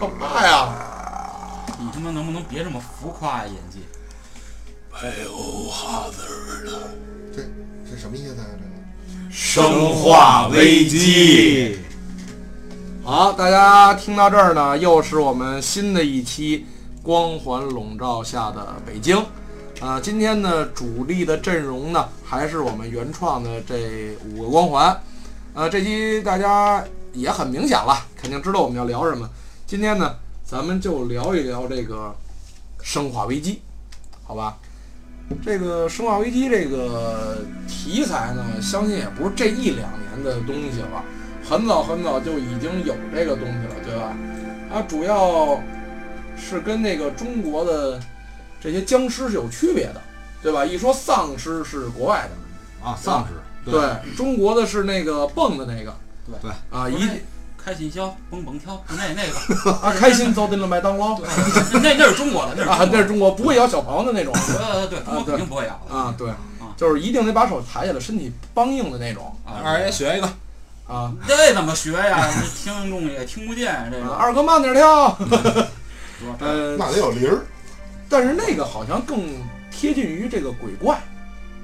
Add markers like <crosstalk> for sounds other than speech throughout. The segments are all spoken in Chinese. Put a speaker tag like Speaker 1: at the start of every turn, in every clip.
Speaker 1: 干嘛呀？
Speaker 2: 你他妈能不能别这么浮夸啊，演技？
Speaker 3: 白欧哈德尔的
Speaker 1: 这这什么意思啊？这
Speaker 3: 生化危机。
Speaker 4: 好，大家听到这儿呢，又是我们新的一期《光环笼罩下的北京》。呃，今天呢，主力的阵容呢，还是我们原创的这五个光环。呃，这期大家也很明显了，肯定知道我们要聊什么。今天呢，咱们就聊一聊这个生化危机，好吧？这个《生化危机》这个题材呢，相信也不是这一两年的东西了，很早很早就已经有这个东西了，对吧？它主要是跟那个中国的这些僵尸是有区别的，对吧？一说丧尸是国外的，
Speaker 5: 啊，丧尸，
Speaker 4: 对，中国的是那个蹦的那个，
Speaker 2: 对
Speaker 5: 对
Speaker 4: 啊，
Speaker 2: 不
Speaker 4: 一
Speaker 2: 是那开心笑，蹦蹦跳， <laughs> 那那个，
Speaker 4: 啊开心走进了麦当劳啊，
Speaker 2: 对那那是中国的，那是
Speaker 5: 啊
Speaker 4: 那
Speaker 2: 中
Speaker 4: 是中国不会咬小朋友的那
Speaker 5: <laughs>
Speaker 4: 种
Speaker 2: 国的，对对，中国肯定不会咬的
Speaker 4: 啊，对，就是一定得把手抬起来，身体梆硬的那种
Speaker 5: 二爷学一个，
Speaker 4: 啊。
Speaker 2: 啊这怎么学呀？ <laughs> 这听众也听不见这
Speaker 4: 啊
Speaker 2: 个。
Speaker 4: 二哥慢点跳，
Speaker 2: 主要
Speaker 4: <laughs> 呃，
Speaker 1: 那得有铃儿，
Speaker 4: 但是那个好像更贴近于这个鬼怪，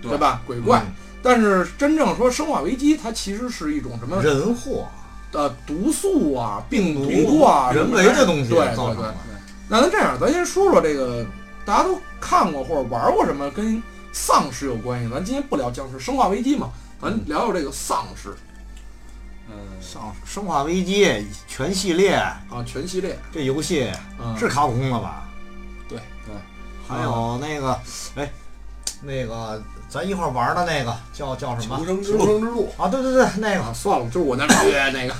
Speaker 2: 对
Speaker 4: 对嗯吧？鬼怪。但是真正说生化危机，它其实是一种什么
Speaker 2: 嗯
Speaker 5: 人祸，
Speaker 4: 呃毒素啊、病毒啊、
Speaker 5: 人为的东西
Speaker 4: 对对
Speaker 5: 造成
Speaker 4: 对
Speaker 5: 的。
Speaker 4: 那咱这样，咱先说说这个大家都看过或者玩过什么跟丧尸有关系。咱今天不聊僵尸，生化危机嘛，咱聊聊这个丧尸
Speaker 2: 呃，
Speaker 5: 上生化危机全系列
Speaker 4: 啊，全系列。
Speaker 5: 这游戏
Speaker 4: 嗯，
Speaker 5: 是卡普空的吧？
Speaker 4: 对
Speaker 2: 对，嗯
Speaker 5: 还有那个，哎，那个咱一块儿玩的那个叫叫什么
Speaker 1: 求？生之路，求生之路，
Speaker 5: 啊，对对对，那
Speaker 4: 啊，
Speaker 5: 个
Speaker 4: 算了，就是我那约那个，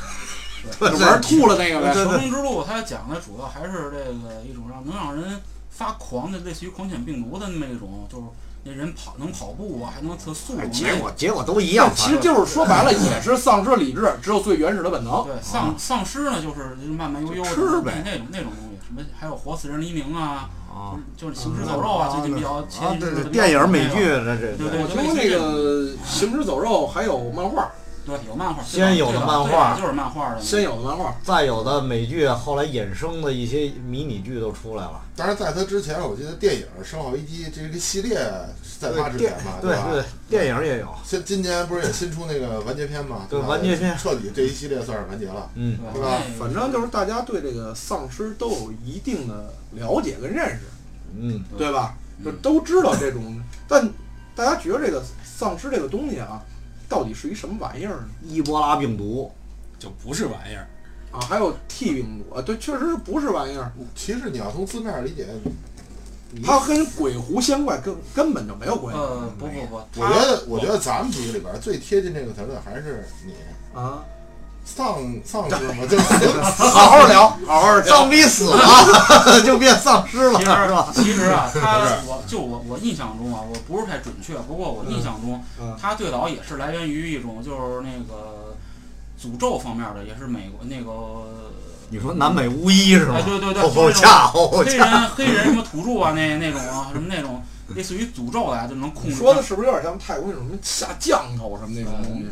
Speaker 5: 对
Speaker 4: 就玩吐了那个呗。
Speaker 5: 对
Speaker 2: 求
Speaker 5: 对
Speaker 2: 生之路，它讲的主要还是这个一种让能让人发狂的，类似于狂犬病毒的那么一种，就是那人跑能跑步啊，还能测速度
Speaker 5: 哎
Speaker 2: 那。
Speaker 5: 结果结果都一样
Speaker 4: 那，其实就是说白了，也是丧失理智，只有最原始的本能。
Speaker 2: 对丧丧尸呢，就是慢慢悠悠的
Speaker 5: 啊就吃呗
Speaker 2: 那那种那种东西，什么还有活死人黎明啊，
Speaker 5: 啊
Speaker 2: 就是行尸走肉啊，最近比较前
Speaker 5: 啊，
Speaker 2: 几
Speaker 5: 对
Speaker 2: 阵子
Speaker 5: 对，
Speaker 2: 比较
Speaker 5: 电影美
Speaker 2: 火
Speaker 5: 剧
Speaker 2: 那个
Speaker 5: 这
Speaker 2: 对
Speaker 5: 这这
Speaker 2: 对
Speaker 4: 我听说那个《行尸走肉》还有漫画，
Speaker 2: 对有漫画，
Speaker 5: 先有的
Speaker 2: 对吧
Speaker 5: 漫画
Speaker 2: 对就是漫画的，
Speaker 4: 先有的漫画，
Speaker 5: 再有的美剧后来衍生的一些迷你剧都出来了。
Speaker 1: 但是在它之前，我记得电影《生化危机》这个系列是在它之
Speaker 5: 电
Speaker 1: 前嘛，
Speaker 5: 对
Speaker 1: 吧？
Speaker 5: 对，电影也有，
Speaker 1: 现今年不是也新出那个完结篇嘛？
Speaker 5: 对
Speaker 1: 吧
Speaker 5: 完结篇
Speaker 1: 彻底这一系列算是完结了。
Speaker 5: 嗯，
Speaker 2: 对
Speaker 1: 是吧
Speaker 2: 那
Speaker 4: 反正就是大家对这个丧尸都有一定的了解跟认识，
Speaker 5: 嗯，
Speaker 4: 对吧？
Speaker 2: 嗯
Speaker 4: 就都知道这种，但大家觉得这个丧尸这个东西啊，到底是一什么玩意儿呢？
Speaker 5: 伊波拉病毒，
Speaker 3: 就不是玩意儿，
Speaker 4: 啊，还有 T 病毒啊，对，确实是不是玩意儿，
Speaker 1: 其实你要从字面理解，你
Speaker 4: 它跟鬼狐仙怪根根本就没有关系
Speaker 2: 呃不不不，
Speaker 1: 我觉得，我觉得咱们几个里边儿最贴近这个词儿的还是你，
Speaker 4: 啊。
Speaker 1: 丧丧尸嘛，就是
Speaker 5: <laughs>
Speaker 1: 死
Speaker 5: 好好聊，好好聊，丧逼死了 <laughs> 就变丧尸了，
Speaker 2: 其
Speaker 5: 是
Speaker 2: 实
Speaker 5: 吧？
Speaker 2: 其实
Speaker 5: <laughs>
Speaker 2: 啊，他
Speaker 3: 不是
Speaker 2: 我就我我印象中啊，我不是太准确，不过我印象中
Speaker 4: 嗯，
Speaker 2: 他最早也是来源于一种就是那个诅咒方面的，也是美国那个。
Speaker 5: 你说南美巫医是吗哦
Speaker 2: 哎，？对对对，
Speaker 5: 好
Speaker 2: 就是那
Speaker 5: 家
Speaker 2: 种
Speaker 5: 伙，
Speaker 2: 黑人黑人什么土著啊，那那种啊，什么那种类似于诅咒的啊，就能控
Speaker 4: 你
Speaker 2: 制。
Speaker 4: 说的是不是有点像泰国那种什么下降头什么那种东西？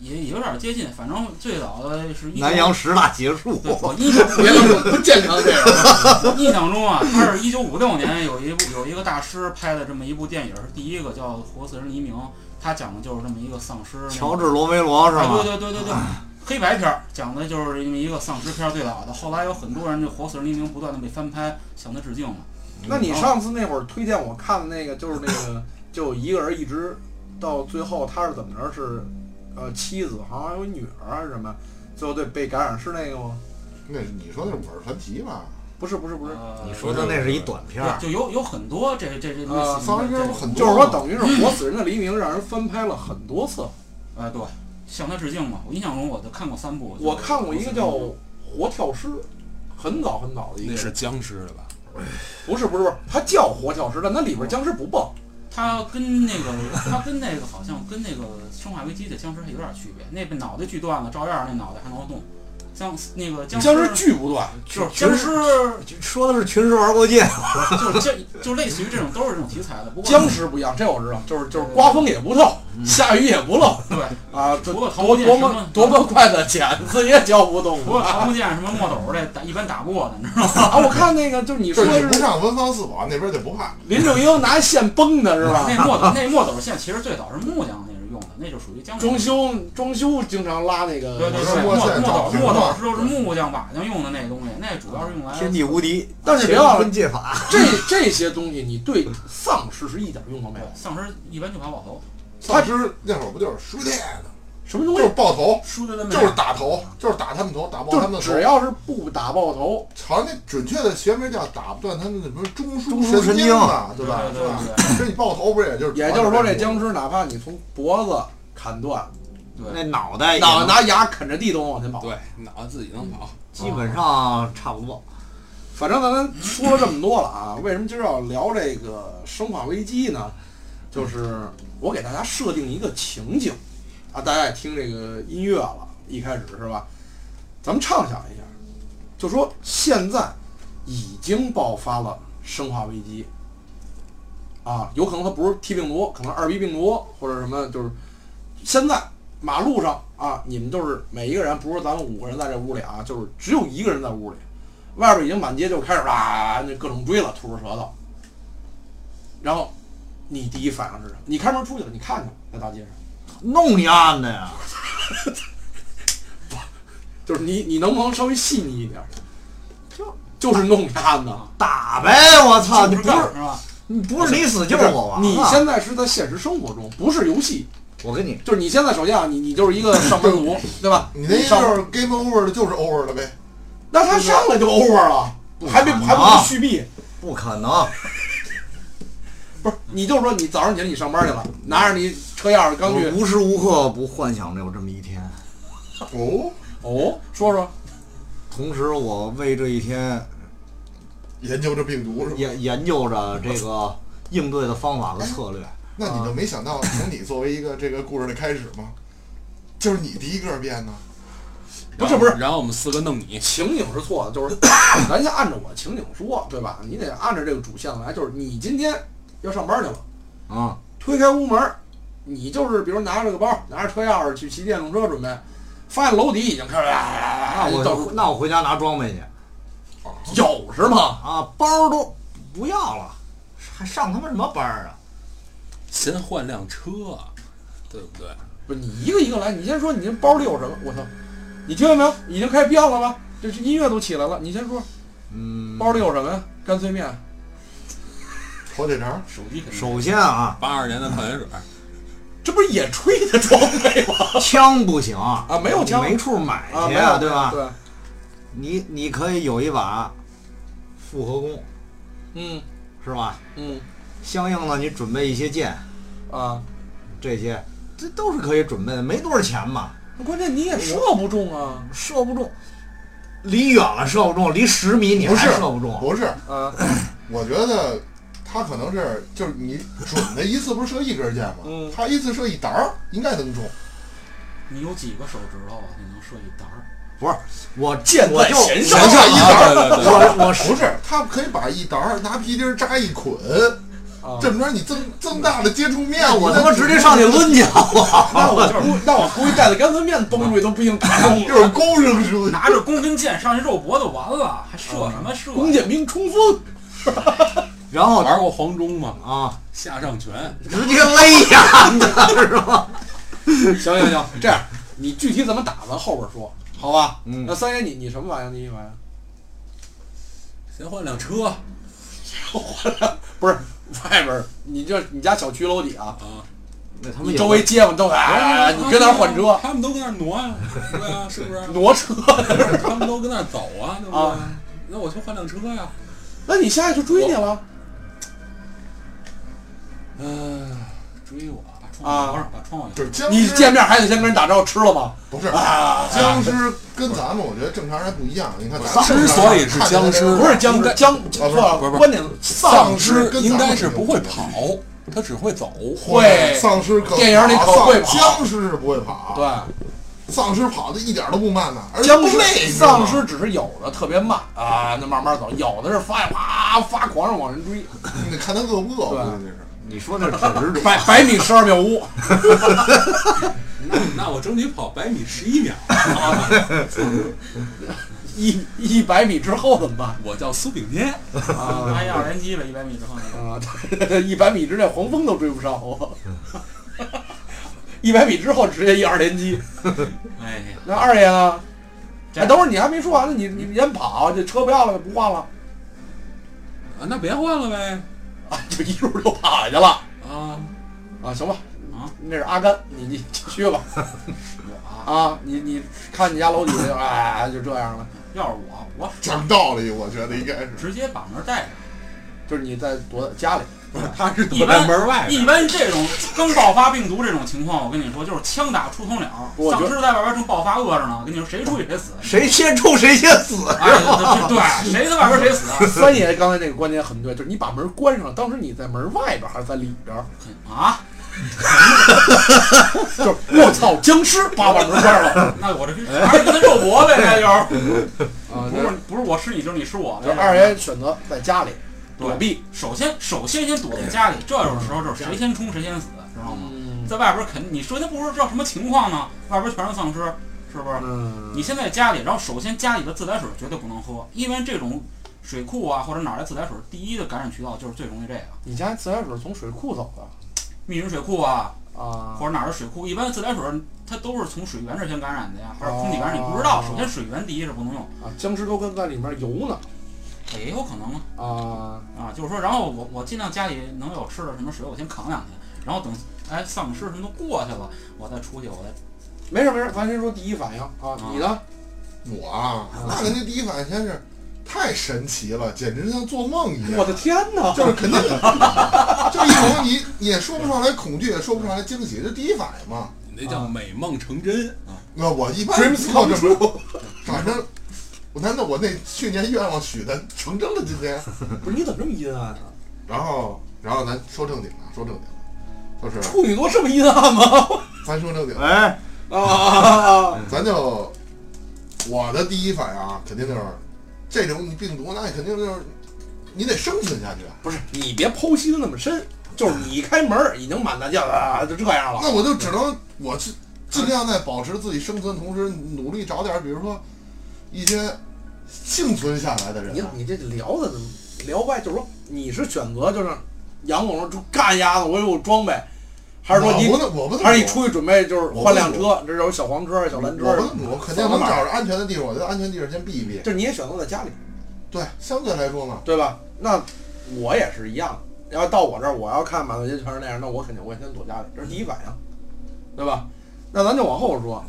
Speaker 2: 也也有点接近，反正最早的是一九
Speaker 5: 南洋十大邪术，
Speaker 2: 对，我印象
Speaker 4: 别那种不健康这种。
Speaker 2: 我
Speaker 5: <laughs>
Speaker 2: 印象中啊，他是一九五六年有一部有一个大师拍的这么一部电影，是第一个叫《活死人黎明》，他讲的就是这么一个丧尸。
Speaker 5: 乔治罗梅罗是
Speaker 2: 啊，对
Speaker 5: 吗？
Speaker 2: 对对对对，黑白片儿讲的就是因为一个丧尸片儿最早的，后来有很多人就《活死人黎明》不断的被翻拍，向他致敬嘛。
Speaker 4: 那你上次那会儿推荐我看的那个，就是那个，就一个人一直到最后，他是怎么着？是呃，妻子好像还有女儿还是什么？最后对被感染是那个吗？
Speaker 1: 那是你说那是《我是传奇》嘛？
Speaker 4: 不是不是不是，
Speaker 2: 呃，
Speaker 5: 你说的那是一短片儿
Speaker 2: 对，，就有有很多这这这类
Speaker 4: 啊
Speaker 2: 似
Speaker 1: 丧
Speaker 2: 于
Speaker 1: 尸
Speaker 2: 这
Speaker 1: 不很多
Speaker 4: 就
Speaker 1: 吗，
Speaker 4: 是说等于是《活死人的黎明》让人翻拍了很多次。
Speaker 2: 啊，对，向他致敬嘛。我印象中我都看过三部，
Speaker 4: 我看过一个叫
Speaker 2: 活死人黎
Speaker 4: 《活跳尸》，很早很早的一
Speaker 3: 那
Speaker 4: 个，
Speaker 3: 是僵尸的吧？
Speaker 4: 不是不是不是，它叫《活跳尸》，但它里边僵尸不蹦。
Speaker 2: 明他跟那个他跟那个好像跟那个《生化危机》的僵尸还有点区别，那边脑袋锯断了，照样那脑袋还能动。像那个僵
Speaker 4: 僵尸剧不断，
Speaker 2: 就是僵尸，
Speaker 5: 说的是群尸玩过界，
Speaker 2: 就是僵，就类似于这种都是这种题材的。不过嗯
Speaker 4: <laughs> 僵尸不一样，这我知道，就是就是刮风也不透，下雨也不漏
Speaker 2: 对，
Speaker 4: 啊，这
Speaker 2: 除了桃
Speaker 4: 多
Speaker 2: 木剑
Speaker 4: 多
Speaker 2: 什
Speaker 4: 么
Speaker 2: 么
Speaker 4: 多么快的剪子也搅不动
Speaker 2: 除了桃木剑什么墨斗的，打一般打不过的，你知道吗？
Speaker 4: 啊！我看那个就是你
Speaker 1: 就
Speaker 4: 说
Speaker 1: 是你
Speaker 4: 是
Speaker 1: 不上文房四宝那边就不怕，
Speaker 4: 林正英拿线崩的是吧？
Speaker 2: 那墨斗那墨斗现在其实最早是木匠那是用的，那就属于僵尸。
Speaker 4: 装修装修经常拉那
Speaker 2: 对
Speaker 4: 个，
Speaker 2: 对对，墨墨斗墨斗是都是木匠瓦匠用的那东西，那主要是用来
Speaker 5: 天地无敌。
Speaker 4: 但是别忘了
Speaker 5: 乾坤借法，
Speaker 4: 这这些东西你对丧尸是一点用都没
Speaker 2: 对
Speaker 4: 有。
Speaker 2: 丧尸一般就跑跑头，
Speaker 1: 当时那会儿不就是输电的，
Speaker 4: 什么东
Speaker 1: 就
Speaker 4: 西
Speaker 1: 是爆头，
Speaker 2: 输的那么
Speaker 1: 就是打头，就是打他们头，打爆他们
Speaker 4: 就
Speaker 1: 的头
Speaker 4: 只。要是不打爆头，
Speaker 1: 好像那准确的学名叫打不断他们的什么中
Speaker 5: 中枢
Speaker 1: 枢
Speaker 5: 神
Speaker 1: 神
Speaker 5: 经
Speaker 1: 嘛，对吧？
Speaker 2: 对
Speaker 1: 是吧
Speaker 2: 对对
Speaker 1: 其实你爆头不是也就是，
Speaker 4: 也就是说这
Speaker 1: 尸
Speaker 4: 僵尸哪怕你从脖子砍断，
Speaker 5: 那脑
Speaker 2: 哎
Speaker 5: 袋也
Speaker 4: 脑
Speaker 5: 能
Speaker 4: 拿牙啃着地都能往前跑。
Speaker 3: 对，脑子自己能跑。
Speaker 5: 基本上差不多。
Speaker 4: 反正咱们说了这么多了啊，为什么今儿要聊这个《生化危机》呢？就是我给大家设定一个情景啊，大家也听这个音乐了，一开始是吧？咱们畅想一下，就说现在已经爆发了生化危机啊，有可能它不是 T 病毒，可能二 B 病毒或者什么，就是现在马路上啊，你们就是每一个人，不是说咱们五个人在这屋里啊，就是只有一个人在屋里。外边已经满街就开始啦，那各种追了，吐着舌头。然后你第一反应是什么？你开门出去了，你看去了，在大街上，
Speaker 5: 弄你案的呀！
Speaker 4: 就是你你能不能稍微细腻一点？就就是弄看的，
Speaker 5: 打呗！我操，你
Speaker 2: 不
Speaker 5: 不
Speaker 2: 是干
Speaker 5: 是
Speaker 2: 是吧？
Speaker 5: 你不是你死就是我亡啊！
Speaker 4: 你现在是在现实生活中，不是游戏，
Speaker 5: 我跟你
Speaker 4: 就是你现在首先啊，你你就是一个上班
Speaker 5: <laughs>
Speaker 4: 族，对吧？
Speaker 1: 你那意思
Speaker 4: 上
Speaker 1: 就是 game over 的，就是 over 了呗。
Speaker 4: 那他上来就 over 了，还没
Speaker 5: 不可能啊
Speaker 4: 还不是续币，
Speaker 5: 不可能，
Speaker 4: 不是？你就说你早上起来你上班去了，拿着你车钥匙刚
Speaker 5: 我
Speaker 4: 去，
Speaker 5: 无时无刻不幻想着有这么一天。
Speaker 1: 哦，
Speaker 4: 哦，说说
Speaker 5: 同时，我为这一天
Speaker 1: 研究这病毒是吧？
Speaker 5: 研研究着这个应对的方法和策略。
Speaker 1: 那你就没想到从你作为一个这个故事的开始吗？就是你第一个变呢？
Speaker 4: 不是不是
Speaker 3: 然后我们四个弄你，
Speaker 4: 情景是错的，就是咱先按照我情景说，对吧？你得按照这个主线来，就是你今天要上班去了，
Speaker 5: 啊，
Speaker 4: 推开屋门儿，你就是比如拿着个包，拿着车钥匙去骑电动车准备，发现楼底已经开始啦啦啦啦啦，
Speaker 5: 那我
Speaker 4: 哎到
Speaker 5: 就那我回家拿装备去
Speaker 4: 有是吗？
Speaker 5: 啊，包都不要了，还上他妈什么班啊？
Speaker 3: 先换辆车，对不对？
Speaker 4: 不是你一个一个来，你先说你这包里有什么？我操，你听见没有？已经开始变了吧？这这音乐都起来了，你先说
Speaker 5: 嗯，
Speaker 4: 包里有什么呀？干脆面，
Speaker 1: 火腿肠，
Speaker 2: 手机肯定
Speaker 5: 首先啊，
Speaker 3: 八二年的矿泉水，
Speaker 4: 这不是野炊的装备吗？
Speaker 5: 枪不行啊
Speaker 4: 没有枪
Speaker 5: 没处买
Speaker 4: 啊，
Speaker 5: 去
Speaker 4: 没有
Speaker 5: 对吧？
Speaker 4: 对，
Speaker 5: 你你可以有一把复合弓，
Speaker 4: 嗯
Speaker 5: 是吧？
Speaker 4: 嗯
Speaker 5: 相应的，你准备一些剑，
Speaker 4: 啊。
Speaker 5: 这些这都是可以准备的，没多少钱嘛，
Speaker 4: 那关键你也射不中啊！
Speaker 5: 射不中，离远了射不中，离十米你
Speaker 1: 不
Speaker 5: 还
Speaker 1: 是
Speaker 5: 射不中，
Speaker 1: 不是，
Speaker 4: 啊，
Speaker 1: 我觉得他可能是就是你准的一次不是射一根箭吗
Speaker 4: 嗯？
Speaker 1: 他一次射一沓儿，应该能中。
Speaker 2: 你有几个手指头啊？你能射一沓儿？
Speaker 5: 不是我
Speaker 4: 箭
Speaker 5: 我
Speaker 4: 在
Speaker 5: 就
Speaker 4: 弦上
Speaker 1: 我就一沓儿，
Speaker 3: 对啊对对，
Speaker 5: 我我
Speaker 1: 不是，他可以把一沓儿拿皮筋儿扎一捆，
Speaker 4: 啊
Speaker 1: 这么着你增增大了接触面。
Speaker 5: 那我
Speaker 1: 你
Speaker 5: 他
Speaker 1: 再
Speaker 5: 妈直接上去抡去，
Speaker 4: 那我估那 <laughs> 我估计带的干脆面崩出去都 <laughs> 不一定打中
Speaker 1: 就是高声说，
Speaker 2: 拿着弓跟箭上去肉搏就完了，还射什么射？
Speaker 4: 弓箭兵冲锋，
Speaker 5: 然后
Speaker 3: <laughs> 玩过黄忠吗？
Speaker 5: 啊，
Speaker 3: 下上拳，
Speaker 5: 直接勒呀，是吧？
Speaker 4: 行行行，这样你具体怎么打咱后边说，好吧？
Speaker 5: 嗯
Speaker 4: 那三爷你你什么玩意儿？你什么玩意 <laughs> 儿？
Speaker 3: 先换辆车啊！
Speaker 4: 不是 <laughs> 外边儿，你这你家小区楼底啊，
Speaker 5: 那他
Speaker 4: 你周围街坊都哎，你跟那儿换车
Speaker 3: 他们都跟那儿挪呀，对啊，是不是？
Speaker 4: 挪 <laughs> 车，
Speaker 3: 他们都跟那儿走啊，对不对？那我去换辆车呀。
Speaker 4: 那你下去就追你了
Speaker 3: 嗯，追我，把
Speaker 4: 啊
Speaker 3: 窗户关上，把窗户
Speaker 1: 就是僵
Speaker 4: 你
Speaker 1: 尸
Speaker 4: 见面还得先跟人打招呼，吃了吗？
Speaker 1: 不是
Speaker 4: 啊，
Speaker 1: 僵尸跟咱们我觉得正常人不一样。你看咱们
Speaker 3: 之所以是
Speaker 1: 看见
Speaker 3: 僵尸
Speaker 1: 那
Speaker 4: 不
Speaker 1: 个
Speaker 4: 是僵
Speaker 3: 应该
Speaker 4: 僵错了，
Speaker 3: 不是不是
Speaker 4: 关键丧
Speaker 1: 丧
Speaker 4: 尸
Speaker 1: 尸
Speaker 3: 应该是不会跑，他只会走。
Speaker 4: 会
Speaker 1: 丧尸可
Speaker 4: 电影里可会跑
Speaker 1: 丧僵尸是不会跑，
Speaker 4: 对。
Speaker 1: 丧尸跑的一点都不慢呢，而且
Speaker 4: 僵
Speaker 1: 不
Speaker 4: 尸
Speaker 1: 累，你知道
Speaker 4: 丧
Speaker 1: 吗
Speaker 4: 尸只是有的特别慢啊，那慢慢走；有的是发哇发狂上往人追，
Speaker 1: 你得看他饿不饿，我估计是。
Speaker 5: 你说那只 <laughs> 是
Speaker 4: 百百米十二秒五。
Speaker 3: 那那我争取跑百米十
Speaker 4: <laughs>
Speaker 3: 一秒，
Speaker 4: 一一百米之后怎么办
Speaker 3: 我叫苏炳添。
Speaker 4: 啊？
Speaker 2: 挨二连击了，一百米之后那个。
Speaker 4: 啊，一百米之内黄蜂都追不上我。一百米之后直接一二连击，
Speaker 2: 哎呀，
Speaker 4: 那二爷呢？
Speaker 2: 这
Speaker 4: 哎，等会儿你还没说完呢，你你先跑，这车不要了，不换了
Speaker 3: 啊，那别换了呗。
Speaker 4: 啊，就一路就跑下去了
Speaker 3: 啊，
Speaker 4: 啊，行吧，
Speaker 2: 啊，
Speaker 4: 那是阿甘，你你继续吧
Speaker 2: 我
Speaker 4: 啊，你你看你家楼底下就哎就这样了，
Speaker 2: 要是我，我
Speaker 1: 讲道理，我觉得应该是。
Speaker 2: 直接把门带上。
Speaker 4: 就是你在躲在家里，
Speaker 3: 他是
Speaker 2: 一
Speaker 3: 躲在
Speaker 2: 般
Speaker 3: 门外边
Speaker 2: 一般这种刚爆发病毒这种情况，我跟你说，就是枪打出头鸟。
Speaker 4: 我觉
Speaker 2: 丧
Speaker 4: 得
Speaker 2: 尸在外边正爆发饿着呢，我跟你说，谁出去谁
Speaker 4: <laughs>
Speaker 2: 死。
Speaker 5: 谁先中谁先死。
Speaker 2: 哎，对对，谁在外边谁死。啊
Speaker 4: <laughs> 三爷刚才那个观点很对，就是你把门关上了，当时你在门外边还是在里边？
Speaker 2: 啊，
Speaker 4: 就是我操，僵尸把把门关
Speaker 2: <laughs>
Speaker 4: 上了
Speaker 2: 那我这
Speaker 4: <laughs>
Speaker 2: 是还是跟他肉搏呗，那就是
Speaker 4: 啊
Speaker 2: 不是不是我吃你就是你吃我呗。
Speaker 4: 就是 <laughs> 二爷选择在家里躲避，
Speaker 2: 首先首先先躲在家里，这种时候就是谁先冲谁先死，知道吗？
Speaker 4: 嗯
Speaker 2: 在外边肯你说那不知道什么情况呢，外边全是丧尸，是不是？
Speaker 4: 嗯，
Speaker 2: 你先在家里，然后首先家里的自来水绝对不能喝，因为这种水库啊或者哪儿来自来水，第一的感染渠道就是最容易这个
Speaker 4: 你家自来水从水库走的
Speaker 2: 密云水库啊
Speaker 4: 啊
Speaker 2: 或？者哪儿的水库，一般自来水它都是从水源这先感染的呀，或者空气感染，
Speaker 4: 哦
Speaker 2: 你不知道。首先水源第一是不能用，
Speaker 4: 啊，僵尸都跟在里面游呢
Speaker 2: 也有可能啊。
Speaker 4: 啊！
Speaker 2: 啊，就是说，然后我我尽量家里能有吃的什么水，我先扛两天，然后等哎丧尸什么都过去了，我再出去，我再
Speaker 4: 没事没事，咱先说第一反应啊，你呢？
Speaker 1: 我啊，那人家第一反应先是太神奇了，简直像做梦一
Speaker 4: 嗯我
Speaker 1: 样，
Speaker 4: 的天哪！
Speaker 1: 就是肯定，就是一种你也说不上来恐惧，也说不上来惊喜，这第一反应嘛。
Speaker 3: 你那叫美梦成真啊！
Speaker 1: 那我一般
Speaker 4: Dreams
Speaker 1: 做这
Speaker 4: come
Speaker 1: 么，反正我难道我那去年愿望许的成真了今天？
Speaker 4: 不是你怎么这么阴暗啊？
Speaker 1: 然后，然后咱说正经的，说正经的，就是
Speaker 4: 处女座这么阴暗吗？
Speaker 1: 咱说正经的，
Speaker 5: 哎，
Speaker 4: <laughs> 啊！
Speaker 1: 咱就我的第一反应啊，肯定就是这种病毒，那肯定就是你得生存下去啊。
Speaker 4: <laughs> 不是你别剖析的那么深，就是你一开门已经满大街了，啊就这样了。
Speaker 1: 那我就只能我尽尽量在保持自己生存的同时，努力找点儿，比如说一些幸存下来的人
Speaker 4: 你
Speaker 1: 啊。
Speaker 4: 你这聊的聊歪，就是说你是选择就是杨总说就干丫的，我有装备，还是说你
Speaker 1: 我不能，我不能，
Speaker 4: 还是你出去准备就是换辆
Speaker 1: 我
Speaker 4: 车，这有小黄车、小蓝车
Speaker 1: 我，不我肯定
Speaker 4: 扫
Speaker 1: 能
Speaker 4: 码
Speaker 1: 找着安全的地方，我觉得安全地方先避一避。
Speaker 4: 就是你也选择在家里，
Speaker 1: 对，相对来说嘛，
Speaker 4: 对吧？那我也是一样的，要到我这儿，我要看满大街全是那样，那我肯定我也先躲家里，这是第一反应，对吧？那咱就往后说，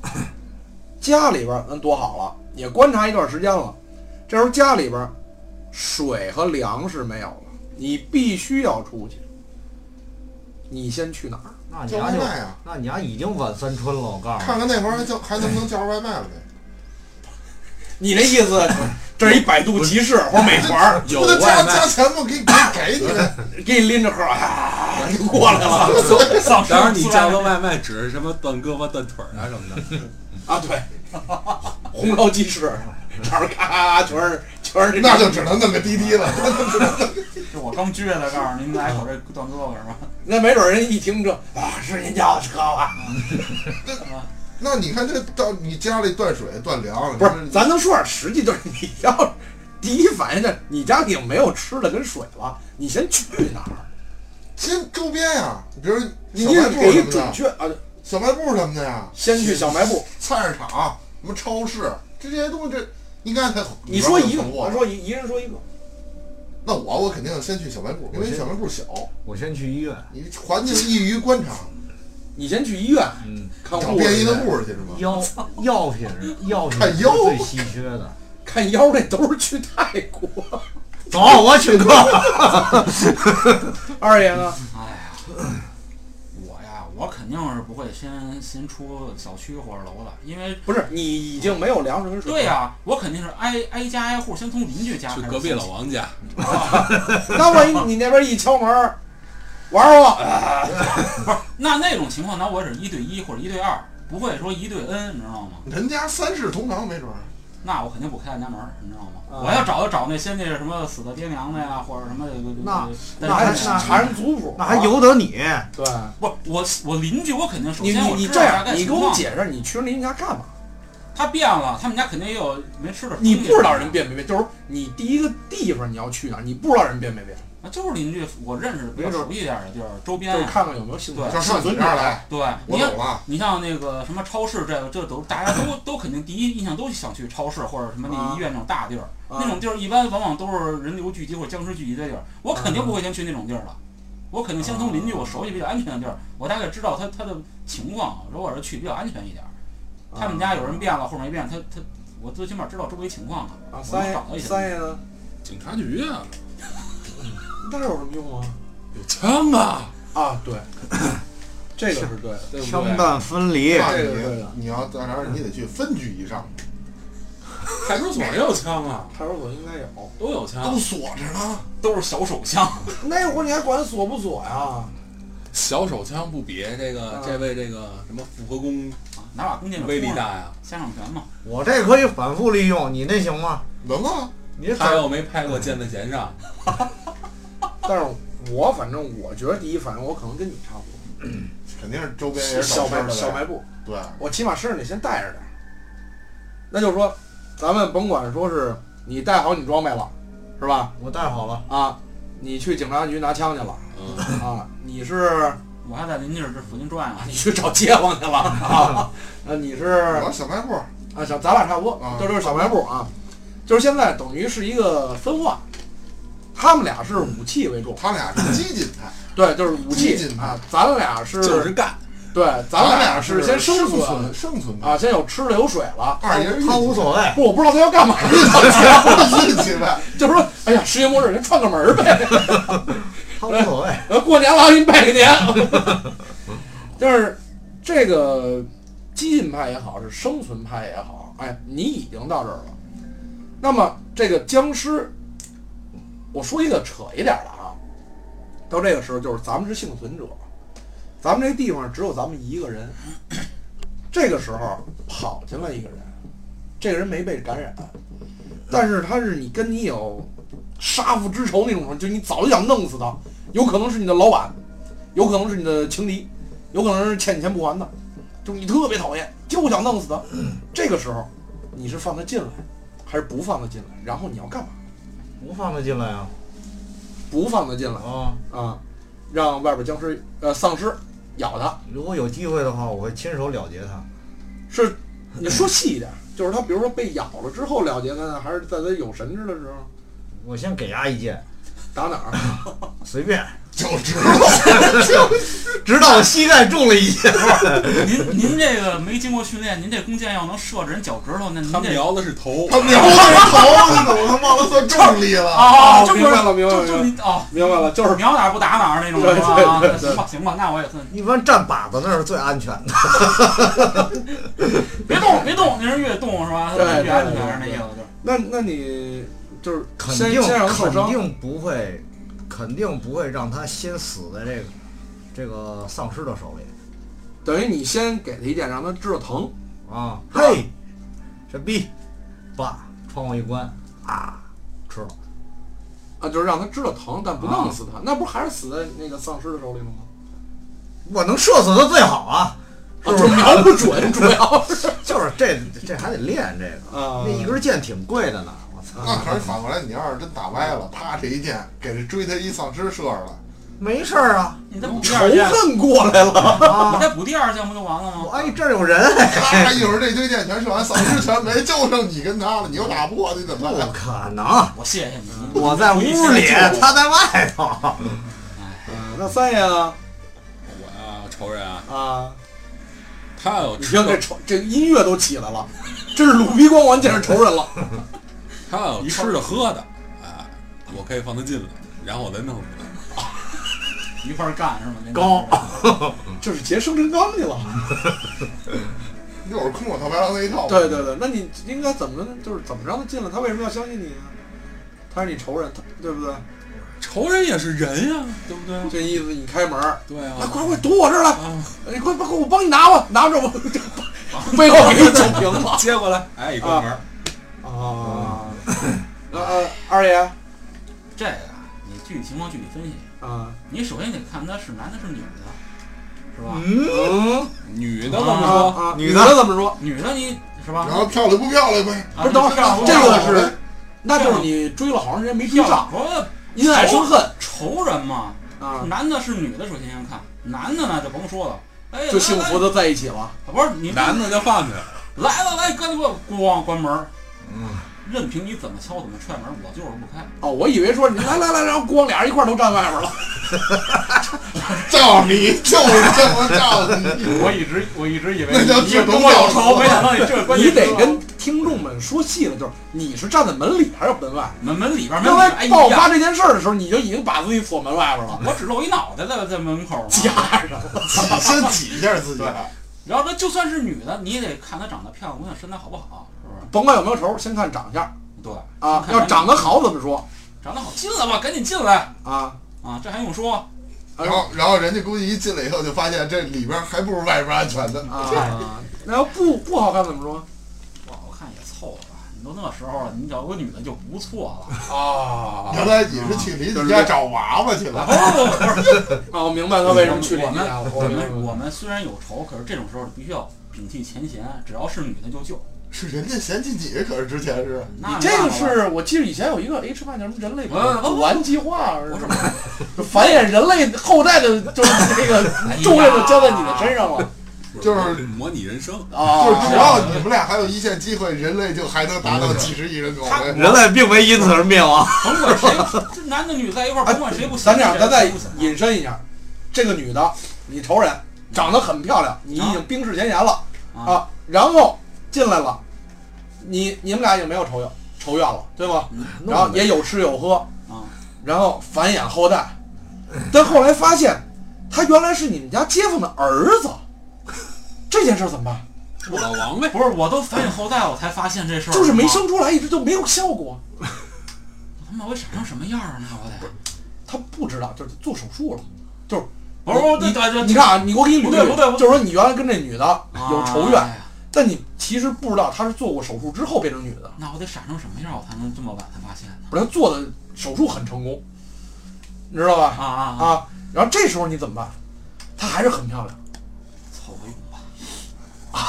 Speaker 4: <coughs> 家里边儿咱躲好了，也观察一段时间了，这时候家里边儿水和粮食没有了，你必须要出去。你先去哪儿？
Speaker 5: 那你
Speaker 1: 叫
Speaker 5: 丫
Speaker 1: 外
Speaker 5: 就
Speaker 1: 卖啊，
Speaker 5: 那你丫已经晚三春了，我告诉
Speaker 1: 看
Speaker 5: 你。
Speaker 1: 看那会儿还叫还能不能叫上外卖了呗。
Speaker 4: 你那意思，这是一百度集市或者美团儿，
Speaker 1: 不得加加钱吗？给给给
Speaker 4: <laughs>
Speaker 1: 你呗。
Speaker 4: 给你拎着盒儿，啊，就过来了。
Speaker 2: 丧
Speaker 3: 当然，你叫个外卖只是什么断胳膊、断腿儿啊什么的。
Speaker 4: 啊，对，红烧鸡翅，这儿咔全是全是这
Speaker 1: 那就只能弄个滴滴了。
Speaker 2: 就我刚撅的，告诉您来一口这断胳膊是吧？
Speaker 4: 那没准人一听这啊是您家的啊车吧？
Speaker 1: 那你看这到你家里断水断粮，
Speaker 4: 不是，咱能说点实际，就是你要第一反应就是你家已经没有吃的跟水了，你先去哪儿？
Speaker 1: 先周边呀、比如
Speaker 4: 你
Speaker 1: 小卖部
Speaker 4: 给
Speaker 1: 什
Speaker 4: 一
Speaker 1: 么
Speaker 4: 准
Speaker 1: 的，
Speaker 4: 确啊，
Speaker 1: 小卖部什么的呀，
Speaker 4: 先去小卖部。
Speaker 1: 菜市场、什么超市，这些东西这应该才。
Speaker 4: 你说一个，
Speaker 1: 里边会有
Speaker 4: 我
Speaker 1: 存
Speaker 4: 说
Speaker 1: 货
Speaker 4: 一一人说一个，
Speaker 1: 那我我肯定先去小卖部，因为小卖部小，
Speaker 5: 我先去医院。
Speaker 1: 你环境易于观察，
Speaker 4: 你先去医院
Speaker 5: 嗯，
Speaker 4: 看
Speaker 1: 找
Speaker 4: 护
Speaker 1: 便衣的
Speaker 4: 士，
Speaker 1: 护士去是吗？
Speaker 5: 药药品药品
Speaker 1: 看
Speaker 5: 是
Speaker 1: 药
Speaker 5: 最稀缺的。
Speaker 4: 看腰，这都是去泰国。
Speaker 5: 走，我请客。
Speaker 4: 二爷呢？
Speaker 2: 哎呀，我呀，我肯定是不会先先出小区或者楼的，因为
Speaker 4: 不是，你已经没有粮食跟水了。
Speaker 2: 对呀、我肯定是挨挨家挨户先从邻居家
Speaker 3: 去
Speaker 2: 开始
Speaker 3: 隔壁
Speaker 2: 搜
Speaker 3: 老
Speaker 4: 啊
Speaker 3: 王家，
Speaker 4: 那万一你那边一敲门儿，玩儿我，
Speaker 2: 不是，那那种情况，那我只是一对一或者一对二，不会说一对 N，你知道吗？
Speaker 1: 人家三世同堂没准儿，
Speaker 2: 那我肯定不开他家门儿，你知道吗？
Speaker 4: 啊
Speaker 2: 我要找就找那些那什么死的爹娘的呀，或者什么的。
Speaker 5: 那
Speaker 2: 但
Speaker 5: 那
Speaker 2: 是
Speaker 5: 还
Speaker 2: 但是
Speaker 4: 查人族谱，
Speaker 5: <laughs> 那还由得你？
Speaker 4: 对。
Speaker 2: 不是我我邻居，我肯定首
Speaker 4: 你
Speaker 2: 先
Speaker 4: 你
Speaker 2: 我
Speaker 4: 你
Speaker 2: 知
Speaker 4: 这
Speaker 2: 道大
Speaker 4: 样，
Speaker 2: 概
Speaker 4: 你
Speaker 2: 情
Speaker 4: 给我
Speaker 2: 况。
Speaker 4: 解释，你去邻居家干嘛？
Speaker 2: 他变了，他们家肯定也有没吃的。啊
Speaker 4: 你不知道人变没变，就是你第一个地方你要去哪儿，你不知道人变没变，
Speaker 2: 啊，就是邻居，我认识比较
Speaker 4: 没准
Speaker 2: 熟一点的地儿，周边啊
Speaker 4: 就是
Speaker 2: 呀。
Speaker 4: 看看有没有幸存
Speaker 2: 对
Speaker 4: 者
Speaker 1: 就上你这儿来，
Speaker 2: 对，
Speaker 1: 我
Speaker 2: 你
Speaker 1: 懂
Speaker 2: 像
Speaker 1: 了。
Speaker 2: 你像那个什么超市，这个这都大家都都肯定第一印象都想去超市或者什么
Speaker 4: 啊
Speaker 2: 那医院那种大地儿，那
Speaker 4: 啊
Speaker 2: 种地儿一般往往都是人流聚集或者僵尸聚集的地儿，我肯定不会先去那种地儿的。我肯定先从邻居我熟悉比较安全的地儿，我大概知道他他的情况，如果是去比较安全一点儿。
Speaker 4: 啊
Speaker 2: 他们家有人变了或者没变，他他我最起码知道周围情况了，
Speaker 4: 啊，
Speaker 2: 我
Speaker 4: 三
Speaker 2: 能找到
Speaker 4: 爷
Speaker 2: 一些。
Speaker 4: 三爷呢？
Speaker 3: 警察局啊，
Speaker 4: 那有什么用啊？
Speaker 3: 有枪啊，
Speaker 4: 啊，对，这个是对 <laughs> 的，对不对
Speaker 5: 枪弹分离，
Speaker 1: 那
Speaker 4: 这个对
Speaker 1: 你
Speaker 4: 的
Speaker 1: 你要在这儿，你得去分局以上，
Speaker 3: 派出所也有枪啊，
Speaker 4: 派出所应该有。
Speaker 3: 都有枪
Speaker 4: 啊
Speaker 1: 都。锁着呢。
Speaker 2: 都是小手枪，
Speaker 4: 那会儿你还管锁不锁呀？
Speaker 3: 小手枪不比这个
Speaker 4: 啊
Speaker 3: 这位这个什么复合弓
Speaker 2: 啊拿把弓箭就
Speaker 3: 威力
Speaker 2: 冲上
Speaker 3: 大呀？
Speaker 2: 下上拳嘛。
Speaker 5: 我这可以反复利用，你那行吗？
Speaker 1: 能啊，
Speaker 5: 你这
Speaker 3: 他又没拍过箭在弦上，
Speaker 4: 但是我反正我觉得第一反应我可能跟你差不多，
Speaker 1: 肯定是周边也是
Speaker 4: 小
Speaker 1: 找事儿
Speaker 4: 卖
Speaker 1: 的呗
Speaker 4: 小卖部，
Speaker 1: 对，
Speaker 4: 我起码身上得先带着点儿。那就是说，咱们甭管说是你带好你装备了，是吧？
Speaker 5: 我带好了，
Speaker 4: 啊，你去警察局拿枪去了
Speaker 3: 嗯，
Speaker 4: 啊，你是
Speaker 2: 我还在邻居这附近转啊，
Speaker 4: 你去找街坊去了啊，那你是
Speaker 1: 我小卖部
Speaker 4: 啊，小咱俩差不多
Speaker 1: 啊，
Speaker 4: 这就是小卖部啊，就是现在等于是一个分化，他们俩是武器为重，
Speaker 1: 他俩是激进派，
Speaker 4: 对，就是武
Speaker 1: 激
Speaker 4: 器
Speaker 1: 进
Speaker 4: 啊，咱俩是
Speaker 3: 就是干。
Speaker 4: 对，咱
Speaker 1: 咱
Speaker 4: 俩
Speaker 1: 是
Speaker 4: 先生
Speaker 1: 存生存派，
Speaker 4: 啊，先有吃的有水了。
Speaker 1: 二爷
Speaker 5: 他无所谓。
Speaker 4: 不，我不知道他要干嘛，
Speaker 1: 谓，运气派，
Speaker 4: 就是说，哎呀，世界末日，人串个门儿呗。
Speaker 5: 他无所谓，
Speaker 4: 呃过年了，给你拜个年。就是这个激进派也好，是生存派也好，哎，你已经到这儿了。那么这个僵尸，我说一个扯一点儿的啊，到这个时候就是咱们是幸存者，咱们这地方只有咱们一个人。这个时候跑进来一个人，这个人没被感染，但是他是你跟你有杀父之仇那种，就你早就想弄死他，有可能是你的老板，有可能是你的情敌，有可能是欠你钱不还的，就是你特别讨厌，就想弄死
Speaker 5: <clears throat>
Speaker 4: 他。这个时候，你是放他进来，还是不放他进来？然后你要干嘛？
Speaker 5: 不放他进来啊！
Speaker 4: 不放他进来
Speaker 5: 啊，
Speaker 4: 啊，让外边僵尸呃丧尸咬他。
Speaker 5: 如果有机会的话，我会亲手了结他。
Speaker 4: 是你说细一点，就是他比如说被咬了之后了结他呢，还是在他有神志的时候
Speaker 5: 我先给他一剑，
Speaker 4: 打哪儿？
Speaker 5: <laughs> 随便，
Speaker 1: 就知道
Speaker 5: 直到我膝盖中了一箭。
Speaker 2: 您您这个没经过训练，您这弓箭要能射着人脚趾头，那您
Speaker 3: 他们
Speaker 2: 这
Speaker 3: 摇的是头，
Speaker 1: 他瞄着头，你怎么他妈的算重力了？
Speaker 2: 啊，
Speaker 4: 哦
Speaker 2: 这不
Speaker 4: 明
Speaker 2: 是
Speaker 4: 白了明白了
Speaker 2: 就就您哦，
Speaker 4: 明白了，就是
Speaker 2: 瞄哪儿不打哪儿那种
Speaker 4: 对
Speaker 2: 是吧？
Speaker 4: 对
Speaker 2: 啊
Speaker 4: 对
Speaker 2: 行吧行吧，那我也算，
Speaker 5: 一般站靶子那是最安全的。
Speaker 2: 别动别动，那人越动是吧？
Speaker 4: 对对
Speaker 2: 越安
Speaker 4: 对
Speaker 2: 全是那
Speaker 4: 对
Speaker 2: 意思就是。
Speaker 4: 那那你就是
Speaker 5: 肯
Speaker 4: 先
Speaker 5: 定
Speaker 4: 先让他受
Speaker 5: 肯
Speaker 4: 伤，
Speaker 5: 定不会，肯定不会让他先死在这个这个丧尸的手里
Speaker 4: 等于你先给他一箭，让他知道疼。
Speaker 5: 啊！嘿，这逼，爸，窗户一关啊，吃了。
Speaker 4: 啊，就是让他知道疼，但不弄死他，那不还是死在那个丧尸的手里了吗？
Speaker 5: 我能射死他最好啊，
Speaker 4: 啊，就瞄不准，主要是
Speaker 5: 就是这这还得练这
Speaker 4: <laughs>
Speaker 5: 个，
Speaker 4: 啊
Speaker 5: 那一根箭挺贵的呢。我操，
Speaker 1: 那可是反过来，你要是真打歪了，啪这一箭给这追他一丧尸射着了，
Speaker 5: 没事儿啊
Speaker 2: 你再补第
Speaker 4: 仇
Speaker 2: 二箭，
Speaker 4: 恨过来了。 <laughs>
Speaker 2: 你
Speaker 5: 啊！
Speaker 2: 再补第二箭不就完了吗？
Speaker 5: 哎，这儿有人，
Speaker 1: 咔一会儿这堆箭全射完，丧尸全没，就剩你跟他了，你又打不过，你怎么
Speaker 5: 不
Speaker 1: 办？
Speaker 5: 可能，
Speaker 2: 我谢谢你，
Speaker 5: 我在屋里，他在外头。
Speaker 4: 啊那三爷呢？
Speaker 3: 我呀，仇人啊，
Speaker 4: 啊，
Speaker 3: 他要
Speaker 4: 你
Speaker 3: 知
Speaker 4: 听
Speaker 3: 道
Speaker 4: 这仇，这音乐都起来了，这是鲁逼光完见着仇人了。
Speaker 3: 他要有吃的喝的，哎，我可以放他进来，然后我再弄死他。
Speaker 2: 一块儿干是吗？
Speaker 5: 高
Speaker 4: 啊这是结生辰纲去了。
Speaker 1: 又是空手套白狼那一套。
Speaker 4: 对对对，那你应该怎么就是怎么让他进来？他为什么要相信你啊？他是你仇人，他对不对？
Speaker 3: 仇人也是人呀，对不对？
Speaker 4: 这意思你开门儿，
Speaker 3: 对
Speaker 4: 啊，
Speaker 3: 啊，
Speaker 4: 快快堵我这儿来！
Speaker 3: 啊，
Speaker 4: 你快快快，我帮你拿吧，拿着我， <laughs> 背后给你酒瓶子
Speaker 3: 接过来，哎，一关门，
Speaker 4: <laughs> 啊。呃，二爷
Speaker 2: 这个你具体情况具体分析，
Speaker 4: 啊，
Speaker 2: 你首先得看他是男的是女的，是吧？
Speaker 4: 嗯，
Speaker 3: 女的
Speaker 2: 啊
Speaker 3: 怎么
Speaker 4: 啊
Speaker 3: 说？
Speaker 4: 啊，
Speaker 5: 女
Speaker 4: 女
Speaker 5: 的
Speaker 4: 的怎么说？
Speaker 2: 女的你是吧？
Speaker 1: 然后漂亮不漂亮呗？
Speaker 2: 啊
Speaker 4: 不是等会儿
Speaker 2: 漂亮
Speaker 4: 这个
Speaker 1: 漂亮
Speaker 4: 是，那就是你追了好长时间没追
Speaker 2: 漂
Speaker 4: 上
Speaker 2: 亮，不是
Speaker 4: 因爱生恨
Speaker 2: 仇人嘛，
Speaker 4: 啊，
Speaker 2: 男的是女的，首先先看男的呢就甭说了，哎，
Speaker 4: 就幸福
Speaker 2: 的
Speaker 4: 的在一起了。
Speaker 2: 不是你
Speaker 3: 男的就放去了，
Speaker 2: 来了来，赶紧给我咣关门，
Speaker 5: 嗯，
Speaker 2: 任凭你怎么敲怎么踹门，我就是不开。
Speaker 4: 哦，我以为说你来来来，然后光俩人一块儿都站外边了。
Speaker 1: 照你就是这么照你。
Speaker 2: 我一直我一直以为
Speaker 1: 那叫
Speaker 2: 你
Speaker 1: 志同
Speaker 2: 跟我有
Speaker 1: 道
Speaker 2: 仇，
Speaker 1: 合
Speaker 2: 没想到
Speaker 4: 哎
Speaker 2: 你
Speaker 4: <laughs>
Speaker 2: 这关系
Speaker 4: 你得跟听众们说细了，就是你是站在门里还是门外？
Speaker 2: 门门里边门
Speaker 4: 刚
Speaker 2: 里边，哎
Speaker 4: 才爆发
Speaker 2: 呀，
Speaker 4: 这件事儿的时候，你就已经把自己锁门外边了，
Speaker 2: 我只露一脑袋在在门口嘛。
Speaker 4: 架上了。
Speaker 1: 挤先挤一下自己
Speaker 2: 对，然后呢，就算是女的，你也得看她长得漂亮，姑娘身材好不好，是不是？
Speaker 4: 甭管有没有仇，先看长相
Speaker 2: 对
Speaker 4: 啊
Speaker 2: 先，看
Speaker 4: 要长得好怎么说
Speaker 2: 长得好，进来吧，赶紧进来
Speaker 4: 啊？
Speaker 2: 啊！这还用说？
Speaker 1: 然后然后人家估计一进来以后就发现这里边还不如外边安全呢。
Speaker 4: 啊，那要不不好看怎么说？
Speaker 2: 不好看也凑合吧。你都那时候了，你找个女的就不错
Speaker 4: <laughs>
Speaker 2: 了。
Speaker 4: 啊
Speaker 1: 原来你是去邻居家找娃娃去了，
Speaker 2: 不不不，
Speaker 4: 啊，我明白他为什么去邻
Speaker 2: 我
Speaker 4: 居
Speaker 2: 们
Speaker 4: 家了。
Speaker 2: 我们我们虽然有仇，可是这种时候必须要摒弃前嫌，只要是女的就救。
Speaker 1: 是人家嫌弃你，可是之前是
Speaker 2: 那
Speaker 4: 这
Speaker 2: 没
Speaker 4: 个
Speaker 2: 办法了
Speaker 4: 是我记得以前有一个 H 八叫什么人类
Speaker 2: 不不不
Speaker 4: 补完计划，
Speaker 2: 不是
Speaker 4: 就繁衍人类后代的，就是那个
Speaker 2: 哎
Speaker 4: 重任就交在你的身上了
Speaker 1: 就是
Speaker 3: 模拟人生，
Speaker 4: 啊！
Speaker 1: 就是只要你们俩还有一线机会，人类就还能达
Speaker 4: 啊
Speaker 1: 到几十亿人口。
Speaker 2: 他
Speaker 1: 对。
Speaker 5: <laughs> 人类并没因此而灭亡。
Speaker 2: 甭管谁，这男的女的在一块儿，甭管谁不行。
Speaker 4: 哎咱这样，咱再
Speaker 2: 谁不行啊
Speaker 4: 引申一下，这个女的，你仇人，长得很漂亮，你已经冰释前嫌了
Speaker 2: 啊
Speaker 4: 啊，然后进来了，你你们俩也没有仇怨仇怨了，对吗？
Speaker 2: 嗯
Speaker 4: 然后也有吃有喝，
Speaker 2: 啊，
Speaker 4: 然后繁衍后代，但后来发现他原来是你们家街坊的儿子，这件事儿怎么办？
Speaker 3: 老王呗，
Speaker 2: 不是，我都繁衍后代，我才发现这事儿，
Speaker 4: 就是没
Speaker 2: 妈
Speaker 4: 生出来，一直就没有效果。
Speaker 2: 他妈我长成什么样儿呢？我得
Speaker 4: 他不知道，就是做手术了，就是
Speaker 2: 不是不是
Speaker 4: 你
Speaker 2: 对对对
Speaker 4: 你看啊，你给我给你捋
Speaker 2: 不对不对不对
Speaker 4: 就是说你原来跟这女的有仇
Speaker 2: 哎
Speaker 4: 怨，
Speaker 2: 呀
Speaker 4: 但你其实不知道她是做过手术之后变成女的，
Speaker 2: 那我得傻成什么样，我才能这么晚才发现呢？
Speaker 4: 不是她做的手术很成功，你知道吧？
Speaker 2: 啊啊啊！
Speaker 4: 啊，然后这时候你怎么办？她还是很漂亮，
Speaker 2: 凑合用吧。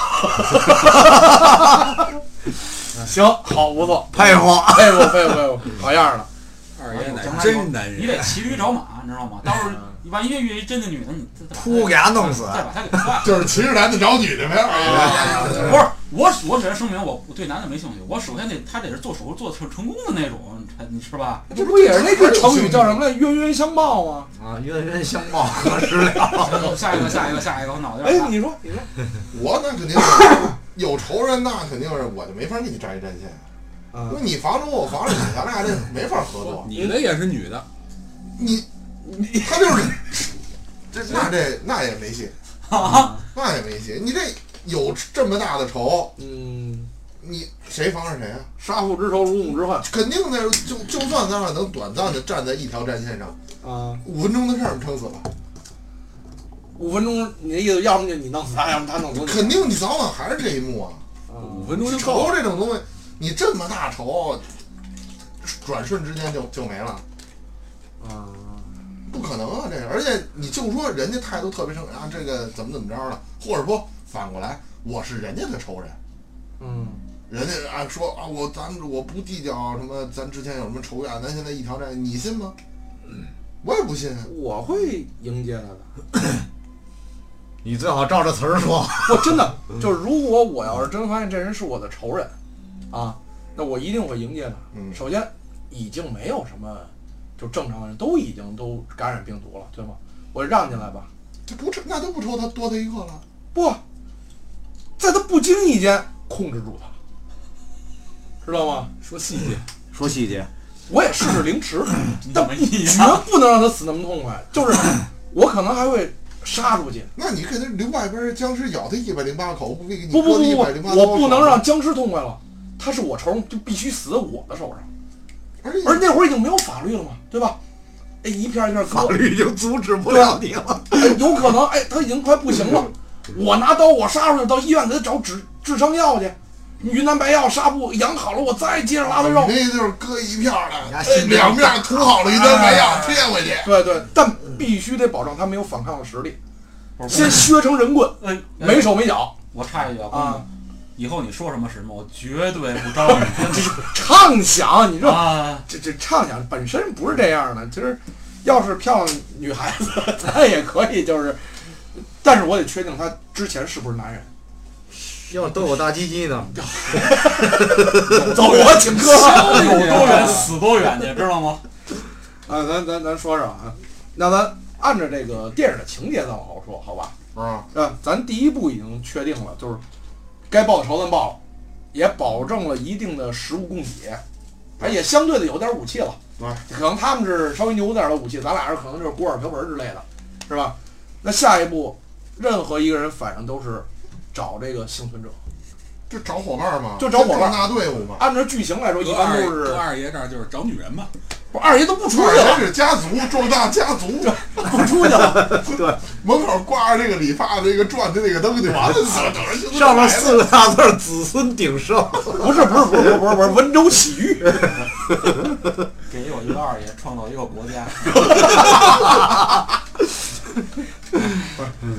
Speaker 4: 行，好，不错，
Speaker 5: 佩服，
Speaker 4: 佩服佩服佩哎服，好样儿的。
Speaker 3: 二爷
Speaker 2: 将
Speaker 3: 乃
Speaker 2: 来
Speaker 3: 真男嗯
Speaker 2: 你
Speaker 3: 人，
Speaker 2: 得骑驴找马，你知道吗？到时候你万一越遇一真的女的，你再再把她
Speaker 5: 噗给他弄死。
Speaker 2: 再把她给踹
Speaker 1: 就是骑着男的找女的呗，
Speaker 4: 啊
Speaker 1: 哎呀
Speaker 2: 不是我，我只是声明我我对男的没兴趣。我首先得他得是做手术做成成功的那种，才你是 <laughs> 吧？
Speaker 4: 这不也是那句成语叫什么来？冤冤相报吗？
Speaker 5: <laughs> 啊，冤冤相报何时了？ <laughs>
Speaker 2: 下一个，下一个，下一个，我脑袋有
Speaker 4: 哎
Speaker 2: 点，大。
Speaker 4: 你说，你说，
Speaker 1: 我那肯定是有仇人，那肯定是我就没法跟你站一战线。
Speaker 4: 啊
Speaker 1: 说你防着我，我防着你，咱俩这没法合作。
Speaker 3: 你的也是女的，
Speaker 1: 你你他就是这那这那也没戏，
Speaker 3: 啊
Speaker 1: <laughs> 那也没戏。你这有这么大的仇，
Speaker 4: 嗯，
Speaker 1: 你谁防着谁啊？
Speaker 4: 杀父之仇，如母之恨
Speaker 1: 肯定的，就就算咱俩能短暂的站在一条战线上，
Speaker 4: 啊。
Speaker 1: 五分钟的事儿，我们撑死了。
Speaker 4: 五分钟，你的意思，要么就你弄死他，要么他弄死你。
Speaker 1: 肯定你早晚还是这一幕啊。
Speaker 3: 五分钟就够
Speaker 1: 仇
Speaker 3: 了。
Speaker 1: 这种东西，你这么大仇，转瞬之间就就没了。
Speaker 4: 啊，
Speaker 1: 不可能啊，这个，而且你就说人家态度特别生啊，这个怎么怎么着了，或者说反过来，我是人家的仇人，
Speaker 4: 嗯，
Speaker 1: 人家啊说啊我咱我不计较什么，咱之前有什么仇怨，咱现在一条战，你信吗？我也不信啊，
Speaker 4: 我会迎接他的。
Speaker 5: 你最好照着词儿说。
Speaker 4: 我真的就是，如果我要是真发现这人是我的仇人，啊，那我一定会迎接他。
Speaker 1: 嗯
Speaker 4: 首先，已经没有什么，就正常人都已经都感染病毒了，对吗？我让进来吧。
Speaker 1: 这不那都不愁他多他一个了，
Speaker 4: 不，在他不经意间控制住他，知道吗？
Speaker 3: 说细节，
Speaker 5: 说细节，
Speaker 4: 我也试试凌迟，
Speaker 2: 怎
Speaker 4: 但
Speaker 2: 么一
Speaker 4: 绝
Speaker 2: 样
Speaker 4: 不能让他死那么痛快。就是我可能还会杀出去，
Speaker 1: 那你给他留外边僵尸咬他一百零八口，不给你
Speaker 4: 不不
Speaker 1: 割一
Speaker 4: 不
Speaker 1: 百零八
Speaker 4: 不，
Speaker 1: 刀
Speaker 4: 我不能让，僵尸痛快了，他是我仇人，就必须死在我的手上。
Speaker 1: 而且
Speaker 4: 而那会儿已经没有法律了嘛，对吧？哎，一片一片割，
Speaker 5: 啊律已经阻止不了你了。
Speaker 1: <laughs>
Speaker 4: 哎有可能哎，他已经快不行了，我拿刀我杀出去，到医院给他找止治伤药去，云南白药纱布养好了，我再接着拉他肉。
Speaker 1: 你那就是搁一片儿的，
Speaker 5: 呀
Speaker 1: 哎
Speaker 5: 心
Speaker 1: 两
Speaker 5: 脏
Speaker 1: 面涂
Speaker 4: <laughs>
Speaker 1: 好了一堆白药贴回去。
Speaker 4: 对对，但必须得保证他没有反抗的实力，
Speaker 2: 不是
Speaker 4: 先削成人棍，
Speaker 2: 呃，呃
Speaker 4: 没手没脚
Speaker 2: 我插一句啊，公
Speaker 4: 啊
Speaker 2: 公，以后你说什么什么，我绝对不招你， <laughs>
Speaker 4: 畅想，你
Speaker 2: 真的
Speaker 4: 这
Speaker 2: 啊！
Speaker 4: 这这畅想本身不是这样的，其实要是漂亮女孩子， <laughs> 咱也可以就是，但是我得确定她之前是不是男人。
Speaker 5: 要都有大鸡鸡呢，
Speaker 4: 走，我请
Speaker 2: <laughs>
Speaker 4: 客。
Speaker 2: 有多远死多远去，知道吗？
Speaker 4: 啊，咱咱咱说说啊，那咱按照这个电影的情节咱往后说，好吧？
Speaker 1: 啊，
Speaker 4: 啊，咱第一步已经确定了，就是该报的仇咱报了，也保证了一定的食物供给，哎，也相对的有点武器了。
Speaker 1: 对，
Speaker 4: 可能他们是稍微牛点儿的武器，咱俩是可能就是锅碗瓢盆之类的，是吧？那下一步，任何一个人反正都是找这个幸存者。
Speaker 1: 就找伙伴嘛，
Speaker 4: 就找伙伴
Speaker 1: 壮大
Speaker 4: <laughs>
Speaker 1: 队伍嘛。
Speaker 4: 按照剧情来说，一
Speaker 3: 搁
Speaker 4: 般
Speaker 3: 二
Speaker 4: 都是
Speaker 3: 搁二爷这儿就是找女人嘛，
Speaker 4: 不是二爷都不出去
Speaker 1: 这 <laughs>
Speaker 4: 了，
Speaker 1: 是家族壮大家族，
Speaker 4: 不出去了。
Speaker 1: 门口挂着那个理发的那个转的那个灯就完了，等着就
Speaker 5: <laughs> 上面四个大字儿“子孙鼎盛
Speaker 4: 不是不是不是不是不是温州洗浴，
Speaker 2: 给我一个二爷，创造一个国家。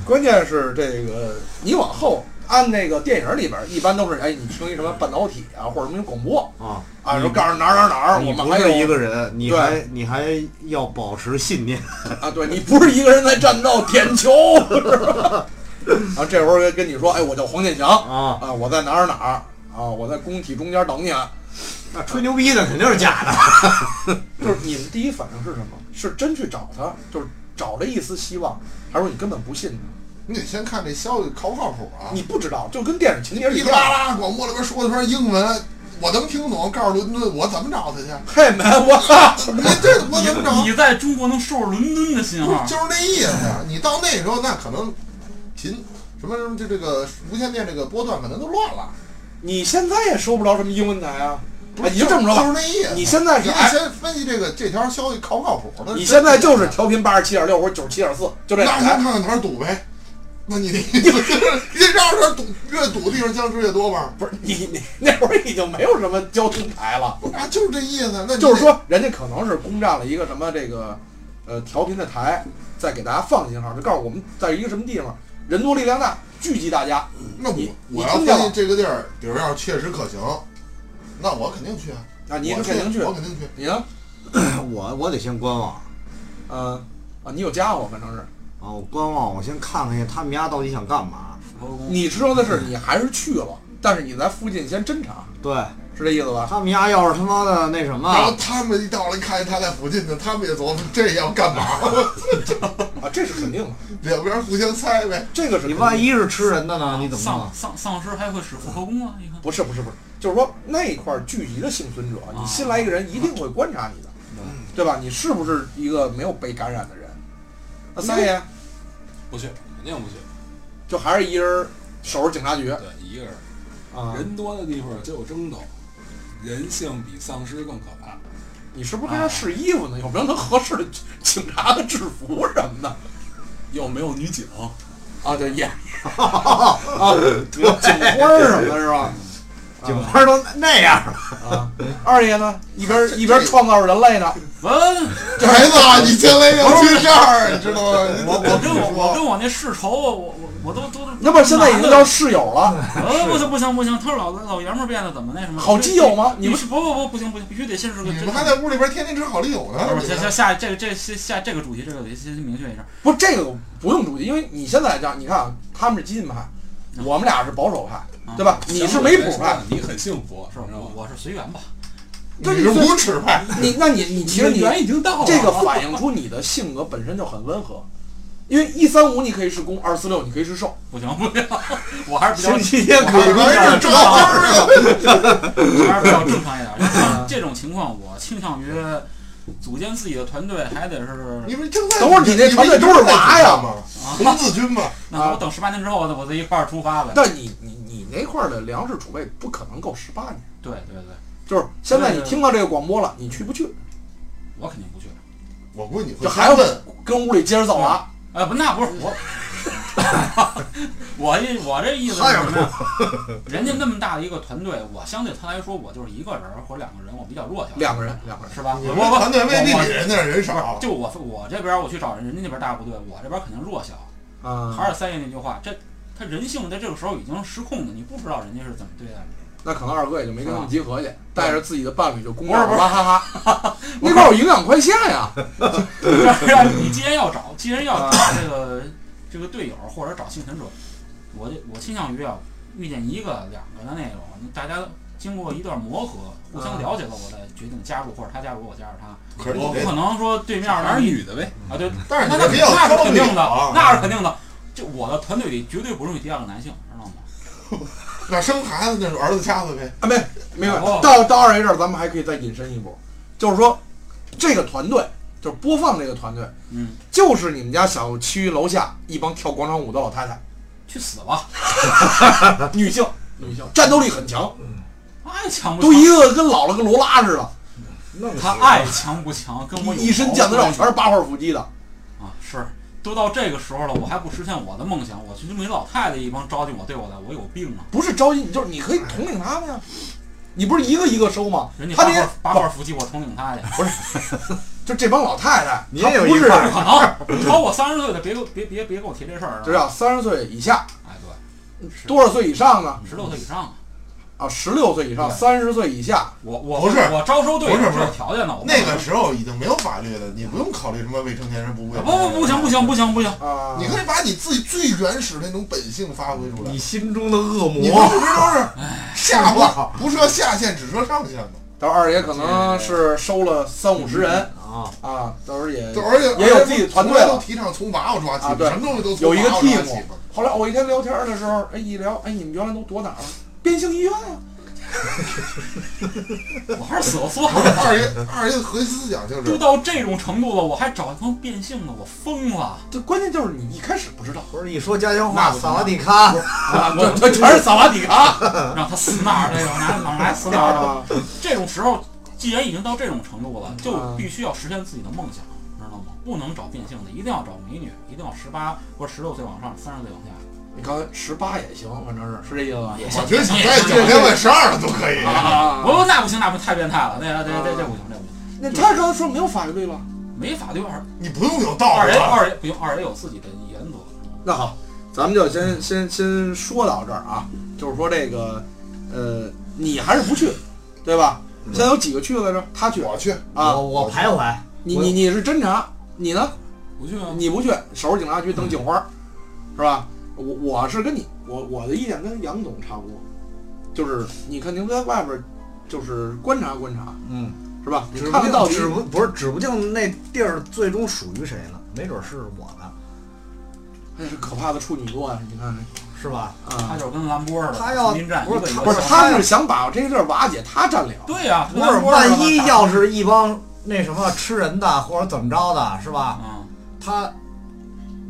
Speaker 4: 关键是这个你往后按那个电影里边，一般都是哎，你听一什么半导体啊，或者什么广播”
Speaker 5: 啊！
Speaker 4: 啊，说告诉哪儿哪儿哪儿，我
Speaker 5: 你
Speaker 4: 们
Speaker 5: 不
Speaker 4: 还有
Speaker 5: 是一个人，你
Speaker 4: 对
Speaker 5: 还你还要保持信念。
Speaker 4: 啊，对你不是一个人在战斗，点 <laughs> 球，是吧？然后这会儿跟跟你说，哎，我叫黄健翔
Speaker 5: 啊，
Speaker 4: 啊，我在哪儿哪儿啊，我在工体中间等你啊。
Speaker 5: 那吹牛逼的肯定是假的。
Speaker 4: 就是你们第一反应是什么？是真去找他，就是找了一丝希望，还是说你根本不信他？
Speaker 1: 你得先看这消息靠不靠谱啊！
Speaker 4: 你不知道，就跟电影情节是
Speaker 1: 噼
Speaker 4: 一
Speaker 1: 里
Speaker 4: 样的
Speaker 1: 啪。啦广播里边说的全是英文，我能听懂。告诉伦敦，我怎么找
Speaker 4: <laughs>
Speaker 1: 他去？
Speaker 4: 嘿，man，我操！
Speaker 1: 你这我怎么
Speaker 2: <laughs>
Speaker 1: 找？
Speaker 2: 你在中国能收拾伦敦的信
Speaker 1: 不是
Speaker 2: 号，
Speaker 1: 就是那意思。啊你到那时候，那可能频什么什么，就这个无线电这个波段可能都乱了。
Speaker 4: 你现在也收不着什么英文台啊？
Speaker 1: 不
Speaker 4: 啊
Speaker 1: 是，
Speaker 4: 你就这么着
Speaker 1: 就
Speaker 4: 吧，
Speaker 1: 是那意思。
Speaker 4: 你现在是
Speaker 1: 你得
Speaker 4: 哎
Speaker 1: 先分析这个这条消息靠不靠谱的。
Speaker 4: 你现在就是调频八十七点六或者九十七点四，就这
Speaker 1: 那
Speaker 4: 俩
Speaker 1: 先看
Speaker 4: 台。
Speaker 1: 看哪儿堵呗。那你得你得绕着堵，越堵地方僵尸越多吧？
Speaker 4: 不是你你那会儿已经没有什么交通台了，
Speaker 1: 啊，就是这意思。那你
Speaker 4: 就是
Speaker 1: 得，
Speaker 4: 说人家可能是攻占了一个什么这个呃调频的台，再给大家放信号，就告诉我们在一个什么地方，人多力量大，聚集大家。
Speaker 1: 那我
Speaker 4: 你你
Speaker 1: 我要
Speaker 4: 听见
Speaker 1: 分
Speaker 4: 了
Speaker 1: 析这个地儿，比如要是确实可行，那我肯定去啊。
Speaker 4: 啊，你
Speaker 1: 我
Speaker 4: 肯定去
Speaker 1: 我，肯定去。
Speaker 4: 你呢？
Speaker 5: 我我得先观望
Speaker 4: 嗯啊，你有家伙，反正是。
Speaker 5: 啊，我观望，我先看看去他们家到底想干嘛。
Speaker 4: 你知道的是，你还是去了，但是你在附近先侦查，
Speaker 5: 对
Speaker 4: 是这意思吧？
Speaker 5: 他们家要是他妈的那什
Speaker 1: 然后
Speaker 4: 啊
Speaker 5: 么，
Speaker 1: 他们一到来看见他在附近呢，他们也琢磨这要干嘛， <laughs>
Speaker 4: 啊，这是肯定的，
Speaker 1: 两边互相猜呗。
Speaker 4: 这个是
Speaker 5: 你
Speaker 4: 肯定的
Speaker 5: 万一是吃人的呢？你怎么弄
Speaker 2: 丧
Speaker 5: 啊？
Speaker 2: 丧丧尸还会使复合弓啊？你看，
Speaker 4: 不是不是不是，就是说那块儿聚集的幸存者，你新来一个人一定会观察你的，对吧？你是不是一个没有被感染的人？那三爷
Speaker 3: 不去，肯定不去。
Speaker 4: 就还是一人守着警察局
Speaker 3: 对，一个人，
Speaker 4: 啊？
Speaker 3: 人多的地方就有争斗，人性比丧尸更可怕。
Speaker 4: 你是不是跟他试衣服呢？有没有能合适的 <laughs> 警察的制服什么的？
Speaker 3: 又没有女警，
Speaker 4: 啊，对，也啊，警徽儿什么的是吧？
Speaker 5: 警官都那样了，
Speaker 4: 啊，二爷呢？一边一边创造着人类呢，
Speaker 2: 文，
Speaker 1: 孩子啊，你将来要去这儿，啊你知道吗？你
Speaker 2: 我我跟 <laughs> 我我
Speaker 1: 我
Speaker 2: 跟我那世仇，我我我都都
Speaker 4: 那不是现在已经叫室友了？
Speaker 2: 呃，不行不行不行，他是老老爷们儿变得怎么那什么？
Speaker 4: 好基友吗
Speaker 2: 你们是不不不不行不行，必须得先是个
Speaker 1: 你
Speaker 2: 真
Speaker 1: 们还在屋里边天天吃好丽友呢
Speaker 2: 不是，。行行，下这个这下下这个主题，这个得先明确一下。
Speaker 4: 不是这个不用主席，因为你现在这样，你看啊，他们是激进派，我们俩是保守派，对吧？你是没谱派，，
Speaker 3: 你很幸福，
Speaker 2: 是
Speaker 3: 知道
Speaker 2: 我
Speaker 3: 吗？
Speaker 2: 我是随缘吧，
Speaker 1: 你是无耻派，
Speaker 4: 你那你你其实你
Speaker 3: 人已经到了，
Speaker 4: 这个反映出你的性格本身就很温和，因为一三五你可以是攻，二四六你可以是受，
Speaker 2: 不行不行，我还是比较
Speaker 5: 星期天可
Speaker 1: 你
Speaker 5: 以
Speaker 1: 们是招儿啊！
Speaker 2: 还是比较正常一点。像这种情况，我倾向于组建自己的团队，还得是
Speaker 1: 你们正在
Speaker 4: 等会儿你那船队都是娃呀
Speaker 1: 吗？红四军嘛，
Speaker 2: 那我等十八年之后，我再一块儿出发呗。
Speaker 4: 但你你你那块儿的粮食储备不可能够十八年，
Speaker 2: 对对对，
Speaker 4: 就是现在你
Speaker 2: 对对
Speaker 4: 听到这个广播了，你去不去？
Speaker 2: 我肯定不去。
Speaker 1: 我估计你会
Speaker 4: 就还要
Speaker 1: 问，
Speaker 4: 啊
Speaker 2: 呃
Speaker 4: 跟屋里接着造娃，
Speaker 2: 啊不，那不是我，我这我这意思
Speaker 5: 差
Speaker 2: 是
Speaker 5: 点
Speaker 2: 什么呀？ <laughs> 人家那么大的一个团队，我相对他来说，我就是一个人儿或者两个人，我比较弱小，
Speaker 4: 两个人，两个人。
Speaker 2: 是吧？
Speaker 1: 你
Speaker 2: 我
Speaker 1: 们
Speaker 2: 我
Speaker 1: 团队未必
Speaker 2: 我
Speaker 1: 比人家人
Speaker 2: 我
Speaker 1: 少，
Speaker 2: 就我我这边儿我去找人，人家那边儿大部队，我这边儿肯定弱小。还
Speaker 4: 啊，
Speaker 2: 是三爷那句话，这他人性在这个时候已经失控了，你不知道人家是怎么对待你。
Speaker 4: 那可能二哥也就没跟他们
Speaker 2: 啊
Speaker 4: 集合去，带着自己的伴侣就公
Speaker 2: 不是
Speaker 4: 干
Speaker 2: 不是
Speaker 4: 娃哈哈，那块儿有营养快线呀。
Speaker 2: <laughs> 你既然要找，既然
Speaker 1: 啊
Speaker 2: 要找这个这个队友或者找幸存者，我就我倾向于啊，遇见一个两个的那种，大家经过一段磨合，互相了解了，我再决定加入或者他加入我加入他。
Speaker 1: 啊可是
Speaker 2: 我不
Speaker 1: 你这
Speaker 2: 可，能说对面
Speaker 3: 还
Speaker 2: 儿
Speaker 3: 是女的呗，
Speaker 2: 啊，
Speaker 1: <laughs>
Speaker 2: 对，
Speaker 1: 但是
Speaker 2: 那
Speaker 1: 你
Speaker 2: 那
Speaker 1: 这比较
Speaker 2: 那是
Speaker 1: 挑
Speaker 2: 肯
Speaker 1: 理
Speaker 2: 定的
Speaker 1: 啊，
Speaker 2: 那是肯定的。就我的团队里绝对不容易第二个男性，知道吗？
Speaker 1: 那生孩子那是儿子掐死呗，
Speaker 4: 啊，没没有
Speaker 2: 哦，
Speaker 4: 到到二爷这儿，咱们还可以再引申一步，就是说，这个团队就是播放这个团队，
Speaker 2: 嗯，
Speaker 4: 就是你们家小区楼下一帮跳广场舞的老太太，
Speaker 2: 去死吧！啊
Speaker 4: 女性，女性，战斗力很强，
Speaker 2: 爱强不强
Speaker 4: 都一个跟老了跟罗拉似的，
Speaker 5: 弄
Speaker 2: 他爱强不强，跟我有
Speaker 4: 一一身
Speaker 2: 毛
Speaker 4: 腱子
Speaker 2: 关
Speaker 4: 肉
Speaker 2: 系
Speaker 4: 全是八块腹肌的，
Speaker 2: 啊，是都到这个时候了，我还不实现我的梦想，我去那么一老太太一帮招进我对我来，我有病啊！
Speaker 4: 不是着急，你就是你可以统领他们呀，你不是一个一个收吗
Speaker 2: 人？家
Speaker 4: 他
Speaker 2: 八
Speaker 4: 那
Speaker 2: 块八块腹肌，我统领他去，
Speaker 4: 就这帮老太太，
Speaker 5: 你
Speaker 4: 她
Speaker 5: 也有
Speaker 4: 不
Speaker 5: 一
Speaker 4: 是
Speaker 5: 块儿
Speaker 2: 不可
Speaker 1: <laughs>
Speaker 2: 能！超过三十岁的别给我别别别给我提这事儿啊！
Speaker 4: 就要三十岁以下，
Speaker 2: 哎，对，是
Speaker 4: 多少岁以上呢？
Speaker 2: 十六岁以上，
Speaker 4: 啊，十六岁以上，三十岁以下，
Speaker 2: 我我
Speaker 1: 不是
Speaker 2: 我招收队
Speaker 1: 不是
Speaker 2: 友
Speaker 1: 不
Speaker 2: 是
Speaker 1: 是
Speaker 2: 有条件的，我不
Speaker 1: 那
Speaker 2: 能
Speaker 1: 个时候已经没有法律了，你不用考虑什么未成年人不未
Speaker 2: 啊
Speaker 1: 成
Speaker 2: 不
Speaker 1: 年人
Speaker 2: 不不行不行不行不行，
Speaker 4: 啊，
Speaker 1: 你可以把你自己最原始的那种本性发挥出来
Speaker 5: 你。心中的恶
Speaker 1: 你们是
Speaker 5: 魔，
Speaker 1: 不是都是
Speaker 2: 哎
Speaker 1: 下
Speaker 5: 是吧
Speaker 1: 不不设下限，只设上限吗？
Speaker 4: 到时候二爷可能是收了三五十人
Speaker 5: 啊，
Speaker 4: 啊，到时候也
Speaker 1: 就而且
Speaker 4: 也有自己的团队了
Speaker 1: 从来都提倡从娃娃抓起
Speaker 4: 啊，对
Speaker 1: 什么东西都从
Speaker 4: 有一个
Speaker 1: 娃娃抓
Speaker 4: team
Speaker 1: 起。。
Speaker 4: 后来我一天聊天的时候，哎，一聊，哎，你们原来都躲哪儿了？变性医院啊！
Speaker 2: 我还是死了算
Speaker 1: 不是
Speaker 2: 了。
Speaker 1: 二爷，二爷的核心思想就
Speaker 2: 都
Speaker 1: 是
Speaker 2: 到这种程度了，我还找一帮变性的，我疯了！
Speaker 4: 这关键就是你一开始不知道，
Speaker 5: 不是一说家乡
Speaker 2: 那
Speaker 5: 话，
Speaker 2: 不行
Speaker 5: 萨瓦迪卡，
Speaker 2: 啊
Speaker 4: 这这全是萨瓦迪卡
Speaker 1: 嗯
Speaker 2: 让他死哪儿去？我拿往哪儿死哪儿去？
Speaker 4: 啊！
Speaker 2: 这种时候，既然已经到这种程度了，就必须要实现自己的梦想，知道吗？不能找变性的，一定要找美女，一定要十八或者十六岁往上，三十岁往下。
Speaker 4: 你刚才十八也行，反正是是这意思吧？
Speaker 2: 也
Speaker 1: 我觉得
Speaker 2: 行
Speaker 1: 想在九天问十二了都可以。
Speaker 4: 啊
Speaker 2: 我说那不行，那不太变态了，那这这这不行，这不行，
Speaker 4: 那他刚才说没有法律了，
Speaker 2: 没法对二
Speaker 1: 你不用有道
Speaker 2: 二
Speaker 1: 理
Speaker 2: 爷
Speaker 1: 了。
Speaker 2: 二爷不行，二爷有自己的原则。
Speaker 4: 那好，咱们就先先先说到这儿啊，就是说这个，呃，你还是不去，对吧？现在有几个去来着？他去
Speaker 1: 我去，
Speaker 4: 啊
Speaker 5: 我，我徘徊，
Speaker 4: 你
Speaker 5: 我
Speaker 4: 你你是侦查，你呢？
Speaker 2: 不去啊？
Speaker 4: 你不去，守着警察局等警花，是吧？我我是跟你，我我的意见跟杨总差不多，就是你肯定在外边，就是观察观察，
Speaker 5: 嗯。
Speaker 4: 是吧？你
Speaker 5: 指
Speaker 4: 看看
Speaker 5: 不定
Speaker 4: 到底
Speaker 5: 指不不是，指不定那地儿最终属于谁呢？没准是我的，
Speaker 4: 那是可怕的处女座呀、你看
Speaker 5: 是吧？
Speaker 4: 这
Speaker 2: 他
Speaker 4: 啊，
Speaker 2: 就是跟兰波似的，
Speaker 5: 他要
Speaker 2: 丛林战一个一
Speaker 4: 不
Speaker 2: 个
Speaker 4: 是，
Speaker 2: 上。
Speaker 4: 他是想把这个地儿瓦解，他占领。
Speaker 2: 对呀，
Speaker 5: 不
Speaker 2: 跟
Speaker 5: 是，
Speaker 2: 兰波似的
Speaker 5: 万一要是一帮那什么吃人的或者怎么着的，是吧？
Speaker 2: 嗯，
Speaker 5: 他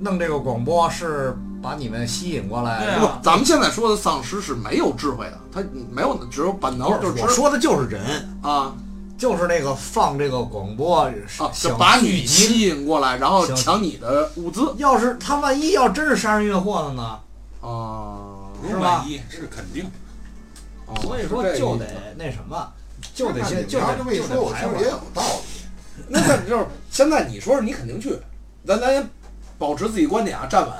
Speaker 5: 弄这个广播是把你们吸引过
Speaker 2: 对
Speaker 5: 来。
Speaker 2: 啊
Speaker 4: 不，咱们现在说的丧尸是没有智慧的，他没有，只有本能，就
Speaker 5: 不是，
Speaker 4: 是
Speaker 5: 我说的就是人，
Speaker 4: 啊
Speaker 5: 就是那个放这个广播
Speaker 4: 啊，就
Speaker 5: 想
Speaker 4: 把
Speaker 5: 聚
Speaker 4: 你
Speaker 5: 集。
Speaker 4: 吸引过来，然后
Speaker 5: 想
Speaker 4: 抢你的物资
Speaker 5: 要是他万一要真是杀人越货的呢？
Speaker 4: 啊，
Speaker 3: 不
Speaker 5: 是
Speaker 3: 用
Speaker 5: 吧
Speaker 3: 万一，是肯定。
Speaker 4: 啊
Speaker 5: 所以说
Speaker 4: 是这个
Speaker 5: 就
Speaker 4: 意
Speaker 5: 得
Speaker 4: 思
Speaker 5: 那什么，就得
Speaker 1: 那你
Speaker 5: 先
Speaker 1: 们
Speaker 5: 就
Speaker 1: 要
Speaker 5: 得
Speaker 1: 这么一
Speaker 5: 就得
Speaker 1: 说，我
Speaker 5: 徘
Speaker 1: 确实也
Speaker 5: 徊
Speaker 1: 有。道理。
Speaker 4: 那咱就是现在你说说，你肯定去，咱咱先保持自己观点啊，站稳。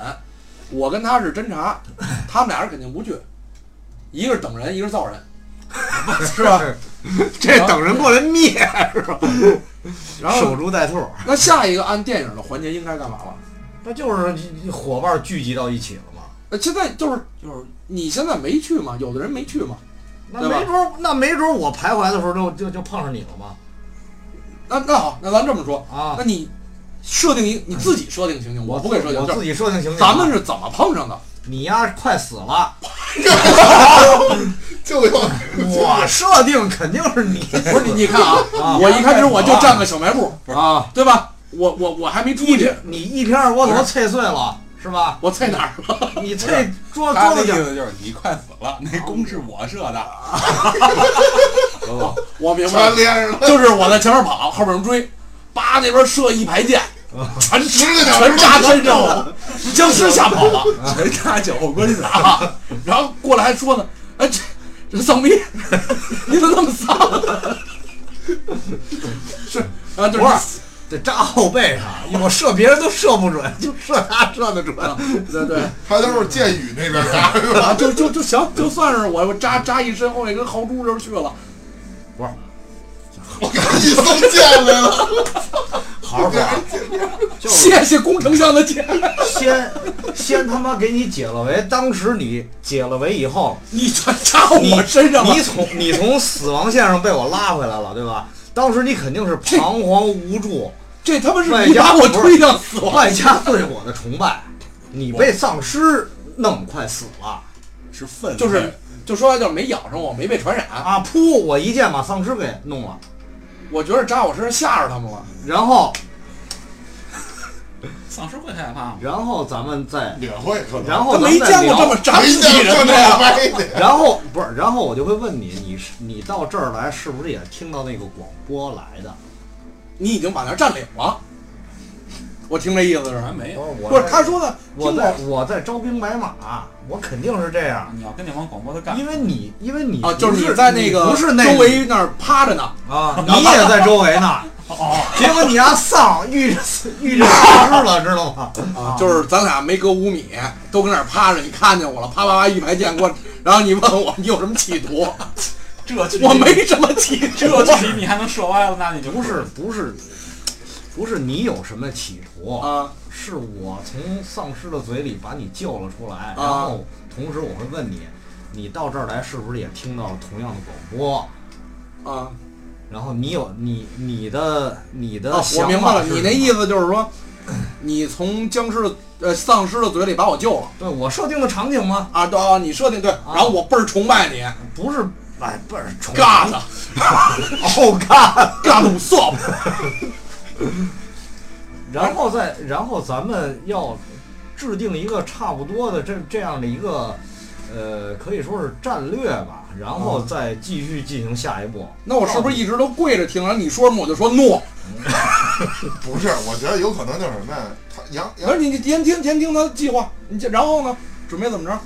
Speaker 4: 我跟他是侦查，他们俩人肯定不去，一个是等人，一个是造
Speaker 5: <laughs>
Speaker 4: 人，是吧？
Speaker 5: 这等人过来灭，
Speaker 4: 然
Speaker 5: 守
Speaker 4: 后
Speaker 5: 株待兔。
Speaker 4: 那下一个按电影的环节应该干嘛了？
Speaker 5: 那就是伙伴聚集到一起了嘛。
Speaker 4: 那呃现在就是
Speaker 2: 就是
Speaker 4: 你现在没去嘛，有的人没去嘛，
Speaker 5: 那
Speaker 4: 对吧
Speaker 5: 没准儿，那没准儿我徘徊的时候就就就碰上你了嘛。
Speaker 4: 那那好，那咱这么说，
Speaker 5: 啊
Speaker 4: 那，你设定一你自己设定情景，我不给设定，
Speaker 5: 我
Speaker 4: 就
Speaker 5: 自
Speaker 4: 是
Speaker 5: 己设定情景。啊
Speaker 4: 咱们是怎么碰上的？
Speaker 5: 你呀，快死了，
Speaker 1: 就要
Speaker 5: 我设定肯定是你。
Speaker 4: 不是你你看啊，
Speaker 5: 啊
Speaker 4: 我一开始我就站个小卖部，
Speaker 5: 啊，
Speaker 4: 对吧？我我我还没出去，
Speaker 5: 你一瓶二锅
Speaker 4: 不
Speaker 5: 头
Speaker 4: 是
Speaker 5: 碎碎了是吧？
Speaker 4: 我在哪儿？
Speaker 5: 你这桌
Speaker 3: 他
Speaker 5: 桌
Speaker 3: 的
Speaker 5: 子
Speaker 3: 意
Speaker 5: 角
Speaker 3: 思就是你快死了，那弓是我射的。
Speaker 4: 我明白
Speaker 1: 全
Speaker 4: 了，
Speaker 1: 连上
Speaker 4: <laughs>
Speaker 1: 了。
Speaker 4: 就是我在前面跑，后边人追，叭那边射一排箭，
Speaker 1: 全吃了
Speaker 4: 全扎身上了，僵尸吓跑了。
Speaker 3: 全插脚后跟上，
Speaker 4: 啊，然后过来还说呢，哎，这这丧逼， <laughs> 你怎么那么丧？ <laughs> 是啊，就是
Speaker 5: 不是得扎后背上，我射别人都射不准，就射他射得准。
Speaker 4: 啊对对
Speaker 1: 他都是剑雨那边打的，
Speaker 4: 啊，就就就行，就算是我我扎扎一身后面跟豪猪这儿去了，
Speaker 1: 我给你送剑来了。
Speaker 5: 好好说啊，就是
Speaker 4: 谢谢工程上的姐，
Speaker 5: 先先他妈给你解了围，当时你解了围以后，
Speaker 4: 你全扎我身上了
Speaker 5: 你，从你从死亡线上被我拉回来了，对吧？当时你肯定是彷徨无助，
Speaker 4: 这他妈是
Speaker 5: 外
Speaker 4: 你
Speaker 5: 加
Speaker 4: 把我
Speaker 5: 不是
Speaker 4: 推向
Speaker 5: <laughs>
Speaker 4: 死亡，
Speaker 5: 外加对我的崇拜，你被丧尸弄快死了
Speaker 3: 是粪味，
Speaker 4: 就是就说就是没咬上我，没被传染，
Speaker 5: 啊！噗，我一剑把丧尸给弄了，
Speaker 4: 我觉得扎我身上吓着他们了。
Speaker 5: 然后
Speaker 2: 丧尸会害怕吗？
Speaker 5: 然后咱们再，
Speaker 1: 也会可能，
Speaker 5: 然
Speaker 4: 他
Speaker 5: 后哦咱们
Speaker 4: 没
Speaker 5: 再
Speaker 4: 见过
Speaker 5: 聊
Speaker 4: 这么扎
Speaker 1: 没
Speaker 4: 自
Speaker 1: 见
Speaker 4: 己
Speaker 1: 过
Speaker 4: 人的啊
Speaker 1: 那
Speaker 4: 呀！
Speaker 1: 歪的，
Speaker 5: 然后不是，然后我就会问你，你是你到这儿来是不是也听到那个广播来的？
Speaker 4: 你已经把那儿占领了，我听这意思是。
Speaker 3: 还没有。
Speaker 5: 我
Speaker 4: 不是他说的，
Speaker 5: 我
Speaker 4: 听
Speaker 5: 在我在招兵买马，我肯定是这样，
Speaker 2: 你要跟那帮广播的干，
Speaker 5: 因为你因为你
Speaker 4: 啊，
Speaker 5: 不
Speaker 4: 就是你在那个
Speaker 5: 不是那
Speaker 4: 周围那儿趴着呢，
Speaker 5: <laughs> 啊，你也在周 <laughs> 围呢。
Speaker 2: 哦，
Speaker 5: 结果你丫丧遇遇着丧尸了，知道吗？
Speaker 4: 啊，就是咱俩没隔五米，都跟那儿趴着，你看见我了，啪啪啪一排箭过来， <laughs> 然后你问我你有什么企
Speaker 5: <laughs>
Speaker 4: 图，
Speaker 2: 这距离
Speaker 4: 我没什么企图，
Speaker 2: 这距离你还能射歪了，那你就
Speaker 5: <laughs> 不是不是不是你有什么企图，
Speaker 4: 啊，
Speaker 5: 是我从丧尸的嘴里把你救了出来，然后同时我会问你，你到这儿来是不是也听到了同样的广播？
Speaker 4: 啊
Speaker 5: 然后你有你你的你的
Speaker 4: 啊！我
Speaker 5: 想
Speaker 4: 明白
Speaker 5: 法
Speaker 4: 了，
Speaker 5: 是什么、
Speaker 4: 你那意思就是说，你从僵尸的呃丧尸的嘴里把我救了
Speaker 5: 对我设定的场景吗？
Speaker 4: 啊，对啊，你设定对，然后我倍儿崇拜你
Speaker 5: 不是，哎，不是重
Speaker 4: ，God
Speaker 5: 哦干。
Speaker 4: God what's up？
Speaker 5: 然后再然后咱们要制定一个差不多的这这样的一个，呃，可以说是战略吧，然后再继续进行下一步。
Speaker 4: <laughs> 那我是不是一直都跪着听？然后你说什么我就
Speaker 5: 嗯
Speaker 4: 说 no。
Speaker 1: <laughs> 不是，我觉得有可能就是什么呀？他杨
Speaker 4: 然后
Speaker 1: 杨
Speaker 4: 你你先听先听他的计划，你这然后呢？准备怎么着？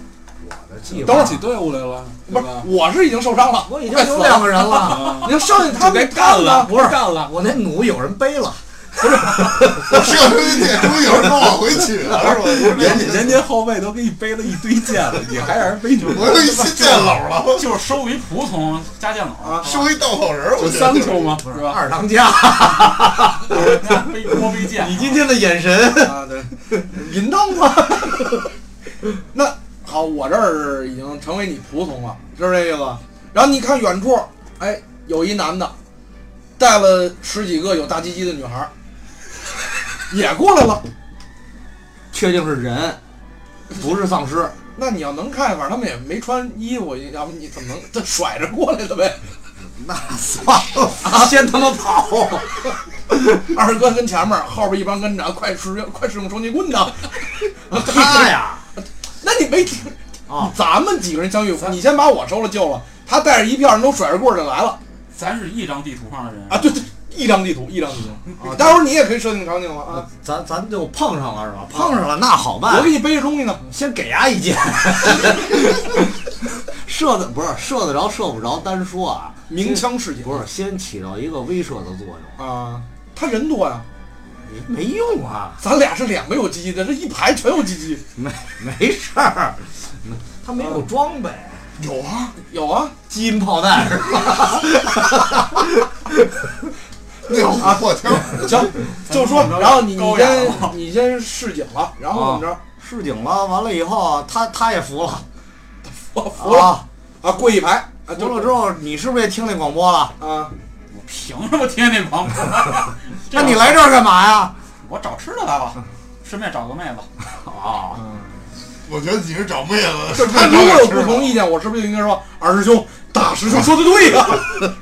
Speaker 5: 我的计
Speaker 4: 等会
Speaker 5: 划
Speaker 4: 儿
Speaker 3: 起队伍来了，
Speaker 4: 不
Speaker 3: 对
Speaker 4: 是
Speaker 3: 吧，？
Speaker 4: 我是已经受伤了，
Speaker 5: 我已经
Speaker 4: 快死
Speaker 5: 有
Speaker 4: 了
Speaker 5: 两个人了，
Speaker 3: 啊，
Speaker 4: 你要剩下他
Speaker 5: 就该
Speaker 4: 们
Speaker 5: 干了 <laughs> 不是
Speaker 4: 干了，
Speaker 5: 我那弩有人背
Speaker 1: <laughs>
Speaker 5: 了，
Speaker 1: 我射出去那东西有人往回取了，是吧？
Speaker 3: 人家人家后卫都给你背了一堆剑了，你还让人背弩？
Speaker 1: 我有一新剑篓了，
Speaker 2: 就是收一仆从加酱
Speaker 4: 啊
Speaker 2: 脑，
Speaker 1: 收一稻草人儿，我
Speaker 3: 就
Speaker 1: 觉得
Speaker 3: 三
Speaker 1: 就
Speaker 3: 球吗？
Speaker 5: 不
Speaker 3: 是
Speaker 5: 是
Speaker 3: 吧？
Speaker 5: 二当 <laughs> 家。
Speaker 2: 那背锅背剑，
Speaker 5: 你今天的眼神，
Speaker 4: 啊，对， <laughs> 淫荡吗？那好，我这儿已经成为你仆从了，是这意思吧？然后你看远处，哎，有一男的，带了十几个有大鸡鸡的女孩儿，也过来了。
Speaker 5: 确定是人，不是丧尸。
Speaker 4: 那你要能看，反正他们也没穿衣服，要不你怎么能这甩着过来的呗？ <laughs>
Speaker 5: 那算了， <laughs> 先他妈跑！
Speaker 4: 二哥跟前面，后边一帮跟着，快使用快使用双截棍呢！
Speaker 5: <laughs>
Speaker 4: <laughs>
Speaker 5: 他呀，
Speaker 4: 那你没听
Speaker 5: 啊
Speaker 4: 咱们几个人相遇，你先把我收了救了，他带着一票人都甩着棍儿就来了
Speaker 2: 咱是一张地图上的人
Speaker 4: 啊！对对，一张地图，一张地图。啊，待会儿你也可以设定场景了啊！
Speaker 5: 咱咱就碰上了是吧？碰上了那好办，
Speaker 4: 我给你背着东西呢，
Speaker 5: 先给丫一箭， <laughs> 射的不是射得着射不着单说啊，
Speaker 4: 鸣枪示警。
Speaker 5: 不是先起到一个威慑的作用，
Speaker 4: 啊，他人多呀，
Speaker 5: 你没用啊，
Speaker 4: 咱俩是两个有鸡鸡的，这一排全有鸡鸡。
Speaker 5: 没没事儿，他没有装备，
Speaker 1: 有啊，
Speaker 4: 有啊，
Speaker 5: 基因炮弹 <laughs> 是吧？
Speaker 1: 那有琥珀枪，
Speaker 4: 行，就说，然后你你
Speaker 2: 高雅了
Speaker 4: 先你先示警了，然后怎么着？
Speaker 5: 示警了，完了以后他他也服了
Speaker 4: 我服了
Speaker 5: 啊，
Speaker 4: 啊，跪一排啊，
Speaker 5: 服
Speaker 4: 就
Speaker 5: 了之后你是不是也听那广播了？
Speaker 4: 啊，
Speaker 2: 我凭什么贴那广播？
Speaker 5: 那你来这儿干嘛呀？
Speaker 2: 我找吃的来了，顺便找个妹子。
Speaker 5: 啊，
Speaker 1: 我觉得你是找妹子，
Speaker 4: 就是
Speaker 1: <laughs>
Speaker 4: 他如果有不同意见，我是不是就应该说二师兄、大师兄说的对呀？ <laughs>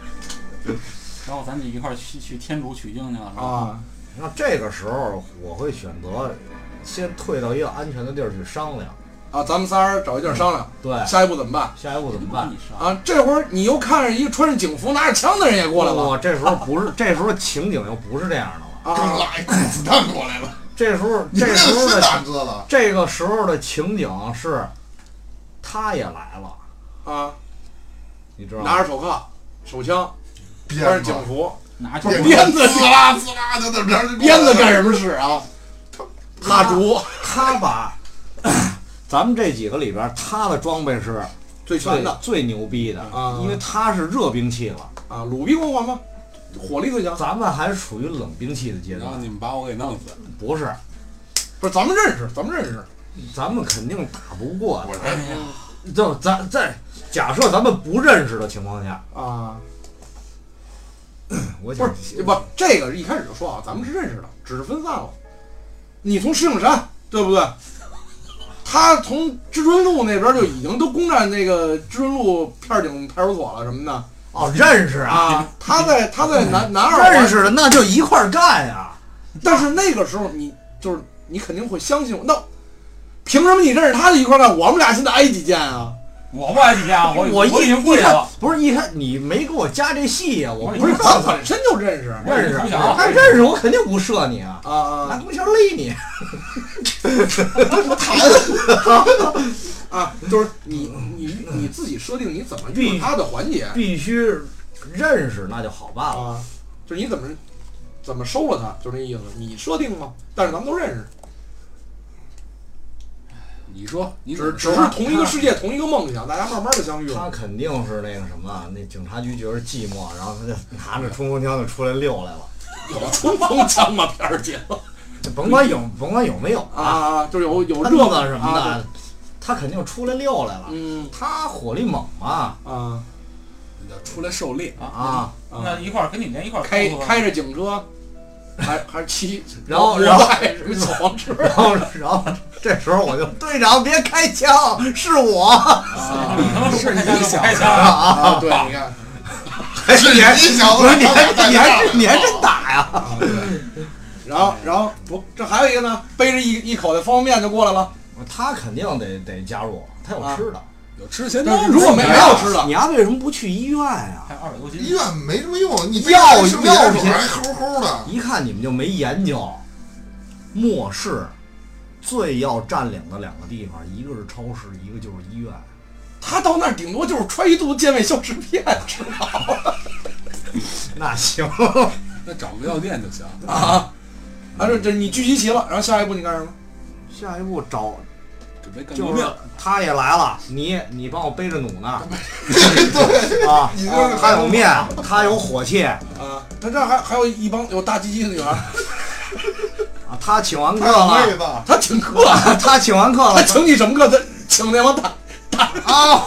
Speaker 2: 然后咱就一块儿去去天竺取经去了，是吧？
Speaker 4: 啊，
Speaker 5: 那这个时候我会选择先退到一个安全的地儿去商量，
Speaker 4: 啊，咱们仨人找一地儿商量，
Speaker 5: 对，
Speaker 4: 下一步怎么办
Speaker 5: 下一步怎么
Speaker 2: 那
Speaker 5: 办
Speaker 2: 你？上
Speaker 4: 啊？这会儿你
Speaker 5: 哦
Speaker 4: 又看着一个穿着警服、拿着枪的人也过来了
Speaker 5: 我这时候不是，这时候情景又不是这样的了。
Speaker 1: 正
Speaker 5: 啊，
Speaker 1: 拉一裤子弹过来了，
Speaker 5: 这时候
Speaker 1: 你
Speaker 5: 这
Speaker 1: 们
Speaker 5: 时
Speaker 1: 这
Speaker 5: 候
Speaker 1: 个 <laughs> 是
Speaker 5: 的
Speaker 1: 大哥了，
Speaker 5: 这个时候的情景是，他也来了，
Speaker 4: 啊，
Speaker 5: 你知道吗
Speaker 4: 拿？着手铐、手枪，
Speaker 1: 鞭
Speaker 4: 穿着
Speaker 1: 子
Speaker 4: 警服，
Speaker 2: 拿出
Speaker 1: 鞭
Speaker 2: 来
Speaker 4: 鞭子
Speaker 1: 滋啦滋啦就那么着，
Speaker 4: 鞭子干什么使啊？蜡烛
Speaker 5: 他把 <coughs> 咱们这几个里边儿，他的装备是
Speaker 4: 最全
Speaker 5: 最
Speaker 4: 的
Speaker 5: 最牛逼的
Speaker 4: 啊，
Speaker 5: 因为他是热兵器了，
Speaker 4: 啊，鲁冰光环吗？火力最强，
Speaker 5: 咱们还处于冷兵器的阶
Speaker 3: 然后
Speaker 4: 啊
Speaker 5: 段。
Speaker 3: 你们把我给弄死，
Speaker 5: 不是，
Speaker 4: 不是咱们认识，咱们认识。
Speaker 5: 咱们肯定打不过
Speaker 1: 我
Speaker 2: 哎
Speaker 1: 这
Speaker 2: 呀，
Speaker 5: 的。就咱在假设咱们不认识的情况下，
Speaker 4: 啊，不
Speaker 5: 我想
Speaker 4: 是不，这个一开始就说啊，咱们是认识的，只是分散了。你从石景山，对不对？他从知春路那边就已经都攻占那个知春路片警派出所了什么的
Speaker 5: 哦，认识啊， <laughs> 嗯
Speaker 4: 啊。他在他在南南啊二
Speaker 5: 认
Speaker 4: 环，
Speaker 5: 识的那就一块儿干呀。
Speaker 4: 但是那个时候你就是你肯定会相信我。那凭什么你认识他就一块儿干？我们俩现在挨几剑啊？
Speaker 2: 我不挨几下，我
Speaker 5: 哦我一
Speaker 2: 已经跪
Speaker 5: 一看
Speaker 2: 了，
Speaker 5: 不是一开你没给我加这戏呀，我
Speaker 2: 我
Speaker 5: 不是
Speaker 4: 咱
Speaker 5: 告诉
Speaker 4: 本身就认
Speaker 5: <laughs>
Speaker 4: 识啊
Speaker 5: 你认识，
Speaker 2: 我想
Speaker 5: 还认识我肯定不射你啊，拿
Speaker 4: 啊
Speaker 5: 东西勒你。
Speaker 4: 啊！就是你你你自己设定你怎么运用他的环节。
Speaker 5: 必须认识，那就好办了。
Speaker 4: 啊，就是你怎么怎么收了他，就是那意思。你设定吗？但是咱们都认识，
Speaker 3: 你说你
Speaker 4: 只
Speaker 3: 只
Speaker 4: 只是同一个世界、同一个梦想，大家慢慢的相遇
Speaker 5: 他
Speaker 4: 了。
Speaker 5: 肯定是那个什么，那警察局觉得寂寞，然后他就拿着冲锋枪就出来溜来了。
Speaker 3: 有冲锋枪吗？片儿姐，
Speaker 5: 就甭管有甭管有没有，
Speaker 4: <laughs> 啊，就是有有
Speaker 5: 热
Speaker 4: 热
Speaker 5: 子
Speaker 4: 闹
Speaker 5: 什么
Speaker 4: 啊
Speaker 5: 的，他肯定出来溜来了
Speaker 4: 对。嗯
Speaker 5: 他火力猛嘛
Speaker 4: 啊，
Speaker 3: 你就出来狩猎，
Speaker 5: 啊，
Speaker 4: 啊
Speaker 2: 那一块儿跟你连一块儿
Speaker 4: 开
Speaker 2: 扣了
Speaker 4: 开着警车，还还是骑，
Speaker 5: <laughs> 然后
Speaker 4: 我
Speaker 5: 然后
Speaker 4: 带着小
Speaker 5: <laughs>
Speaker 4: 黄车
Speaker 5: 然后然后这时候我就队长别开枪，是我。
Speaker 2: 你他妈
Speaker 3: 是
Speaker 2: 不
Speaker 3: 你
Speaker 2: 开枪就
Speaker 3: 想
Speaker 2: 不开枪，
Speaker 4: 啊，对，你看
Speaker 1: 是哎你小子
Speaker 5: 不是， <laughs> 你还
Speaker 1: 他俩
Speaker 5: 你
Speaker 1: 带
Speaker 5: 还
Speaker 1: 着
Speaker 5: 真你还真打呀？
Speaker 4: 啊，对。然后，然后不，这还有一个呢，背着一一口袋方便面就过来了。
Speaker 5: 他肯定得得加入，他有吃的。
Speaker 3: 有吃闲
Speaker 4: 但
Speaker 3: 的。
Speaker 4: 是如果没
Speaker 3: 有，
Speaker 4: 有吃的，
Speaker 5: 你丫为什么不去医院呀？
Speaker 2: 还二百多斤
Speaker 1: 医，院没什么用，你
Speaker 5: 药
Speaker 1: 生理盐
Speaker 5: 药
Speaker 1: 水
Speaker 5: 品
Speaker 1: 还齁齁的， <laughs>
Speaker 5: 一看你们就没研究。末世最要占领的两个地方，一个是超市，一个就是医院。
Speaker 4: 他到那儿顶多就是揣一肚子健胃消食片吃
Speaker 5: 那行，
Speaker 3: 那找个药店就行。
Speaker 4: 啊。啊，这这你聚集齐了，然后下一步你干什么？
Speaker 5: 下一步找
Speaker 3: 准备干革
Speaker 5: 就
Speaker 3: 命
Speaker 5: 是，他也来了，你你帮我背着弩呢？啊，
Speaker 1: 你就是
Speaker 5: 他有面，他有火器啊，
Speaker 4: 啊，那这儿还还有一帮有大鸡鸡的女孩儿，
Speaker 5: 他请完课
Speaker 1: <laughs> 太妹
Speaker 5: 了，
Speaker 1: 子，
Speaker 4: 他请客，
Speaker 5: 他请完课
Speaker 4: 他 <laughs>
Speaker 5: 了
Speaker 4: 请你什么课？他请那帮大
Speaker 5: 啊，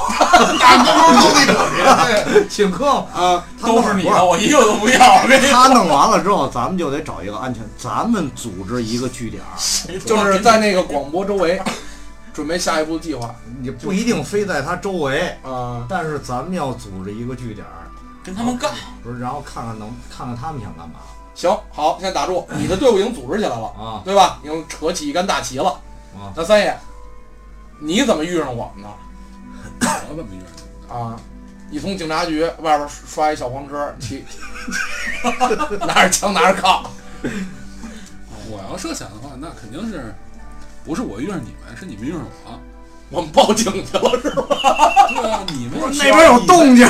Speaker 1: 大哥们都得找
Speaker 5: 请课
Speaker 4: 啊，
Speaker 5: 他
Speaker 2: 都
Speaker 5: 弄
Speaker 2: 是你
Speaker 5: 不
Speaker 2: 的，我一个都不要，我跟你
Speaker 5: 他弄完了之后，咱们就得找一个安全，咱们组织一个据点儿，
Speaker 2: 谁说
Speaker 4: 就是在那个广播周围，准备下一步计划
Speaker 5: 你不一定非在他周围，
Speaker 4: 啊。
Speaker 5: 但是咱们要组织一个据点儿，
Speaker 2: 跟他们干，
Speaker 5: 不是，然后看看能看看他们想干嘛
Speaker 4: 行，好，现在打住，你的队伍已经组织起来了，
Speaker 5: 啊
Speaker 4: 对吧？已经扯起一杆大旗了。
Speaker 5: 啊！
Speaker 4: 那三爷，你怎么遇上我们的
Speaker 3: 我怎么约？
Speaker 4: 啊？你从警察局外边刷一小黄车，骑， <laughs> 拿着枪拿着铐，
Speaker 3: 我要设想的话，那肯定是不是我遇上你们，是你们遇上我。
Speaker 4: 我们报警去了是吧？
Speaker 3: 对啊，你们也需
Speaker 5: 那
Speaker 3: 要
Speaker 5: 边有动静，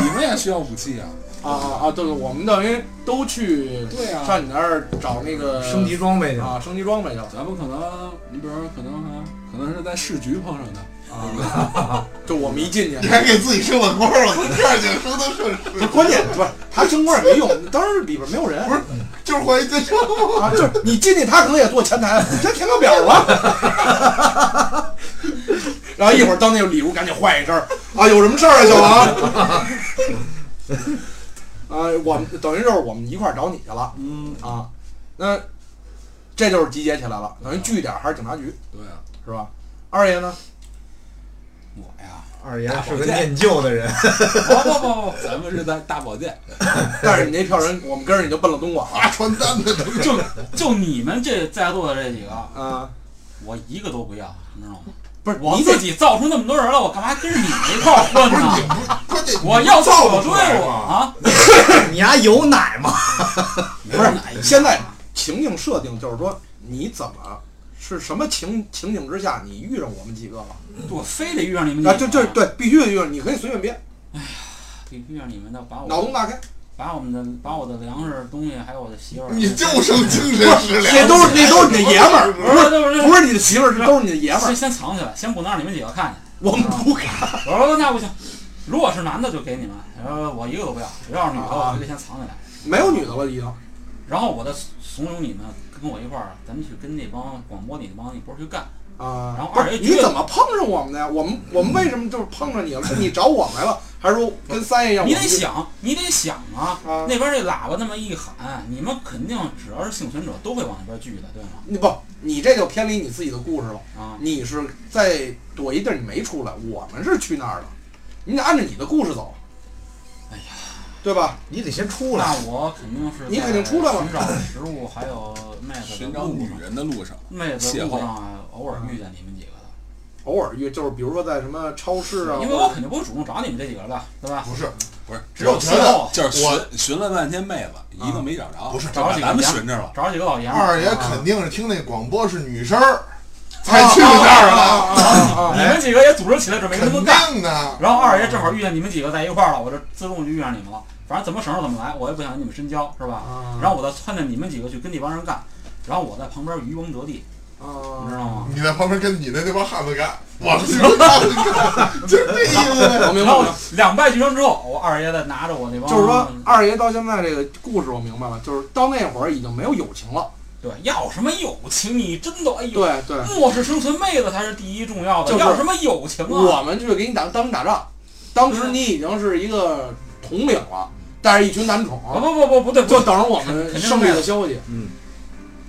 Speaker 3: 你们也需要武器啊。
Speaker 4: 啊啊啊！对，我们等于都去
Speaker 3: 对啊，
Speaker 4: 上你那儿找那个
Speaker 5: 升级装备去了。
Speaker 4: 啊，升级装备去 <laughs> 了。
Speaker 3: 咱们可能，你比如说，可能啊，可能是在市局碰上的。
Speaker 4: 啊就我们一进去，
Speaker 1: <laughs> 你还给自己升了官 <laughs> 了，从这儿去升到社
Speaker 4: 不
Speaker 1: 区
Speaker 4: 是， <laughs> 关键，不是他升官也没用，当时里边没有人，
Speaker 1: 不是就是怀疑自杀吗？
Speaker 4: 啊，就是你进去，他可能也坐前台，先填个表吧。然后一会儿到那个礼物赶紧换一身儿啊，有什么事儿啊，小王？ <laughs> 啊，我们等于就是我们一块儿找你去了
Speaker 3: 嗯，
Speaker 4: 啊，那这就是集结起来了，等于据点还是警察局
Speaker 3: 对啊，
Speaker 4: 是吧？二爷呢？
Speaker 2: 我呀，
Speaker 5: 二爷是个念旧的 <laughs> 人，
Speaker 3: 不不不不，咱们是在大保健。
Speaker 4: 但是你那票人，我们跟着你就奔了东莞了
Speaker 3: <laughs>
Speaker 1: 发传单的都
Speaker 2: <laughs> 就就你们这在座的这几个，
Speaker 4: 啊！
Speaker 2: 我一个都不要，你知道吗？
Speaker 4: 不是
Speaker 2: 我
Speaker 4: 你
Speaker 2: 自
Speaker 4: 得
Speaker 2: 己造出那么多人了，我干嘛跟着你们一块儿混
Speaker 1: 不是你
Speaker 2: 呢？
Speaker 1: 不是关键，
Speaker 2: 我要
Speaker 1: 造
Speaker 2: 我
Speaker 1: 不出来
Speaker 2: 队伍
Speaker 1: 嘛。
Speaker 2: 啊！
Speaker 5: 你丫有奶吗？
Speaker 4: 不是现在情境设定，就是说你怎么是什么情情景之下你遇上我们几个了
Speaker 2: 我非得遇上你们
Speaker 4: 啊？对对对，必须得遇上，你可以随便编，
Speaker 2: 对，遇上你们的把
Speaker 4: 脑
Speaker 2: 我
Speaker 4: 洞大开，
Speaker 2: 把我们的把我的粮食东西还有我的媳妇儿，啊
Speaker 1: 你就剩精神食粮，
Speaker 4: 这都是这都是你的爷们儿，
Speaker 2: 不是不是
Speaker 4: 不是你的媳妇儿，这都是你的爷们儿
Speaker 2: 先，先藏起来，先不能让你们几个看见。
Speaker 4: 我们不敢。
Speaker 2: 我说那不行，如果是男的就给你们，然后我一个都不要，只要是女的
Speaker 1: 啊
Speaker 2: 我就得先藏起来。
Speaker 4: 没有女的了，已经。
Speaker 2: 然后我再怂恿你们跟我一块儿，咱们去跟那帮广播里那帮那波儿去干。
Speaker 4: 啊，
Speaker 2: 然后
Speaker 4: 不
Speaker 2: 二
Speaker 4: 是
Speaker 2: 爷
Speaker 4: 你
Speaker 2: 觉得
Speaker 4: 怎么碰上我们的呀？我们我们为什么就是碰上你了？是你找我来了，还是说跟三爷一样？
Speaker 2: 你
Speaker 4: 我
Speaker 2: 得
Speaker 4: 们就
Speaker 2: 想，你得想啊，
Speaker 4: 啊
Speaker 2: 那边这喇叭那么一喊，你们肯定只要是幸存者都会往那边聚的，对吗？
Speaker 4: 你不，你这就偏离你自己的故事了。
Speaker 2: 啊，
Speaker 4: 你是在躲一地儿，你没出来，我们是去那儿了，你得按照你的故事走。
Speaker 2: 哎呀，
Speaker 4: 对吧？
Speaker 5: 你得先出来。
Speaker 2: 那我肯定是
Speaker 4: 你肯定出来了
Speaker 2: 寻找食物还有妹子
Speaker 3: 寻
Speaker 2: 的
Speaker 3: 找
Speaker 2: 路
Speaker 3: 女
Speaker 2: 上，
Speaker 3: 人的路上，
Speaker 2: 妹子的
Speaker 3: 邂
Speaker 2: 路
Speaker 3: 逅
Speaker 2: 上啊偶尔遇见你们几个的，
Speaker 4: 偶尔遇，就是比如说在什么超市啊，
Speaker 2: 因为我肯定不会主动找你们这几个的，对吧？
Speaker 1: 不是，
Speaker 3: 不是，
Speaker 2: 只有
Speaker 1: 我觉
Speaker 2: 邂逅
Speaker 1: 得，
Speaker 3: 哦就是
Speaker 1: 我
Speaker 3: 寻寻了半天妹子，一个没啊找着，
Speaker 1: 不是
Speaker 2: 找了几个
Speaker 3: 咱们
Speaker 2: 娘
Speaker 3: 寻着了，
Speaker 2: 找几个老爷们儿，
Speaker 1: 二爷肯定是听那广播是女声儿才去那儿了，
Speaker 4: 啊啊啊
Speaker 2: 你们几个也组织起来准备跟
Speaker 1: 肯
Speaker 2: 他们干。
Speaker 1: 定的。
Speaker 2: 然后二爷正好遇见你们几个在一块儿了，我这自动就遇上你们了。反正怎么省着怎么来，我也不想跟你们深交，是吧？
Speaker 4: 啊！
Speaker 2: 然后我再撺掇你们几个去跟那帮人干，然后我在旁边渔翁得利，你知
Speaker 4: 啊，
Speaker 2: 道吗？
Speaker 1: 你在旁边跟你的那帮汉子干， <laughs> 我们就是汉子干，就是这意思呗。
Speaker 4: 我明
Speaker 2: 然
Speaker 4: 白
Speaker 2: 后
Speaker 4: 了。
Speaker 2: 两败俱伤之后，我二爷再拿着我那帮，
Speaker 4: 嗯就是说，二爷到现在这个故事我明白了，就是到那会儿已经没有友情了。
Speaker 2: 对，要什么友情？你真的哎呦，
Speaker 4: 对对，
Speaker 2: 末世生存妹子才是第一重要的，
Speaker 4: 就是
Speaker 2: 要什么友情啊？
Speaker 4: 我们去给你打当你打仗，当时你已经是一个统领了，带着一群男宠，
Speaker 2: 不不不不对，不
Speaker 4: 就等着我们胜利的消息。
Speaker 5: 嗯，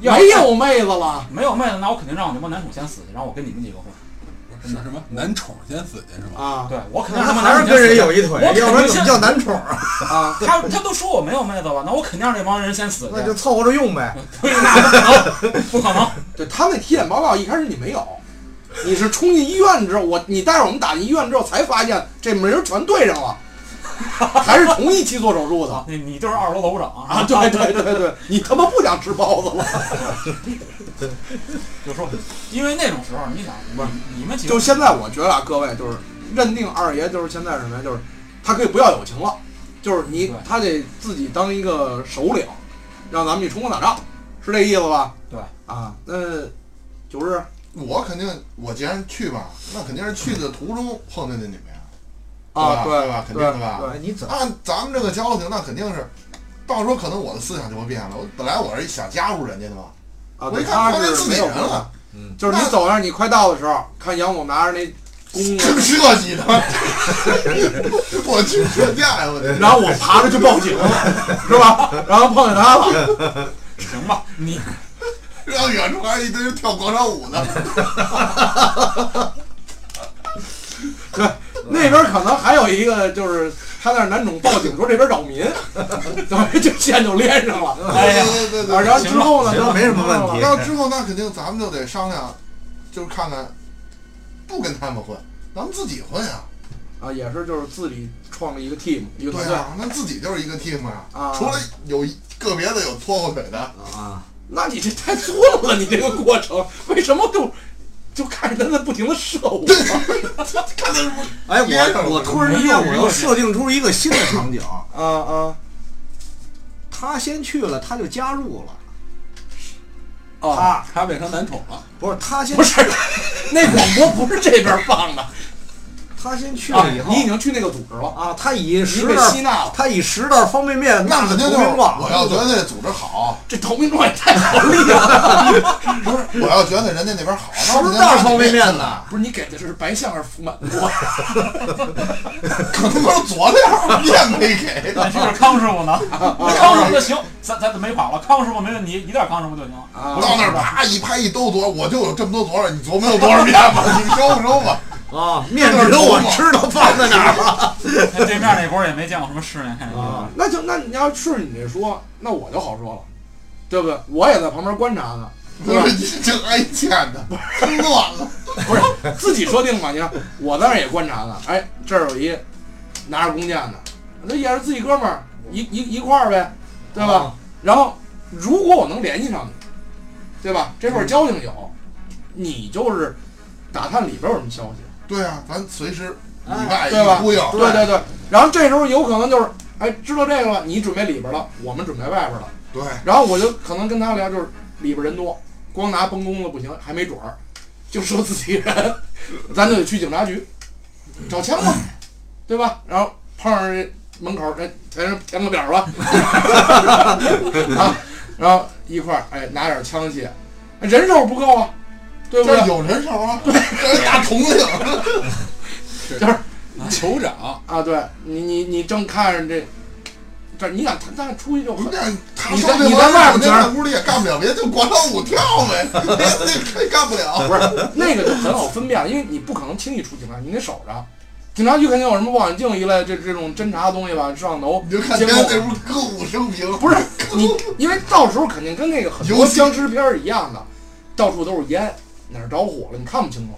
Speaker 2: 要
Speaker 4: 没有妹子了，
Speaker 2: 没有妹子，那我肯定让我那帮男宠先死去，然后我跟你们几个混。
Speaker 3: 不是是什么男宠先死去是吗？
Speaker 4: 啊
Speaker 2: 对我肯定
Speaker 5: 那
Speaker 2: 让他们
Speaker 5: 还
Speaker 2: 男
Speaker 5: 是
Speaker 2: 宠先
Speaker 5: 跟
Speaker 2: 死去。
Speaker 5: 人有一腿
Speaker 2: 我，
Speaker 5: 要不
Speaker 2: 肯
Speaker 5: 然怎
Speaker 2: 定
Speaker 5: 么叫男宠啊？
Speaker 4: 啊！
Speaker 2: 他他都说我没有妹子了，那我肯定让这帮人先死去。
Speaker 5: <laughs> 那就凑合着用呗。
Speaker 2: 那不可能，不可能。
Speaker 4: 对他那体检报告一开始你没有，你是冲进医院之后，我你带着我们打进医院之后才发现这门儿全对上了，还是同一期做手术的。
Speaker 2: 你你就是二楼楼长
Speaker 4: <laughs> 啊，对对对对，你他妈不想吃包子了，
Speaker 2: 就说，因为那种时候，你想，你你们几个
Speaker 4: 就现在，我觉得啊，各位就是认定二爷就是现在什么呀？就是他可以不要友情了，就是你
Speaker 2: 对
Speaker 4: 他得自己当一个首领，让咱们去冲锋打仗，是这意思吧？
Speaker 2: 对
Speaker 4: 啊，那九日
Speaker 1: 我肯定，我既然去吧，那肯定是去的途中碰见的你们呀，
Speaker 4: 啊，
Speaker 1: 对
Speaker 4: 对
Speaker 1: 吧？肯定
Speaker 4: 对
Speaker 1: 的吧？
Speaker 5: 哎你怎么
Speaker 1: 按咱们这个交情，那肯定是，到时候可能我的思想就会变了。我本来我是想加入人家的嘛，
Speaker 4: 啊，
Speaker 1: 我
Speaker 4: 对，
Speaker 1: 一看
Speaker 4: 他
Speaker 1: 发现自
Speaker 4: 是
Speaker 1: 己
Speaker 4: 没有
Speaker 1: 人
Speaker 4: 朋友
Speaker 1: 了，
Speaker 5: 嗯
Speaker 4: 就是你
Speaker 1: 那
Speaker 4: 走那儿，你快到的时候，看杨某拿着那弓啊，
Speaker 1: 正设计的， <laughs> 我去劝架呀！我这
Speaker 4: 然后我爬着去报警，是吧？然后碰见他了，
Speaker 2: 行吧，你
Speaker 1: 让远处还一堆跳广场舞的，
Speaker 4: 那边可能还有一个就是他那儿男宠报警说这边扰民，怎么这线就连上了？
Speaker 2: 哎呀，
Speaker 1: 对对对
Speaker 4: 啊，
Speaker 1: 对。
Speaker 4: 然后之后呢？
Speaker 5: 嗯行了没什么问题
Speaker 1: 那之后那肯定咱们就得商量，就是看看，不跟他们混，咱们自己混啊。
Speaker 4: 啊，也是就是自己创立一个 team 一个团
Speaker 1: 对
Speaker 4: 队。
Speaker 1: 啊，那自己就是一个 team 啊。
Speaker 4: 啊
Speaker 1: 除了有一个别的有拖后腿的，
Speaker 5: 啊？
Speaker 4: 那你这太错了，你这个过程为什么就就看着他在不停的啊射我？
Speaker 1: 看他不
Speaker 5: 哎，
Speaker 1: 憋着了
Speaker 5: 我我突然之间我又设定出一个新的场景，
Speaker 4: 啊
Speaker 1: <laughs>
Speaker 4: 啊
Speaker 5: 他先去了，他就加入了，
Speaker 4: 啊！
Speaker 5: 他
Speaker 3: 他变成男宠了，啊
Speaker 5: 不是他先
Speaker 4: 不是，那广播不是这边放的。
Speaker 5: 他先去
Speaker 4: 啊
Speaker 5: 了以后
Speaker 4: 你已经去那个组织了，
Speaker 5: 啊，他以
Speaker 4: 你
Speaker 5: 十
Speaker 4: 被
Speaker 5: 袋
Speaker 4: 吸纳了。
Speaker 5: 他以十袋方便面
Speaker 1: 那肯定
Speaker 5: 投
Speaker 1: 就是
Speaker 5: 名状，
Speaker 1: 我要觉得那组织好，
Speaker 4: 这投名状也太好厉害了！
Speaker 1: 不是我要觉得人家那边好，那我肯
Speaker 5: 十
Speaker 1: 定
Speaker 5: 袋
Speaker 1: 让
Speaker 5: 方便
Speaker 1: 你
Speaker 5: 面呢，
Speaker 4: 不是你给的是白象还是福满锅？
Speaker 1: 可能都是佐料，面没给。
Speaker 2: 那就是康师傅呢，那康师傅就行，咱咱没跑了，康师傅没问题，一袋康师傅就行了。
Speaker 4: 啊
Speaker 1: 到那儿啪一拍一兜佐，我就有这么多佐料，你琢磨有多少面吧？你收不收吧？
Speaker 5: 啊，面只有我知道放在哪儿 <laughs> 了
Speaker 2: 那对面那波也没见过什么世面，看见
Speaker 5: 啊。
Speaker 4: 那就那你要顺着你这说，那我就好说了，对不对？我也在旁边观察呢，
Speaker 1: 不
Speaker 4: 对吧 <laughs>
Speaker 1: 是？你这挨欠的，真乱了。
Speaker 4: 不是自己说定嘛？你看我在那儿也观察呢，哎，这儿有一拿着弓箭的，那也是自己哥们儿，一一一块儿呗，对吧？然后如果我能联系上你，对吧？这份交情有，你就是打探里边有什么消息，
Speaker 1: 对啊，咱随时里
Speaker 5: 哎
Speaker 1: 外
Speaker 4: 对吧
Speaker 1: 一呼应，
Speaker 4: 对对对。然后这时候有可能就是，哎，知道这个了，你准备里边了，我们准备外边了。
Speaker 1: 对，
Speaker 4: 然后我就可能跟他聊，就是里边人多，光拿崩弓子不行，还没准儿，就说自己人， <laughs> 咱就得去警察局找枪嘛，对吧？然后碰上人门口，哎，咱这填个表吧，啊， <laughs> 然后一块儿哎拿点枪械，人手不够啊，对不
Speaker 1: 这
Speaker 4: 对？
Speaker 1: 有人手啊，这是大虫子，
Speaker 3: 酋长，
Speaker 4: 啊，对你你你正看着这，这你敢他他出去就
Speaker 1: 我
Speaker 4: 很
Speaker 1: 们这他
Speaker 4: 你
Speaker 1: 上
Speaker 4: 在
Speaker 1: 那
Speaker 4: 你在外边
Speaker 1: 边
Speaker 4: 全
Speaker 1: 在屋里也干不了别的，就广场舞跳呗，别的也干不了。
Speaker 4: 不是那个就很好分辨，因为你不可能轻易出警察，局，你得守着。警察局肯定有什么望远镜一类这这种侦查的东西吧，摄像头
Speaker 1: 你就看
Speaker 4: 监
Speaker 1: 别
Speaker 4: 控
Speaker 1: 人那屋歌舞升平，
Speaker 4: 不是你， <laughs> 因为到时候肯定跟那个很多
Speaker 1: 游戏
Speaker 4: 僵尸片儿一样的，到处都是烟，哪儿着火了你看不清楚。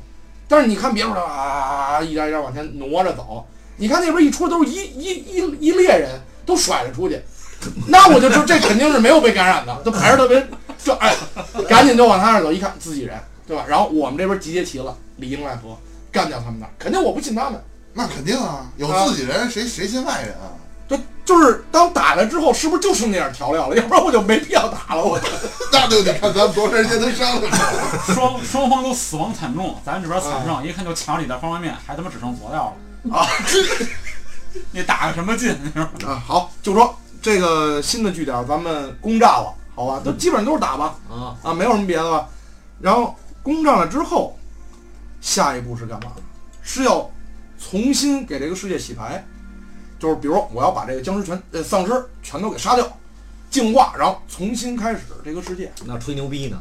Speaker 4: 但是你看别处啊，一点一点往前挪着走，你看那边一出都是一一一一列人都甩着出去，那我就知道这肯定是没有被感染的，都排着特别这哎，赶紧就往他那儿走，一看自己人，对吧？然后我们这边集结齐了，里应外合，干掉他们那儿，肯定我不信他们。
Speaker 1: 那肯定啊，有
Speaker 4: 啊
Speaker 1: 自己人谁谁信外人啊？ <laughs>
Speaker 4: 就就是当打了之后，是不是就剩那点调料了？要不然我就没必要打了，我就
Speaker 1: 那就得看咱们多长时间能商量。
Speaker 2: <laughs> 双双方都死亡惨重，咱这边惨不上，一看就墙里的方便面还他妈只剩佐料了啊！ <laughs> 你打个什么劲？你说
Speaker 4: 啊，好，就说这个新的据点咱们攻占了，好吧，都基本上都是打吧，
Speaker 5: 嗯啊，
Speaker 4: 啊，没有什么别的吧。然后攻占了之后，下一步是干嘛？是要重新给这个世界洗牌，就是比如我要把这个僵尸全呃丧尸全都给杀掉，净化，然后重新开始这个世界。
Speaker 5: 那吹牛逼呢？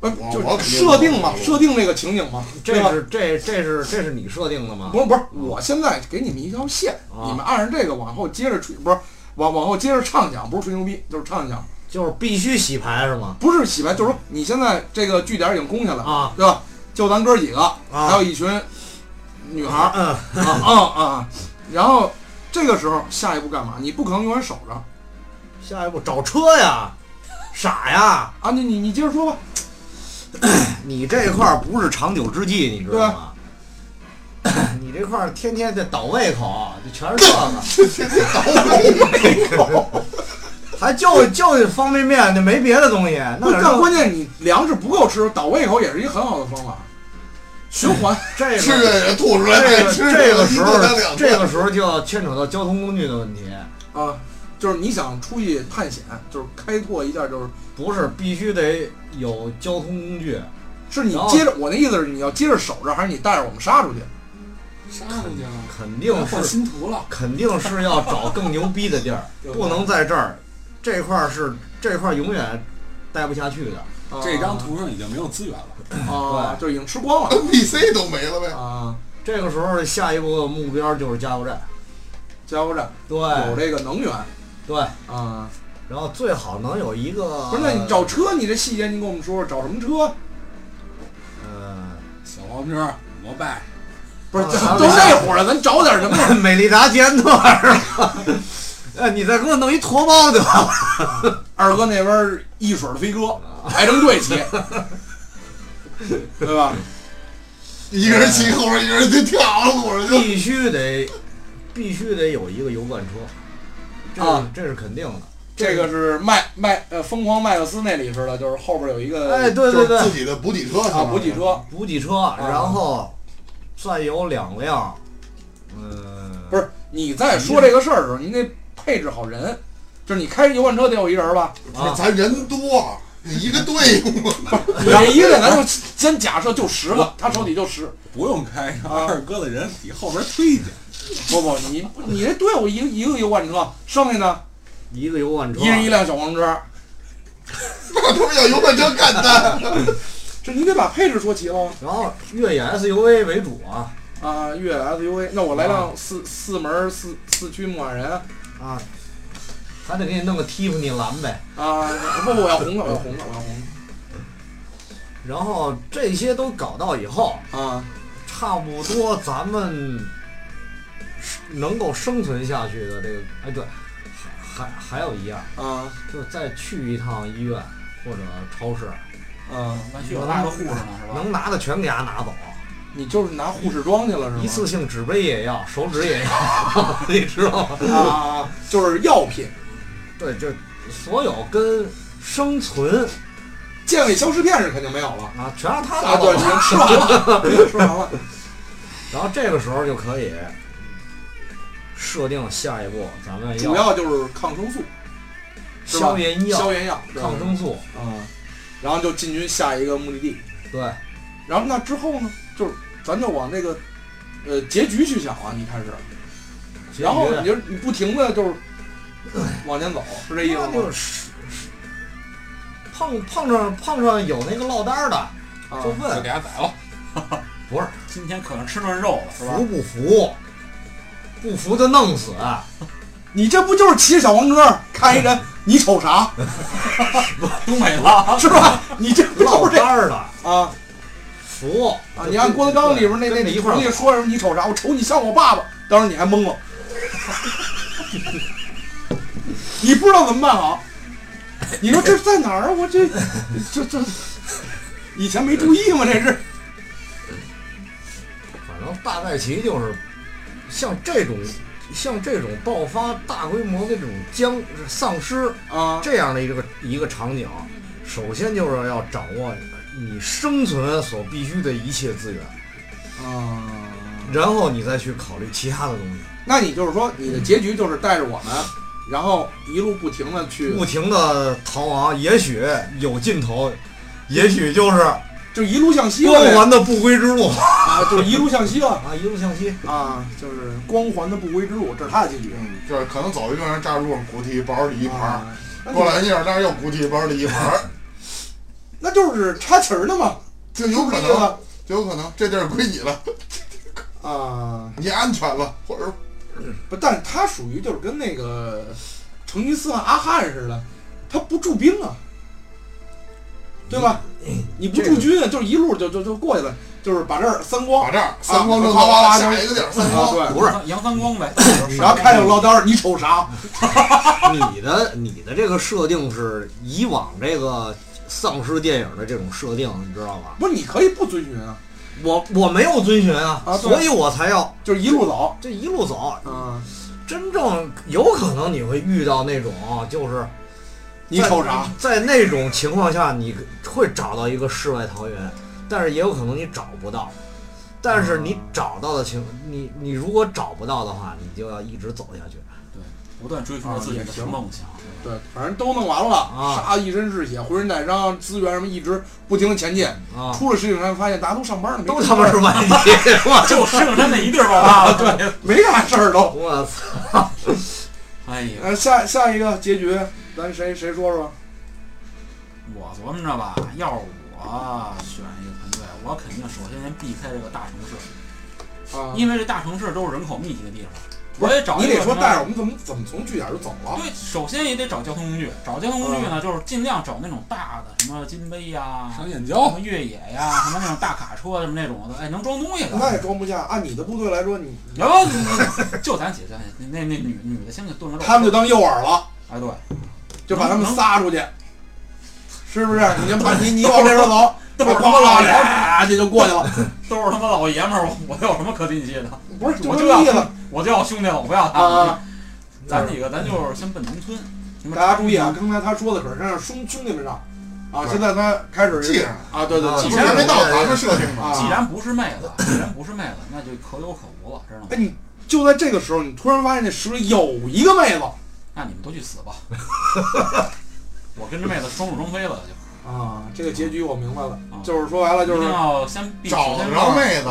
Speaker 4: 呃，
Speaker 1: 我
Speaker 4: 就是
Speaker 1: 我肯定
Speaker 4: 设定嘛，
Speaker 1: 不
Speaker 4: 设定那个情景嘛，对
Speaker 5: 这
Speaker 4: 吧？
Speaker 5: 是这这是啊这是你设定的吗
Speaker 4: 不？是不是，我现在给你们一条线，
Speaker 5: 啊
Speaker 4: 你们按着这个往后接着吹，不是往往后接着畅想，不是吹牛逼，就是畅想。
Speaker 5: 就是必须洗牌是吗？
Speaker 4: 不是洗白，就是说你现在这个据点已经攻下来了，
Speaker 5: 啊
Speaker 4: 对吧？就咱哥几个，还有一群女孩儿，
Speaker 5: 嗯
Speaker 4: 啊啊啊！然后这个时候下一步干嘛？你不可能永远守着
Speaker 5: 下一步找车呀，傻呀！
Speaker 4: 啊！你你你接着说吧，
Speaker 5: 你这块儿不是长久之计，你知道吗？
Speaker 1: 啊
Speaker 5: <coughs> 你这块儿天天得倒胃口，就全是这个，
Speaker 1: 天天倒霉，
Speaker 5: 还就就方便面，就没别的东西。那
Speaker 4: 不
Speaker 5: 哪
Speaker 4: 但
Speaker 5: 能
Speaker 4: 关键你粮食不够吃，倒胃口也是一个很好的方法，循环。
Speaker 5: 这个
Speaker 1: 吃着也吐出来，
Speaker 5: 这个
Speaker 1: 吃着
Speaker 5: 这个时候
Speaker 1: 一顿当两顿
Speaker 5: 这个时候就要牵扯到交通工具的问题，
Speaker 4: 啊，就是你想出去探险，就是开拓一下，就是
Speaker 5: 不是必须得有交通工具，
Speaker 4: 是你
Speaker 5: 然后
Speaker 4: 接着我那意思是你要接着守着，还是你带着我们杀出去？
Speaker 2: 杀出去了，
Speaker 5: 肯定
Speaker 2: 换
Speaker 1: 嗯
Speaker 5: 是
Speaker 2: 新图了。
Speaker 5: 肯定是要找更牛逼的地儿，不能在这儿，这块儿是这块儿永远待不下去的。
Speaker 4: 啊
Speaker 3: 这张图上已经没有资源了，
Speaker 4: 啊，就已经吃光了
Speaker 1: NPC 都没了呗。
Speaker 4: 啊！
Speaker 5: 这个时候下一步的目标就是加油站，
Speaker 4: 加油站
Speaker 5: 对
Speaker 4: 有这个能源
Speaker 5: 对，
Speaker 4: 啊。
Speaker 5: 然后最好能有一个
Speaker 4: 不是，那你找车，你这细节你跟我们说说，找什么车？
Speaker 5: 呃
Speaker 3: 小黄车、摩拜，
Speaker 4: 不是，
Speaker 5: 啊
Speaker 4: 这
Speaker 5: 啊
Speaker 4: 都那会儿了，咱找点什么？
Speaker 5: 美利达捷安特是 <laughs> 吧？呃，你再给我弄一驼包对吧？
Speaker 4: 二哥那边儿一水儿的飞
Speaker 5: 啊
Speaker 4: 哥排成队
Speaker 5: <laughs>
Speaker 4: 骑，对吧？
Speaker 1: 一个人骑后边，一个人就跳，我说就
Speaker 5: 必须得必须得有一个油罐车，这是、
Speaker 4: 啊
Speaker 5: 这是肯定的。
Speaker 4: 这个是麦麦呃，疯狂麦克斯那里边的，就是后边有一个
Speaker 5: 哎，对对对，啊
Speaker 1: 自己的补给车
Speaker 4: 啊补给，车，
Speaker 5: 补给车，然后再有两辆，嗯，
Speaker 4: 不是你在说这个事儿的时候，你得配置好人，就是你开油罐车得有一人
Speaker 5: <laughs>
Speaker 4: 吧？
Speaker 1: 不是咱人多，你一个队伍，
Speaker 4: 每一个咱就先假设就十个，他手底就十。
Speaker 3: 不用开，让
Speaker 4: 啊
Speaker 3: 二哥的人比后边推去。
Speaker 4: 不不，你你这队伍一个一个油罐车，剩下呢
Speaker 5: 一个油罐车，
Speaker 4: 一人一辆小黄车，
Speaker 1: 那他们要油罐车干的。
Speaker 4: 这你得把配置说齐了
Speaker 5: 然后越野 SUV 为主啊
Speaker 4: 啊。越野 SUV，那我来辆四四门儿四四驱牧马人
Speaker 5: 啊，还得给你弄个 Tiffany 蓝呗。
Speaker 4: 啊，不不，我要 <laughs> 红的，我要红的，我要红
Speaker 5: 然后这些都搞到以后，
Speaker 4: 的啊。
Speaker 5: 差不多咱们是能够生存下去的这个，哎对，还还还有一样，
Speaker 4: 啊
Speaker 5: 就是再去一趟医院或者超市，
Speaker 4: 啊！
Speaker 2: 完血有拉着护士呢，是吧？
Speaker 5: 能拿的全给他拿走，
Speaker 4: 你就是拿护士装去了是吗？
Speaker 5: 一次性纸杯也要，手纸也要， <laughs> 你知道吗？
Speaker 4: 啊，就是药品、
Speaker 5: 对，就所有跟生存
Speaker 4: 健胃消食片是肯定没有了
Speaker 5: 啊，全让他拿
Speaker 4: 啊，
Speaker 5: 走
Speaker 4: 对，已。经吃完 <laughs> 了，吃完了。
Speaker 5: 然后这个时候就可以设定下一步咱们
Speaker 4: 主
Speaker 5: 要
Speaker 4: 要就是抗生素、是吧
Speaker 5: 消炎药、
Speaker 4: 哎消炎药、是吧
Speaker 5: 抗生素，
Speaker 4: 啊，然后就进军下一个目的地。
Speaker 5: 对，
Speaker 4: 然后那之后呢，就是咱就往这个呃结局去想啊，你开始，
Speaker 5: 结
Speaker 4: 然后
Speaker 5: 局
Speaker 4: 你就你不停的就是往前走，是这意思
Speaker 5: 那就
Speaker 4: 吗？
Speaker 5: 是碰碰上碰上有那个落单儿的，
Speaker 4: 啊
Speaker 5: 就
Speaker 3: 就
Speaker 5: 问
Speaker 3: 给他宰了。
Speaker 5: 不是
Speaker 2: 今天可能吃顿肉了，是吧
Speaker 5: 服？不服，不服就弄死，啊
Speaker 4: 你这不就是骑着小黄车看一
Speaker 5: <laughs>
Speaker 4: 人，你瞅啥
Speaker 2: 东北了，
Speaker 4: 是吧？你这 <laughs> 不就
Speaker 5: 落
Speaker 4: 是这
Speaker 5: 单儿的
Speaker 4: 啊
Speaker 5: 服
Speaker 4: 啊！你按郭德纲里边那那
Speaker 5: 跟着一块儿
Speaker 4: 徒弟说什么，你瞅啥？我瞅你像我爸爸，当时你还懵了， <laughs> 你不知道怎么办好。你说这在哪儿啊？我这这这以前没注意吗？这是
Speaker 5: 反正大概其就是像这种像这种爆发大规模的这种僵丧尸
Speaker 4: 啊
Speaker 5: 这样的一个一个场景，首先就是要掌握你生存所必须的一切资源，
Speaker 4: 啊！
Speaker 5: 然后你再去考虑其他的东西，
Speaker 4: 那你就是说你的结局就是带着我们，然后一路不停的去，
Speaker 5: 不停的逃亡，也许有尽头，也许就是
Speaker 4: 就一路向西了
Speaker 5: 光
Speaker 4: 呗
Speaker 5: 环的不归之路
Speaker 4: 啊，就是一路向西了
Speaker 5: 啊，一路向西。
Speaker 4: 啊，就是光环的不归之路，这是他的结局。
Speaker 1: 嗯，就是可能走一段人站路上鼓起包里一盘儿，
Speaker 4: 啊
Speaker 1: 过来一下，那又鼓起包里一盘儿，
Speaker 4: 那就是插旗儿的嘛，
Speaker 1: 就
Speaker 4: 有
Speaker 1: 有可
Speaker 4: 可
Speaker 1: 能，
Speaker 4: 能
Speaker 1: 就有可能这地儿归你了，
Speaker 4: 啊。
Speaker 1: 你安全了，或者
Speaker 4: 不，但是他属于就是跟那个成吉思汗、阿汗似的，他不驻兵啊，对吧？你不驻军，啊就是一路就就就过去了，就是把这儿三光
Speaker 1: 把这儿三光
Speaker 4: 啊
Speaker 1: 正
Speaker 4: 哗哗哗
Speaker 1: 下一个地儿三
Speaker 4: 啊，
Speaker 1: 光，
Speaker 4: 对，
Speaker 5: 不是
Speaker 2: 杨三光呗？
Speaker 4: 然后开着落单儿，你瞅啥？
Speaker 5: 你的你的这个设定是以往这个丧尸电影的这种设定，你知道吧？
Speaker 4: 不是，你可以不遵循啊，
Speaker 5: 我我没有遵循啊，
Speaker 4: 啊对
Speaker 5: 所以我才要
Speaker 4: 就是一路走。
Speaker 5: 这一路走。
Speaker 4: 啊，
Speaker 5: 真正有可能你会遇到那种，就是
Speaker 4: 你瞅啥？
Speaker 5: 在那种情况下，你会找到一个世外桃源，但是也有可能你找不到。但是你找到的情，你你如果找不到的话，你就要一直走下去。
Speaker 2: 不断追求着自己的梦想， <laughs>
Speaker 4: 对，反正都弄完了，
Speaker 5: 啊
Speaker 4: 杀得一身是血，浑身带伤，资源什么一直不停的前进。
Speaker 5: 啊，
Speaker 4: 出了石景山，发现大家都上班呢，没
Speaker 5: 都
Speaker 4: 事
Speaker 5: 他妈
Speaker 4: 儿
Speaker 5: 是外地，我
Speaker 2: 就石景山那一地儿爆发了。对，
Speaker 4: <laughs> 没啥事儿都。
Speaker 5: 我操！
Speaker 2: 哎呀，
Speaker 4: 呃，下下一个结局，咱谁谁说说？
Speaker 2: 我琢磨着吧，要是我选一个团队，我肯定首先先避开这个大城市，
Speaker 4: 啊，
Speaker 2: 因为这大城市都是人口密集的地方。我也找
Speaker 4: 你
Speaker 2: 一个
Speaker 4: 得
Speaker 2: 什
Speaker 4: 说
Speaker 2: 么
Speaker 4: 带着我们怎么怎么从据点就走了
Speaker 2: 对，首先也得找交通工具。找交通工
Speaker 4: 啊
Speaker 2: 具呢，就是尽量找那种大的，什么金杯呀、
Speaker 3: 上
Speaker 2: 什
Speaker 3: 燕郊
Speaker 4: 哦
Speaker 2: 么越野呀、什么那种大卡车什么那种的，哎，能装东西的。
Speaker 4: 那也装不下。按你的部队来说，你
Speaker 2: 然后就咱姐，咱姐那那女女的先给炖了肉。
Speaker 4: 他们就当诱饵了，
Speaker 2: 哎对，
Speaker 4: 就把他们
Speaker 2: 能
Speaker 4: 撒出去，是 <laughs> 不是？你就把你你往 <laughs> 这边走，
Speaker 2: 都是他妈
Speaker 4: 咣
Speaker 2: 老
Speaker 4: 啷
Speaker 2: 爷，
Speaker 4: 俩这就过去了。
Speaker 2: 都是他妈老爷们儿，我我有什么可吝惜的？
Speaker 4: <laughs> 不是，就
Speaker 2: 我
Speaker 4: 这
Speaker 2: 就要
Speaker 4: 意思。
Speaker 2: 我就要兄弟了，我不要他们。
Speaker 4: 啊
Speaker 2: 咱几个，咱就是先奔农村。什么
Speaker 4: 大家注意
Speaker 2: 嗯
Speaker 4: 啊，刚才他说的可是让兄兄弟们上，啊，
Speaker 1: 对
Speaker 4: 现在他开始
Speaker 1: 记上，
Speaker 4: 啊，对对，
Speaker 5: 啊
Speaker 4: 对
Speaker 2: 既
Speaker 1: 不是还
Speaker 2: 然
Speaker 1: 没到咱们设定呢，
Speaker 4: 啊
Speaker 2: 既然不是妹子，既然不是妹子，那就可有可无了，知道吗
Speaker 4: 哎，？你就在这个时候，你突然发现那石里有一个妹子
Speaker 2: 那你们都去死
Speaker 4: <laughs>
Speaker 2: 吧！我跟这妹子双宿双飞了，就
Speaker 4: 啊，这个结局我明白了
Speaker 2: 啊，
Speaker 4: 就是说白了就
Speaker 2: 一
Speaker 4: 是
Speaker 2: 定要先避
Speaker 1: 找
Speaker 2: 首先啊
Speaker 1: 着妹子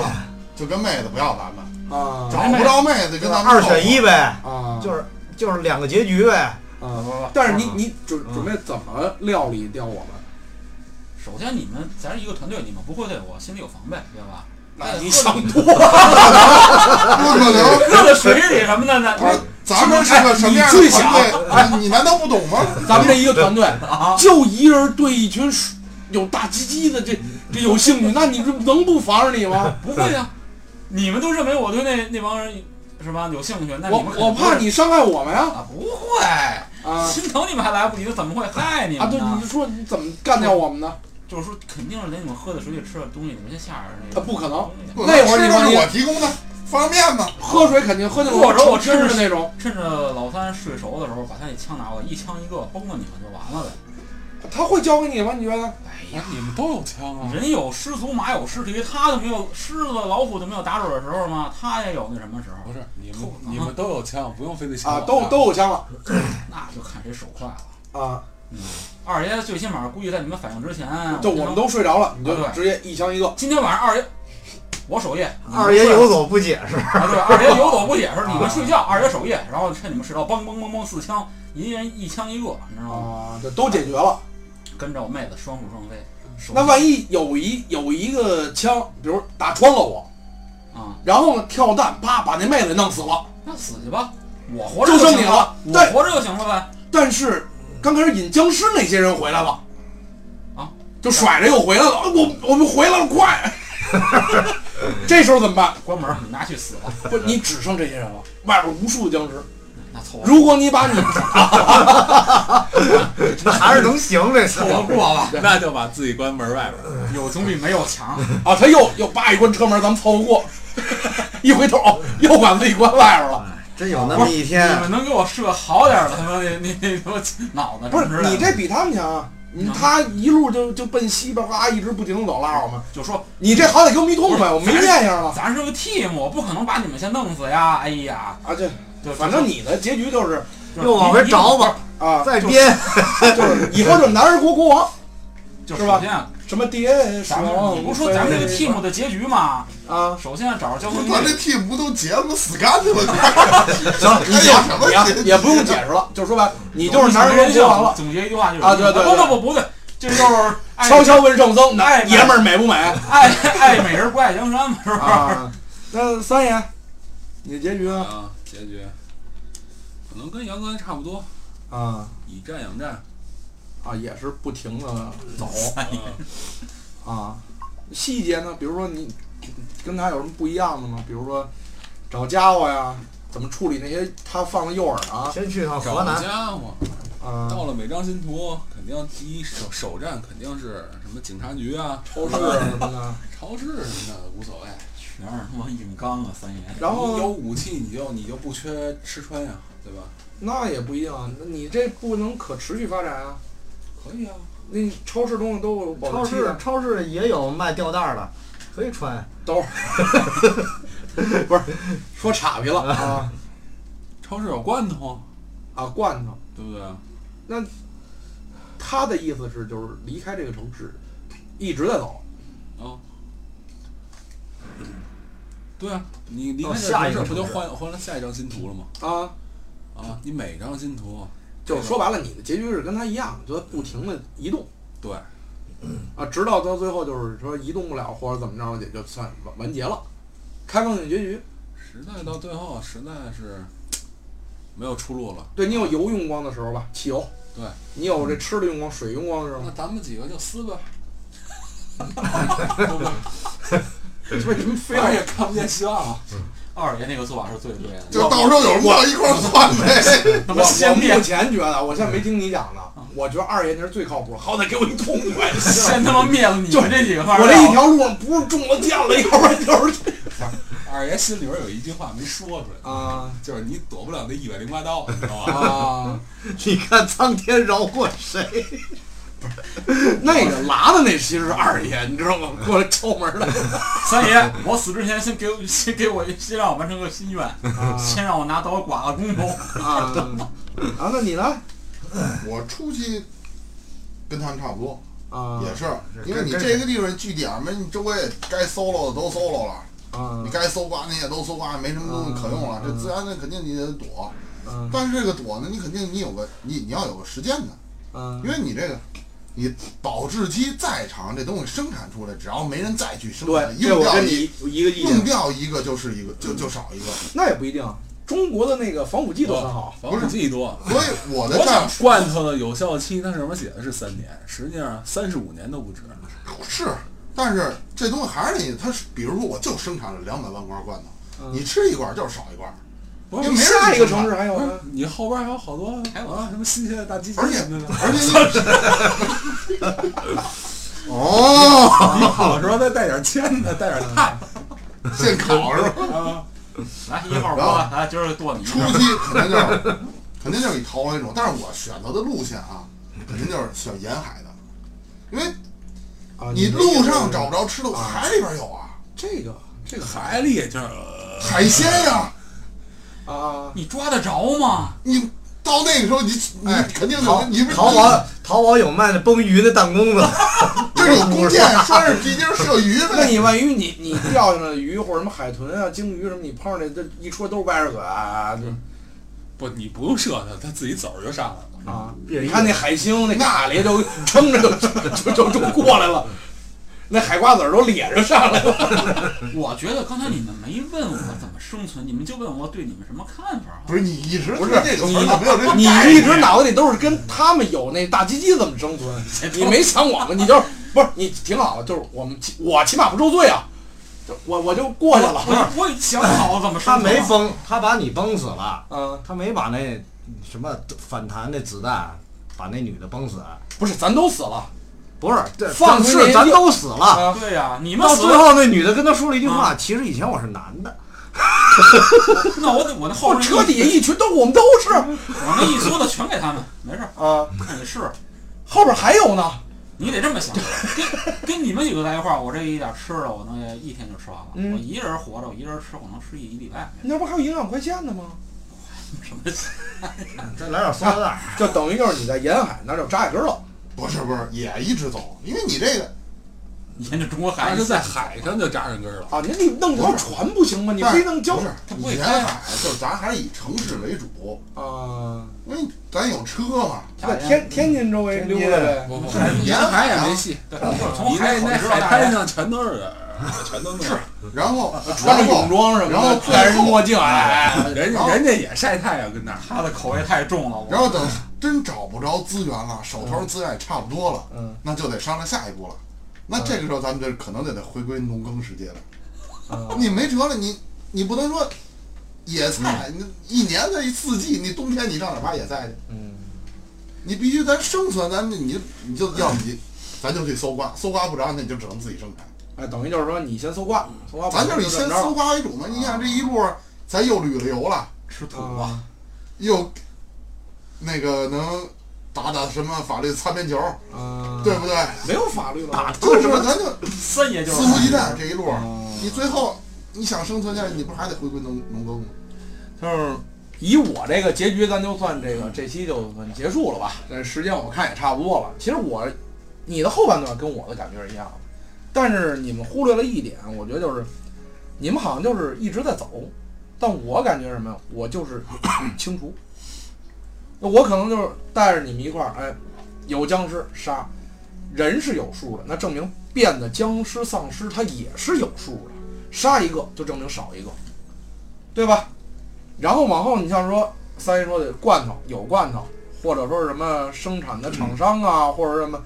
Speaker 1: 就跟妹子不要咱们，
Speaker 4: 啊
Speaker 1: 找不着妹子跟咱们
Speaker 5: 二选一呗，
Speaker 4: 啊，
Speaker 5: 就是就是两个结局呗。
Speaker 2: 不
Speaker 4: 啊，
Speaker 2: 不不
Speaker 4: 但是你
Speaker 2: 啊
Speaker 4: 你准
Speaker 5: 嗯
Speaker 4: 准备怎么料理掉我们？
Speaker 2: 首先你们咱是一个团队，你们不会对我心里有防备，对吧？那
Speaker 4: 你
Speaker 2: 喝
Speaker 4: 想
Speaker 2: 的
Speaker 4: 多了，
Speaker 1: 不可能。
Speaker 2: 搁在水里什么的呢？
Speaker 1: 不是，咱们是个什么样
Speaker 4: 你最
Speaker 1: 的
Speaker 4: 想
Speaker 1: 团队？你你难道不懂吗？
Speaker 4: 咱们这一个团队
Speaker 2: 啊，
Speaker 4: 就一人对一群有大鸡鸡的这这有兴趣，那你这能不防着你吗？
Speaker 2: 不会啊！你们都认为我 <laughs> 对那那帮人是吧有兴趣，那你
Speaker 4: 我
Speaker 2: 们肯定
Speaker 4: 我
Speaker 2: 不会
Speaker 4: 怕你伤害我们呀！
Speaker 2: 啊，不会，
Speaker 4: 啊
Speaker 2: 心疼你们还来不及，怎么会害你
Speaker 4: 啊！
Speaker 2: 们
Speaker 4: 对，
Speaker 2: 呢？
Speaker 4: 你说你怎么干掉我们呢？
Speaker 2: 就是说，肯定是得你们喝的水里吃的东西，你们先下点那
Speaker 4: 啊，
Speaker 2: 个。
Speaker 4: 不可能，
Speaker 1: 不
Speaker 4: 那会儿
Speaker 1: 吃
Speaker 4: 你
Speaker 1: 的
Speaker 4: 说
Speaker 1: 是
Speaker 4: 你
Speaker 1: 我提供的方便面嘛，
Speaker 4: 喝水肯定喝那种
Speaker 2: 或者我
Speaker 4: 成吃的那种，
Speaker 2: 趁着老三睡熟的时候，把他那枪拿过来，一枪一个，包括你们就完了呗。
Speaker 4: 他会教给你吗？你觉得？
Speaker 2: 哎呀，
Speaker 3: 你们都有枪啊！
Speaker 2: 人有失足，马有失蹄，他都没有狮子、老虎都没有打盹的时候吗？他也有那什么时候？
Speaker 3: 不是你们
Speaker 2: 偷，
Speaker 3: 你们都有枪，不用非得
Speaker 4: 啊，
Speaker 3: 枪
Speaker 4: 都都有枪了
Speaker 2: 那就看谁手快了。
Speaker 4: 啊！
Speaker 2: 二爷最起码估计在你们反应之前，
Speaker 4: 就我们都睡着了，你就
Speaker 2: 啊对
Speaker 4: 直接一枪一个。
Speaker 2: 今天晚上二爷，我守夜，
Speaker 5: 二爷有所不解释，
Speaker 2: 啊，对，二爷游走不解释，
Speaker 4: 啊
Speaker 2: 你们睡觉，二爷守夜，然后趁你们睡着，梆梆梆梆四枪，一人一枪一个，你知道吗？
Speaker 4: 啊，这都解决了。
Speaker 2: 跟着我妹子双宿双飞，手
Speaker 4: 那万一有一有一个枪，比如打穿了我，
Speaker 2: 啊，
Speaker 4: 然后呢跳弹，啪把那妹子弄死了，
Speaker 2: 那死去吧，我活着行了，
Speaker 4: 就剩你
Speaker 2: 我
Speaker 4: 了
Speaker 2: 活着就行了呗。
Speaker 4: 但是刚开始引僵尸那些人回来了，
Speaker 2: 啊，
Speaker 4: 就甩着又回来了，啊我我们回来了，快！ <laughs> 这时候怎么办？
Speaker 2: 关门，你拿去死吧，
Speaker 4: 不，你只剩这些人了，外边无数的僵尸。
Speaker 2: 那凑合。
Speaker 4: 如果你把你
Speaker 5: 那还是能行这事
Speaker 2: 凑合
Speaker 5: 儿。
Speaker 2: 过吧，
Speaker 3: 啊那就把自己关门外边儿。
Speaker 2: 有总比没有强。
Speaker 4: 啊，他又又叭一关车门，咱们凑合过。 <laughs> 一回头哦又把自己关外边了。
Speaker 5: 真有那么一
Speaker 4: 哎
Speaker 2: 你 <laughs>
Speaker 5: 天，
Speaker 2: 们能给我设好点儿的他妈那那那那脑子
Speaker 4: 不是
Speaker 2: 知道吗
Speaker 4: 你这比他们强啊！你
Speaker 2: 嗯
Speaker 4: 他一路就就奔西边，哗一直不停地走，拉我们。
Speaker 2: 就说
Speaker 4: 你这好歹给我们一痛快，我
Speaker 2: 不
Speaker 4: 没
Speaker 2: 是
Speaker 4: 那样了
Speaker 2: 咱是个 team，我不可能把你们先弄死呀！哎呀，
Speaker 4: 啊！这
Speaker 2: 对，
Speaker 4: 反正你的结局就是
Speaker 2: 就是
Speaker 5: 又往回找吧，
Speaker 4: 啊，
Speaker 5: 再编
Speaker 4: 就是以后就是男儿国国王，
Speaker 2: 就是
Speaker 4: 吧
Speaker 2: 首先啊
Speaker 4: 什么爹
Speaker 2: 咱
Speaker 4: 爽
Speaker 2: 们，你不是说咱们这个 team 的结局吗？
Speaker 4: 啊，
Speaker 2: 首先找着交
Speaker 1: 不
Speaker 2: 通
Speaker 1: 是咱这
Speaker 2: 队，
Speaker 1: team 不都结他妈死干净了？
Speaker 4: 行了，哎你
Speaker 1: 还
Speaker 4: 解
Speaker 1: 有什么
Speaker 4: 也
Speaker 1: 结局
Speaker 4: 也不用解释了，就说白了，你就是男儿国
Speaker 2: 人
Speaker 4: 国王了。
Speaker 2: 总结一句话就是
Speaker 4: 啊对对对
Speaker 2: 不不不不对，这就是爱
Speaker 4: 悄悄问圣僧，
Speaker 2: 哎
Speaker 4: 那爷们儿美不美？
Speaker 2: 爱爱美人不爱江山嘛，是吧？
Speaker 4: 啊，那三爷，你的结局呢？
Speaker 3: 啊，结局可能跟杨哥差不多，
Speaker 4: 啊
Speaker 3: 以战养战。
Speaker 4: 啊，也是不停的走
Speaker 3: 呃
Speaker 4: 啊。细节呢，比如说你跟他有什么不一样的吗？比如说找家伙呀，怎么处理那些他放的诱饵啊？
Speaker 5: 先去趟哦河
Speaker 3: 找
Speaker 5: 南，
Speaker 3: 家伙，
Speaker 4: 啊，
Speaker 3: 到了每张新图，肯定第一首首站肯定是什么警察局啊、
Speaker 4: 超市啊什么的。
Speaker 3: 超市什么的无所谓。
Speaker 2: 全是他妈硬刚啊，三爷。
Speaker 4: 然
Speaker 3: 你
Speaker 4: 后
Speaker 3: 有武器，你就你就不缺吃穿呀，对吧？
Speaker 4: 那也不一样，那你这不能可持续发展啊。
Speaker 3: 可以啊，
Speaker 4: 那超市东西都有保
Speaker 5: 超
Speaker 4: 质期啊
Speaker 5: 市
Speaker 4: 的，
Speaker 5: 超市也有卖吊带儿的，可以穿。
Speaker 4: 说岔劈了啊
Speaker 3: 超市有罐头，
Speaker 4: 啊！罐头，
Speaker 3: 对不对？
Speaker 4: 他的意思是就是离开这个城市，一直在走。
Speaker 3: 啊，对啊，你离开
Speaker 5: 到
Speaker 3: 这
Speaker 5: 下
Speaker 3: 个
Speaker 5: 一个
Speaker 3: 城市不就
Speaker 5: 城市
Speaker 3: 换换了下一张新图了吗？
Speaker 4: 啊，
Speaker 3: 啊，你每张新图，
Speaker 4: 就是说白了，你的结局是跟他一样，就在不停的移动
Speaker 3: 对，
Speaker 4: 啊，直到到最后就是说移动不了或者怎么着也就算完完结了，开放性结局。
Speaker 3: 实在到最后实在是没有出路了。
Speaker 4: 对你有油用光的时候吧，汽油。
Speaker 3: 对，
Speaker 4: 你有这吃的用光、水用光的时候
Speaker 3: 那，咱们几个就撕呗，
Speaker 4: 是不是你们非要
Speaker 3: 反正也看不见希望了。
Speaker 2: 二爷那个做法是最对的，
Speaker 1: 就到时候有人过来一块儿算呗。
Speaker 2: 他
Speaker 4: 我
Speaker 2: 妈
Speaker 4: 我
Speaker 2: 先灭
Speaker 4: 目，前觉得，我现在没听你讲呢，我觉得二爷那是最靠谱，好歹给我一痛快。
Speaker 2: 先他妈灭了你
Speaker 4: 就
Speaker 2: 们这几个范儿。
Speaker 4: 我这一条路上不是中了箭了，要不然就是
Speaker 3: 二爷心里边有一句话没说出来，
Speaker 4: 啊
Speaker 3: 就是你躲不了那一百零八刀，你知道吧？
Speaker 4: 啊，
Speaker 5: 你看苍天饶过谁？
Speaker 4: 那个拉的那其实是二爷，你知道吗？过来敲门的。
Speaker 2: 三爷，我死之前先给我先给我先让我完成个心愿，先让我拿刀剐个公头。
Speaker 5: <laughs>
Speaker 4: 啊，啊，那你呢？
Speaker 1: 我出去跟他们差不多，
Speaker 4: 啊
Speaker 1: 也是，
Speaker 5: 是
Speaker 1: 因为你
Speaker 5: 跟
Speaker 1: 这个地方据点嘛，你周围该 solo 的都 solo 了，
Speaker 4: 啊
Speaker 1: 你该搜刮那些都搜刮，没什么
Speaker 4: 嗯
Speaker 1: 东西可用了，这自然的肯定你得躲。
Speaker 4: 啊
Speaker 1: 但是这个躲呢，你肯定你有个你你要有个时间的，
Speaker 4: 啊
Speaker 1: 因为你这个你保质期再长，这东西生产出来，只要没人再去生产，
Speaker 4: 对，这
Speaker 1: 用
Speaker 4: 我
Speaker 1: 掉
Speaker 4: 跟
Speaker 1: 一
Speaker 4: 你一个意
Speaker 1: 用
Speaker 4: 见，
Speaker 1: 掉一个就是一个，就就少一个。
Speaker 4: 那也不一定。啊中国的那个防腐剂都很好，
Speaker 3: 防腐剂多。
Speaker 1: 所以我的
Speaker 3: 我
Speaker 1: 战
Speaker 3: 想罐头的有效期，它上面写的是三年，实际上三十五年都不止。
Speaker 1: 是，但是这东西还是你，它是比如说我就生产了两百万罐罐头，
Speaker 4: 嗯
Speaker 1: 你吃一罐就是少一罐，
Speaker 3: 不
Speaker 1: 因
Speaker 3: 是
Speaker 1: 哦为
Speaker 4: 下
Speaker 1: 没人
Speaker 4: 一个
Speaker 1: 去嗯看
Speaker 4: 城市还有
Speaker 3: 不是
Speaker 4: 呢，
Speaker 3: 你后边还有好多
Speaker 2: 还有
Speaker 3: 啊，什么新鲜的大鸡鸡
Speaker 1: 而且
Speaker 3: 什么的。
Speaker 1: 而且
Speaker 4: <laughs>
Speaker 1: 你 <laughs> 哦，
Speaker 3: 你好时候再带点签的，带点菜
Speaker 1: 现烤是吧？
Speaker 2: 啊，来一号
Speaker 1: 然后
Speaker 2: 锅，来今儿剁你一
Speaker 1: 初
Speaker 2: 下。
Speaker 1: 期肯定就是肯定就是以逃亡一种，但是我选择的路线啊，肯定就是选沿海的，因为
Speaker 4: 啊，
Speaker 1: 你路上找不
Speaker 4: 着
Speaker 1: 着吃的，
Speaker 4: 啊
Speaker 1: 海里边有啊，
Speaker 4: 这个
Speaker 3: 这个海里也就是
Speaker 1: 海鲜呀， <laughs>
Speaker 4: 啊，
Speaker 2: 你抓得着吗？
Speaker 1: 你到那个时候你你
Speaker 5: 哎
Speaker 1: 肯定
Speaker 5: 淘
Speaker 1: 有，你不是
Speaker 5: 淘宝淘宝有卖那崩鱼那弹弓的，
Speaker 1: 这有弓箭，拴上皮筋儿射鱼
Speaker 4: 那
Speaker 1: 呗。
Speaker 4: 你万一你你钓上的鱼或者什么海豚啊、鲸鱼什么，你碰上那这一戳都是歪着嘴啊，
Speaker 1: 嗯
Speaker 4: 就
Speaker 3: 不，你不用射它，它自己走就上来了。
Speaker 4: 啊！
Speaker 5: 别
Speaker 4: 你看那海星那卡里就撑着就就就就过来了，那海瓜子儿都咧着上来了。
Speaker 2: 我觉得刚才你们没问我怎么生存，你们就问我对你们什么看法啊。
Speaker 1: 不是你一
Speaker 4: <laughs>
Speaker 1: 直
Speaker 4: 不是
Speaker 1: 对这个词儿就没有这个
Speaker 4: 你
Speaker 1: 概
Speaker 4: 一
Speaker 1: 念
Speaker 4: 直脑子里都是跟他们有那大鸡鸡怎么生
Speaker 2: 哎
Speaker 4: 存，你没想我们，你就是不是你挺好的，就是我们起我起码不受罪啊，就我我就过去了，
Speaker 2: 我我想好怎么生
Speaker 5: 他
Speaker 2: 存了啊
Speaker 5: 没崩，他把你崩死了，
Speaker 4: 嗯。
Speaker 5: 他没把那什么反弹那子弹把那女的崩死，
Speaker 4: 不是，咱都死了
Speaker 5: 不是，这
Speaker 4: 放
Speaker 5: 但是
Speaker 4: 心
Speaker 5: 咱都死了。
Speaker 4: 啊！
Speaker 2: 对呀、你们
Speaker 5: 到
Speaker 2: 死
Speaker 5: 最后，那女的跟他说了一句话：“其实以前我是男的。
Speaker 2: 那我得我那后
Speaker 4: 我
Speaker 2: 边
Speaker 4: 车底下一群都我们都是
Speaker 2: 我那一梭子全给他们，没事儿，
Speaker 4: 啊，
Speaker 2: 看你是，
Speaker 4: 后边还有呢，
Speaker 2: 你得这么想，跟跟你们几个在一块儿，我这一点吃的，我能一天就吃完了。
Speaker 4: 嗯
Speaker 2: 我一人活着，我一人吃，我能吃一礼拜，
Speaker 4: 那不还有营养快线呢吗？
Speaker 2: 什么
Speaker 5: 再来点塑料 <laughs> 袋，
Speaker 4: 就等于就是你在沿海那就扎一根了，
Speaker 1: 不是不是也一直走，因为你这个
Speaker 2: 以前这中国孩
Speaker 3: 它
Speaker 2: 子
Speaker 3: 是在海上啊就扎上根儿了。
Speaker 4: 啊！你你弄条船不行吗？你非弄交
Speaker 1: 不是
Speaker 2: 他不会
Speaker 1: 沿
Speaker 2: 开
Speaker 1: 海，就是咱还是以城市为主，
Speaker 4: 啊？
Speaker 1: 因为咱有车嘛。
Speaker 4: 在天天津周围溜达呗，
Speaker 3: 不不
Speaker 1: 是，沿
Speaker 3: 哎沿
Speaker 1: 海
Speaker 3: 海
Speaker 1: 啊
Speaker 3: 也没戏。
Speaker 2: 对，就是从
Speaker 3: 你
Speaker 2: 海
Speaker 3: 那
Speaker 2: 口
Speaker 3: 那
Speaker 2: 知道
Speaker 3: 海
Speaker 2: 大
Speaker 3: 滩
Speaker 2: 家
Speaker 3: 上全都是人儿，全都是。
Speaker 1: 然后
Speaker 4: 穿着泳
Speaker 1: 然后
Speaker 4: 装什么的，
Speaker 1: 然后
Speaker 4: 戴着墨镜，哎，哎
Speaker 3: 人
Speaker 1: 然后
Speaker 3: 人家也晒太阳，跟那儿
Speaker 2: 他的口味太重了，我
Speaker 1: 然后等真找不着资源了，手头资源也差不多了，
Speaker 4: 嗯
Speaker 1: 那就得商量下一步了。那这个时候咱们就可能得得回归农耕世界了。
Speaker 4: 啊
Speaker 1: 你没辙了，你你不能说野菜，你一年的四季，你冬天你上哪儿挖野菜去？
Speaker 4: 嗯，
Speaker 1: 你必须咱生存，咱们你就你就要你，咱就去搜刮，搜刮不着，那你就只能自己生产。
Speaker 4: 哎，等于就是说你先搜刮，搜刮
Speaker 1: 咱
Speaker 4: 就
Speaker 1: 就是以嗯先搜刮为主嘛。你想这一路，咱又旅了游了，
Speaker 2: 吃土啊，
Speaker 4: 啊
Speaker 1: 又那个能打打什么法律擦边球，
Speaker 4: 啊，
Speaker 1: 对，不对？
Speaker 4: 没有法律了，
Speaker 1: 嗯就是咱就
Speaker 2: 三爷就是
Speaker 1: 肆无忌惮这一嗯路，
Speaker 4: 啊
Speaker 1: 你最后你想生存下去，你不是还得回归农农耕吗？
Speaker 4: 就是以我这个结局，咱就算这个这期就算结束了吧。这时间我看也差不多了。其实我你的后半段跟我的感觉是一样的，但是你们忽略了一点，我觉得就是你们好像就是一直在走，但我感觉是什么呀？我就是 <coughs> 清除。那我可能就是带着你们一块儿，哎，有僵尸杀，人是有数的，那证明变的僵尸丧尸它也是有数的，杀一个就证明少一个，对吧？然后往后，你像说三爷说的罐头有罐头，或者说是什么生产的厂商啊，或者什么，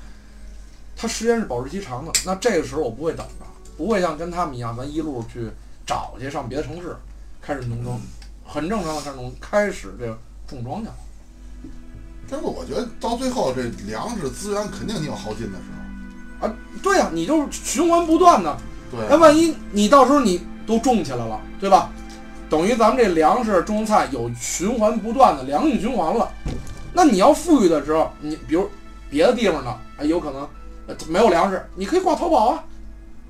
Speaker 4: 它时间是保质期长的。那这个时候我不会等着，不会像跟他们一样，咱一路去找去上别的城市开始农耕，很正常的开始农开始这个种庄稼了。
Speaker 1: 但是我觉得到最后这粮食资源肯定你有耗尽的时候。
Speaker 4: 对呀、你就是循环不断的，
Speaker 1: 对
Speaker 4: 那，万一你到时候你都种起来了，对吧？等于咱们这粮食、中菜有循环不断的良性循环了。那你要富裕的时候，你比如别的地方呢，哎，有可能呃没有粮食，你可以挂淘宝啊， <laughs>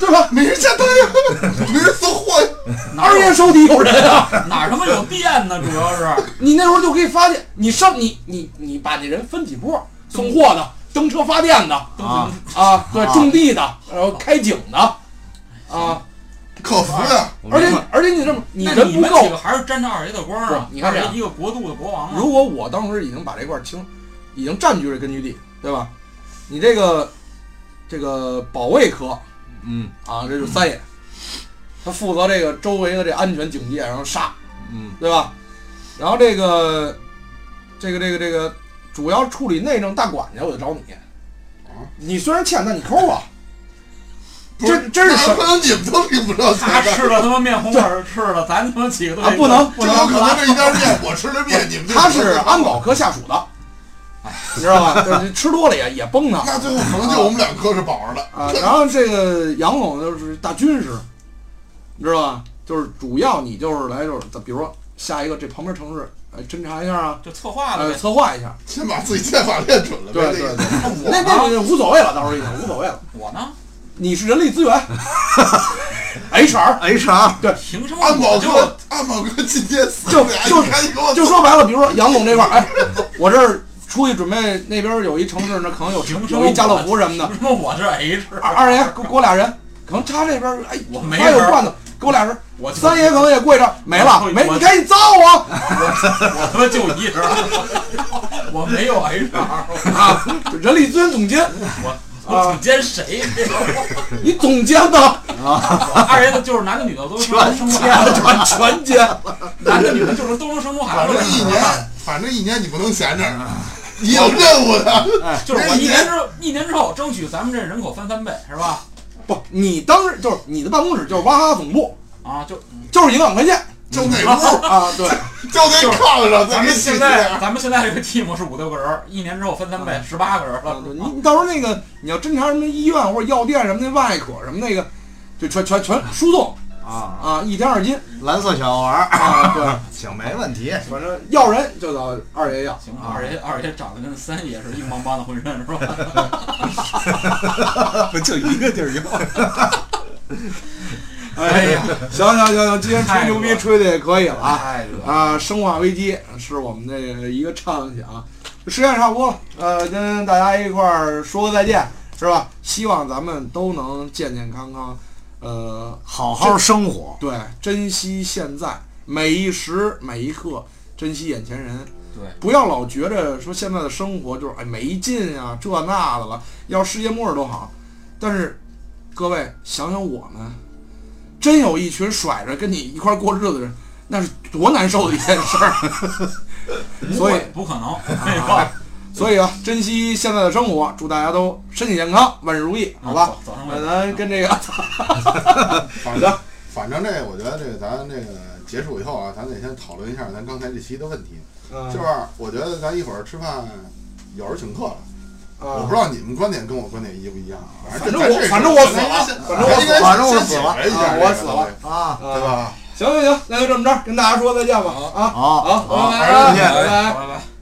Speaker 4: 对
Speaker 5: <laughs>
Speaker 4: 吧？
Speaker 1: 没人下单呀， <laughs> 没人搜货呀。
Speaker 2: 哪
Speaker 4: 二
Speaker 2: 有
Speaker 4: 月收底有人
Speaker 5: <laughs>
Speaker 4: 啊，
Speaker 2: 哪他妈有电呢？主要是
Speaker 4: 你那时候就可以发现，你上你你你把这人分几波，送货的、蹬车发电的
Speaker 5: 啊
Speaker 4: 啊，对，
Speaker 5: 啊
Speaker 4: 种地的，然后开井的啊，
Speaker 1: 可服呀！
Speaker 4: 而且而且你这么 <laughs> 你
Speaker 2: 那
Speaker 4: 人
Speaker 2: 你
Speaker 4: 不
Speaker 2: 们
Speaker 4: 够
Speaker 2: 几，个还是沾着二爷的光啊？
Speaker 4: 不你看这样
Speaker 2: 二爷一个国度的国王啊，
Speaker 4: 如果我当时已经把这块儿清，已经占据了根据地，对吧？你这个这个保卫科
Speaker 5: 嗯
Speaker 4: 啊，这就是三爷，他负责这个周围的这安全警戒，然后杀，
Speaker 5: 嗯
Speaker 4: 对吧？然后这个这个这个这个主要处理内政大管家，我就找你。你虽然欠，但你抠啊，
Speaker 1: 不
Speaker 4: 这这是什
Speaker 1: 可能你们都领不着钱
Speaker 2: 他
Speaker 1: 的，
Speaker 2: 吃了他妈面红耳赤了，咱他妈几个都
Speaker 4: 啊？不能不
Speaker 1: 这
Speaker 4: 能
Speaker 1: 有可
Speaker 4: 不能
Speaker 1: 能，这一袋面我吃了面，你们就
Speaker 4: 他是安保科下属的，你知道吧？ <laughs> 就是吃多了也也崩的
Speaker 1: 那最后可能就我们两颗是保着的，
Speaker 4: 啊。然后这个杨总就是大军师，你知道吧？就是主要你就是来就是，比如说下一个这旁边城市，哎，侦查一下啊，
Speaker 2: 就策划了
Speaker 4: 呃，
Speaker 2: 呗。
Speaker 4: 策划一下。
Speaker 1: 先把自己剑法练准了
Speaker 4: 对
Speaker 1: 呗。
Speaker 4: 对
Speaker 1: 这
Speaker 4: 对
Speaker 1: 个，
Speaker 2: 我
Speaker 4: 那
Speaker 2: 呢
Speaker 4: 那个无所谓了，到时候已经无所谓了。
Speaker 2: 我呢？
Speaker 4: 你是人力资源 <laughs> ，HR，
Speaker 5: HR
Speaker 2: 凭什么
Speaker 1: 安保
Speaker 2: 我就
Speaker 1: 哥，安保哥今天死
Speaker 4: 就
Speaker 1: 俩，
Speaker 4: 就
Speaker 1: 你赶紧给我
Speaker 4: 就说白了，比如说杨总这块儿，哎，我这儿出去准备，那边有一城市，那可能有
Speaker 2: <laughs> 凭什么
Speaker 4: 有一家乐福什么的，
Speaker 2: 凭什么我是 H？
Speaker 4: 二二爷给我给我俩人，可能他这边哎，
Speaker 2: 我没
Speaker 4: 他有
Speaker 2: 人
Speaker 4: 罐头，给我俩人，
Speaker 2: <laughs> 我就
Speaker 4: 三爷可能也跪着，没了
Speaker 2: 我
Speaker 4: 没，
Speaker 2: 我
Speaker 4: 你赶紧造啊！
Speaker 2: 我他妈就一人儿，我没有 HR，
Speaker 4: <laughs> 啊，人力资源总监，
Speaker 2: 我总监谁？
Speaker 4: 你总监呢？啊
Speaker 2: 二爷子就是男的女的都能生出孩子，
Speaker 4: 全全监，
Speaker 2: <laughs> 男的女的就是都能生出孩子
Speaker 1: 反正一年，反正一年你不能闲着，你有任务的。
Speaker 2: 就是我一年之后，一年之后争取咱们这人口翻三倍，是吧？
Speaker 4: 不，你当时就是你的办公室就是娃哈哈总部，
Speaker 2: 啊，
Speaker 4: <laughs>
Speaker 2: 就
Speaker 4: 就是一万块钱
Speaker 1: 就那屋，
Speaker 4: 啊，对，
Speaker 1: 就那炕上，
Speaker 2: 咱
Speaker 1: 再
Speaker 2: 们
Speaker 1: 给洗
Speaker 2: 现
Speaker 1: 洗
Speaker 2: 在
Speaker 1: 脸。
Speaker 2: 咱们现在这个 team 是五六个人儿，一年之后翻三倍，十八个人
Speaker 4: 啊对你
Speaker 2: 了。
Speaker 4: 你到时候那个你要侦查什么医院或者药店什么的外科什么那个，就全全全输送
Speaker 5: 啊，
Speaker 4: 啊，一天二斤
Speaker 5: 蓝色小药丸儿，
Speaker 4: 啊，对，
Speaker 5: <laughs> 行，没问题。
Speaker 4: 反正要人就找二爷要。
Speaker 2: 行，二爷二爷长得跟三爷是硬邦邦的浑身是吧？
Speaker 3: 我就一个地儿要。
Speaker 4: 哎呀，行行行行，今天吹牛逼吹的也可以了啊
Speaker 2: 太恶
Speaker 4: 啊！生化危机是我们的一个畅想，时间差不多了，呃，跟大家一块儿说个再见，是吧？希望咱们都能健健康康，呃，
Speaker 5: 好好生活，
Speaker 4: 对，珍惜现在每一时每一刻，珍惜眼前人。
Speaker 2: 对，
Speaker 4: 不要老觉着说现在的生活就是哎没劲啊，这那的了，要世界末日多好。但是各位想想我们，真有一群甩着跟你一块儿过日子的人，那是多难受的一件事儿。所以
Speaker 2: 不可能，废话，
Speaker 4: 所以啊，珍惜现在的生活，祝大家都身体健康，万事如意，好吧？
Speaker 2: 啊早，早上
Speaker 4: 那
Speaker 2: 我
Speaker 4: 咱跟这个
Speaker 1: 反正反正这个，我觉得这个咱这个结束以后啊，咱得先讨论一下咱刚才这期的问题，
Speaker 4: 啊呃
Speaker 1: 就是我觉得咱一会儿吃饭。有人请客了，我不知
Speaker 4: 啊，
Speaker 1: 道你们观点跟我观点一不一样啊。
Speaker 4: 反正
Speaker 1: 这
Speaker 4: 我
Speaker 1: 这
Speaker 4: 反正我死了
Speaker 1: 咱应该先
Speaker 5: 反正我死了
Speaker 1: 咱应该先解
Speaker 4: 啊
Speaker 1: 决一下这个
Speaker 4: 我死了
Speaker 5: 啊，
Speaker 1: 对吧？
Speaker 4: 行行行，那就这么着，跟大家说再见吧啊！
Speaker 5: 好，
Speaker 4: 好，拜
Speaker 5: 好再
Speaker 4: 拜，
Speaker 5: 见
Speaker 4: 拜拜。
Speaker 2: 拜拜。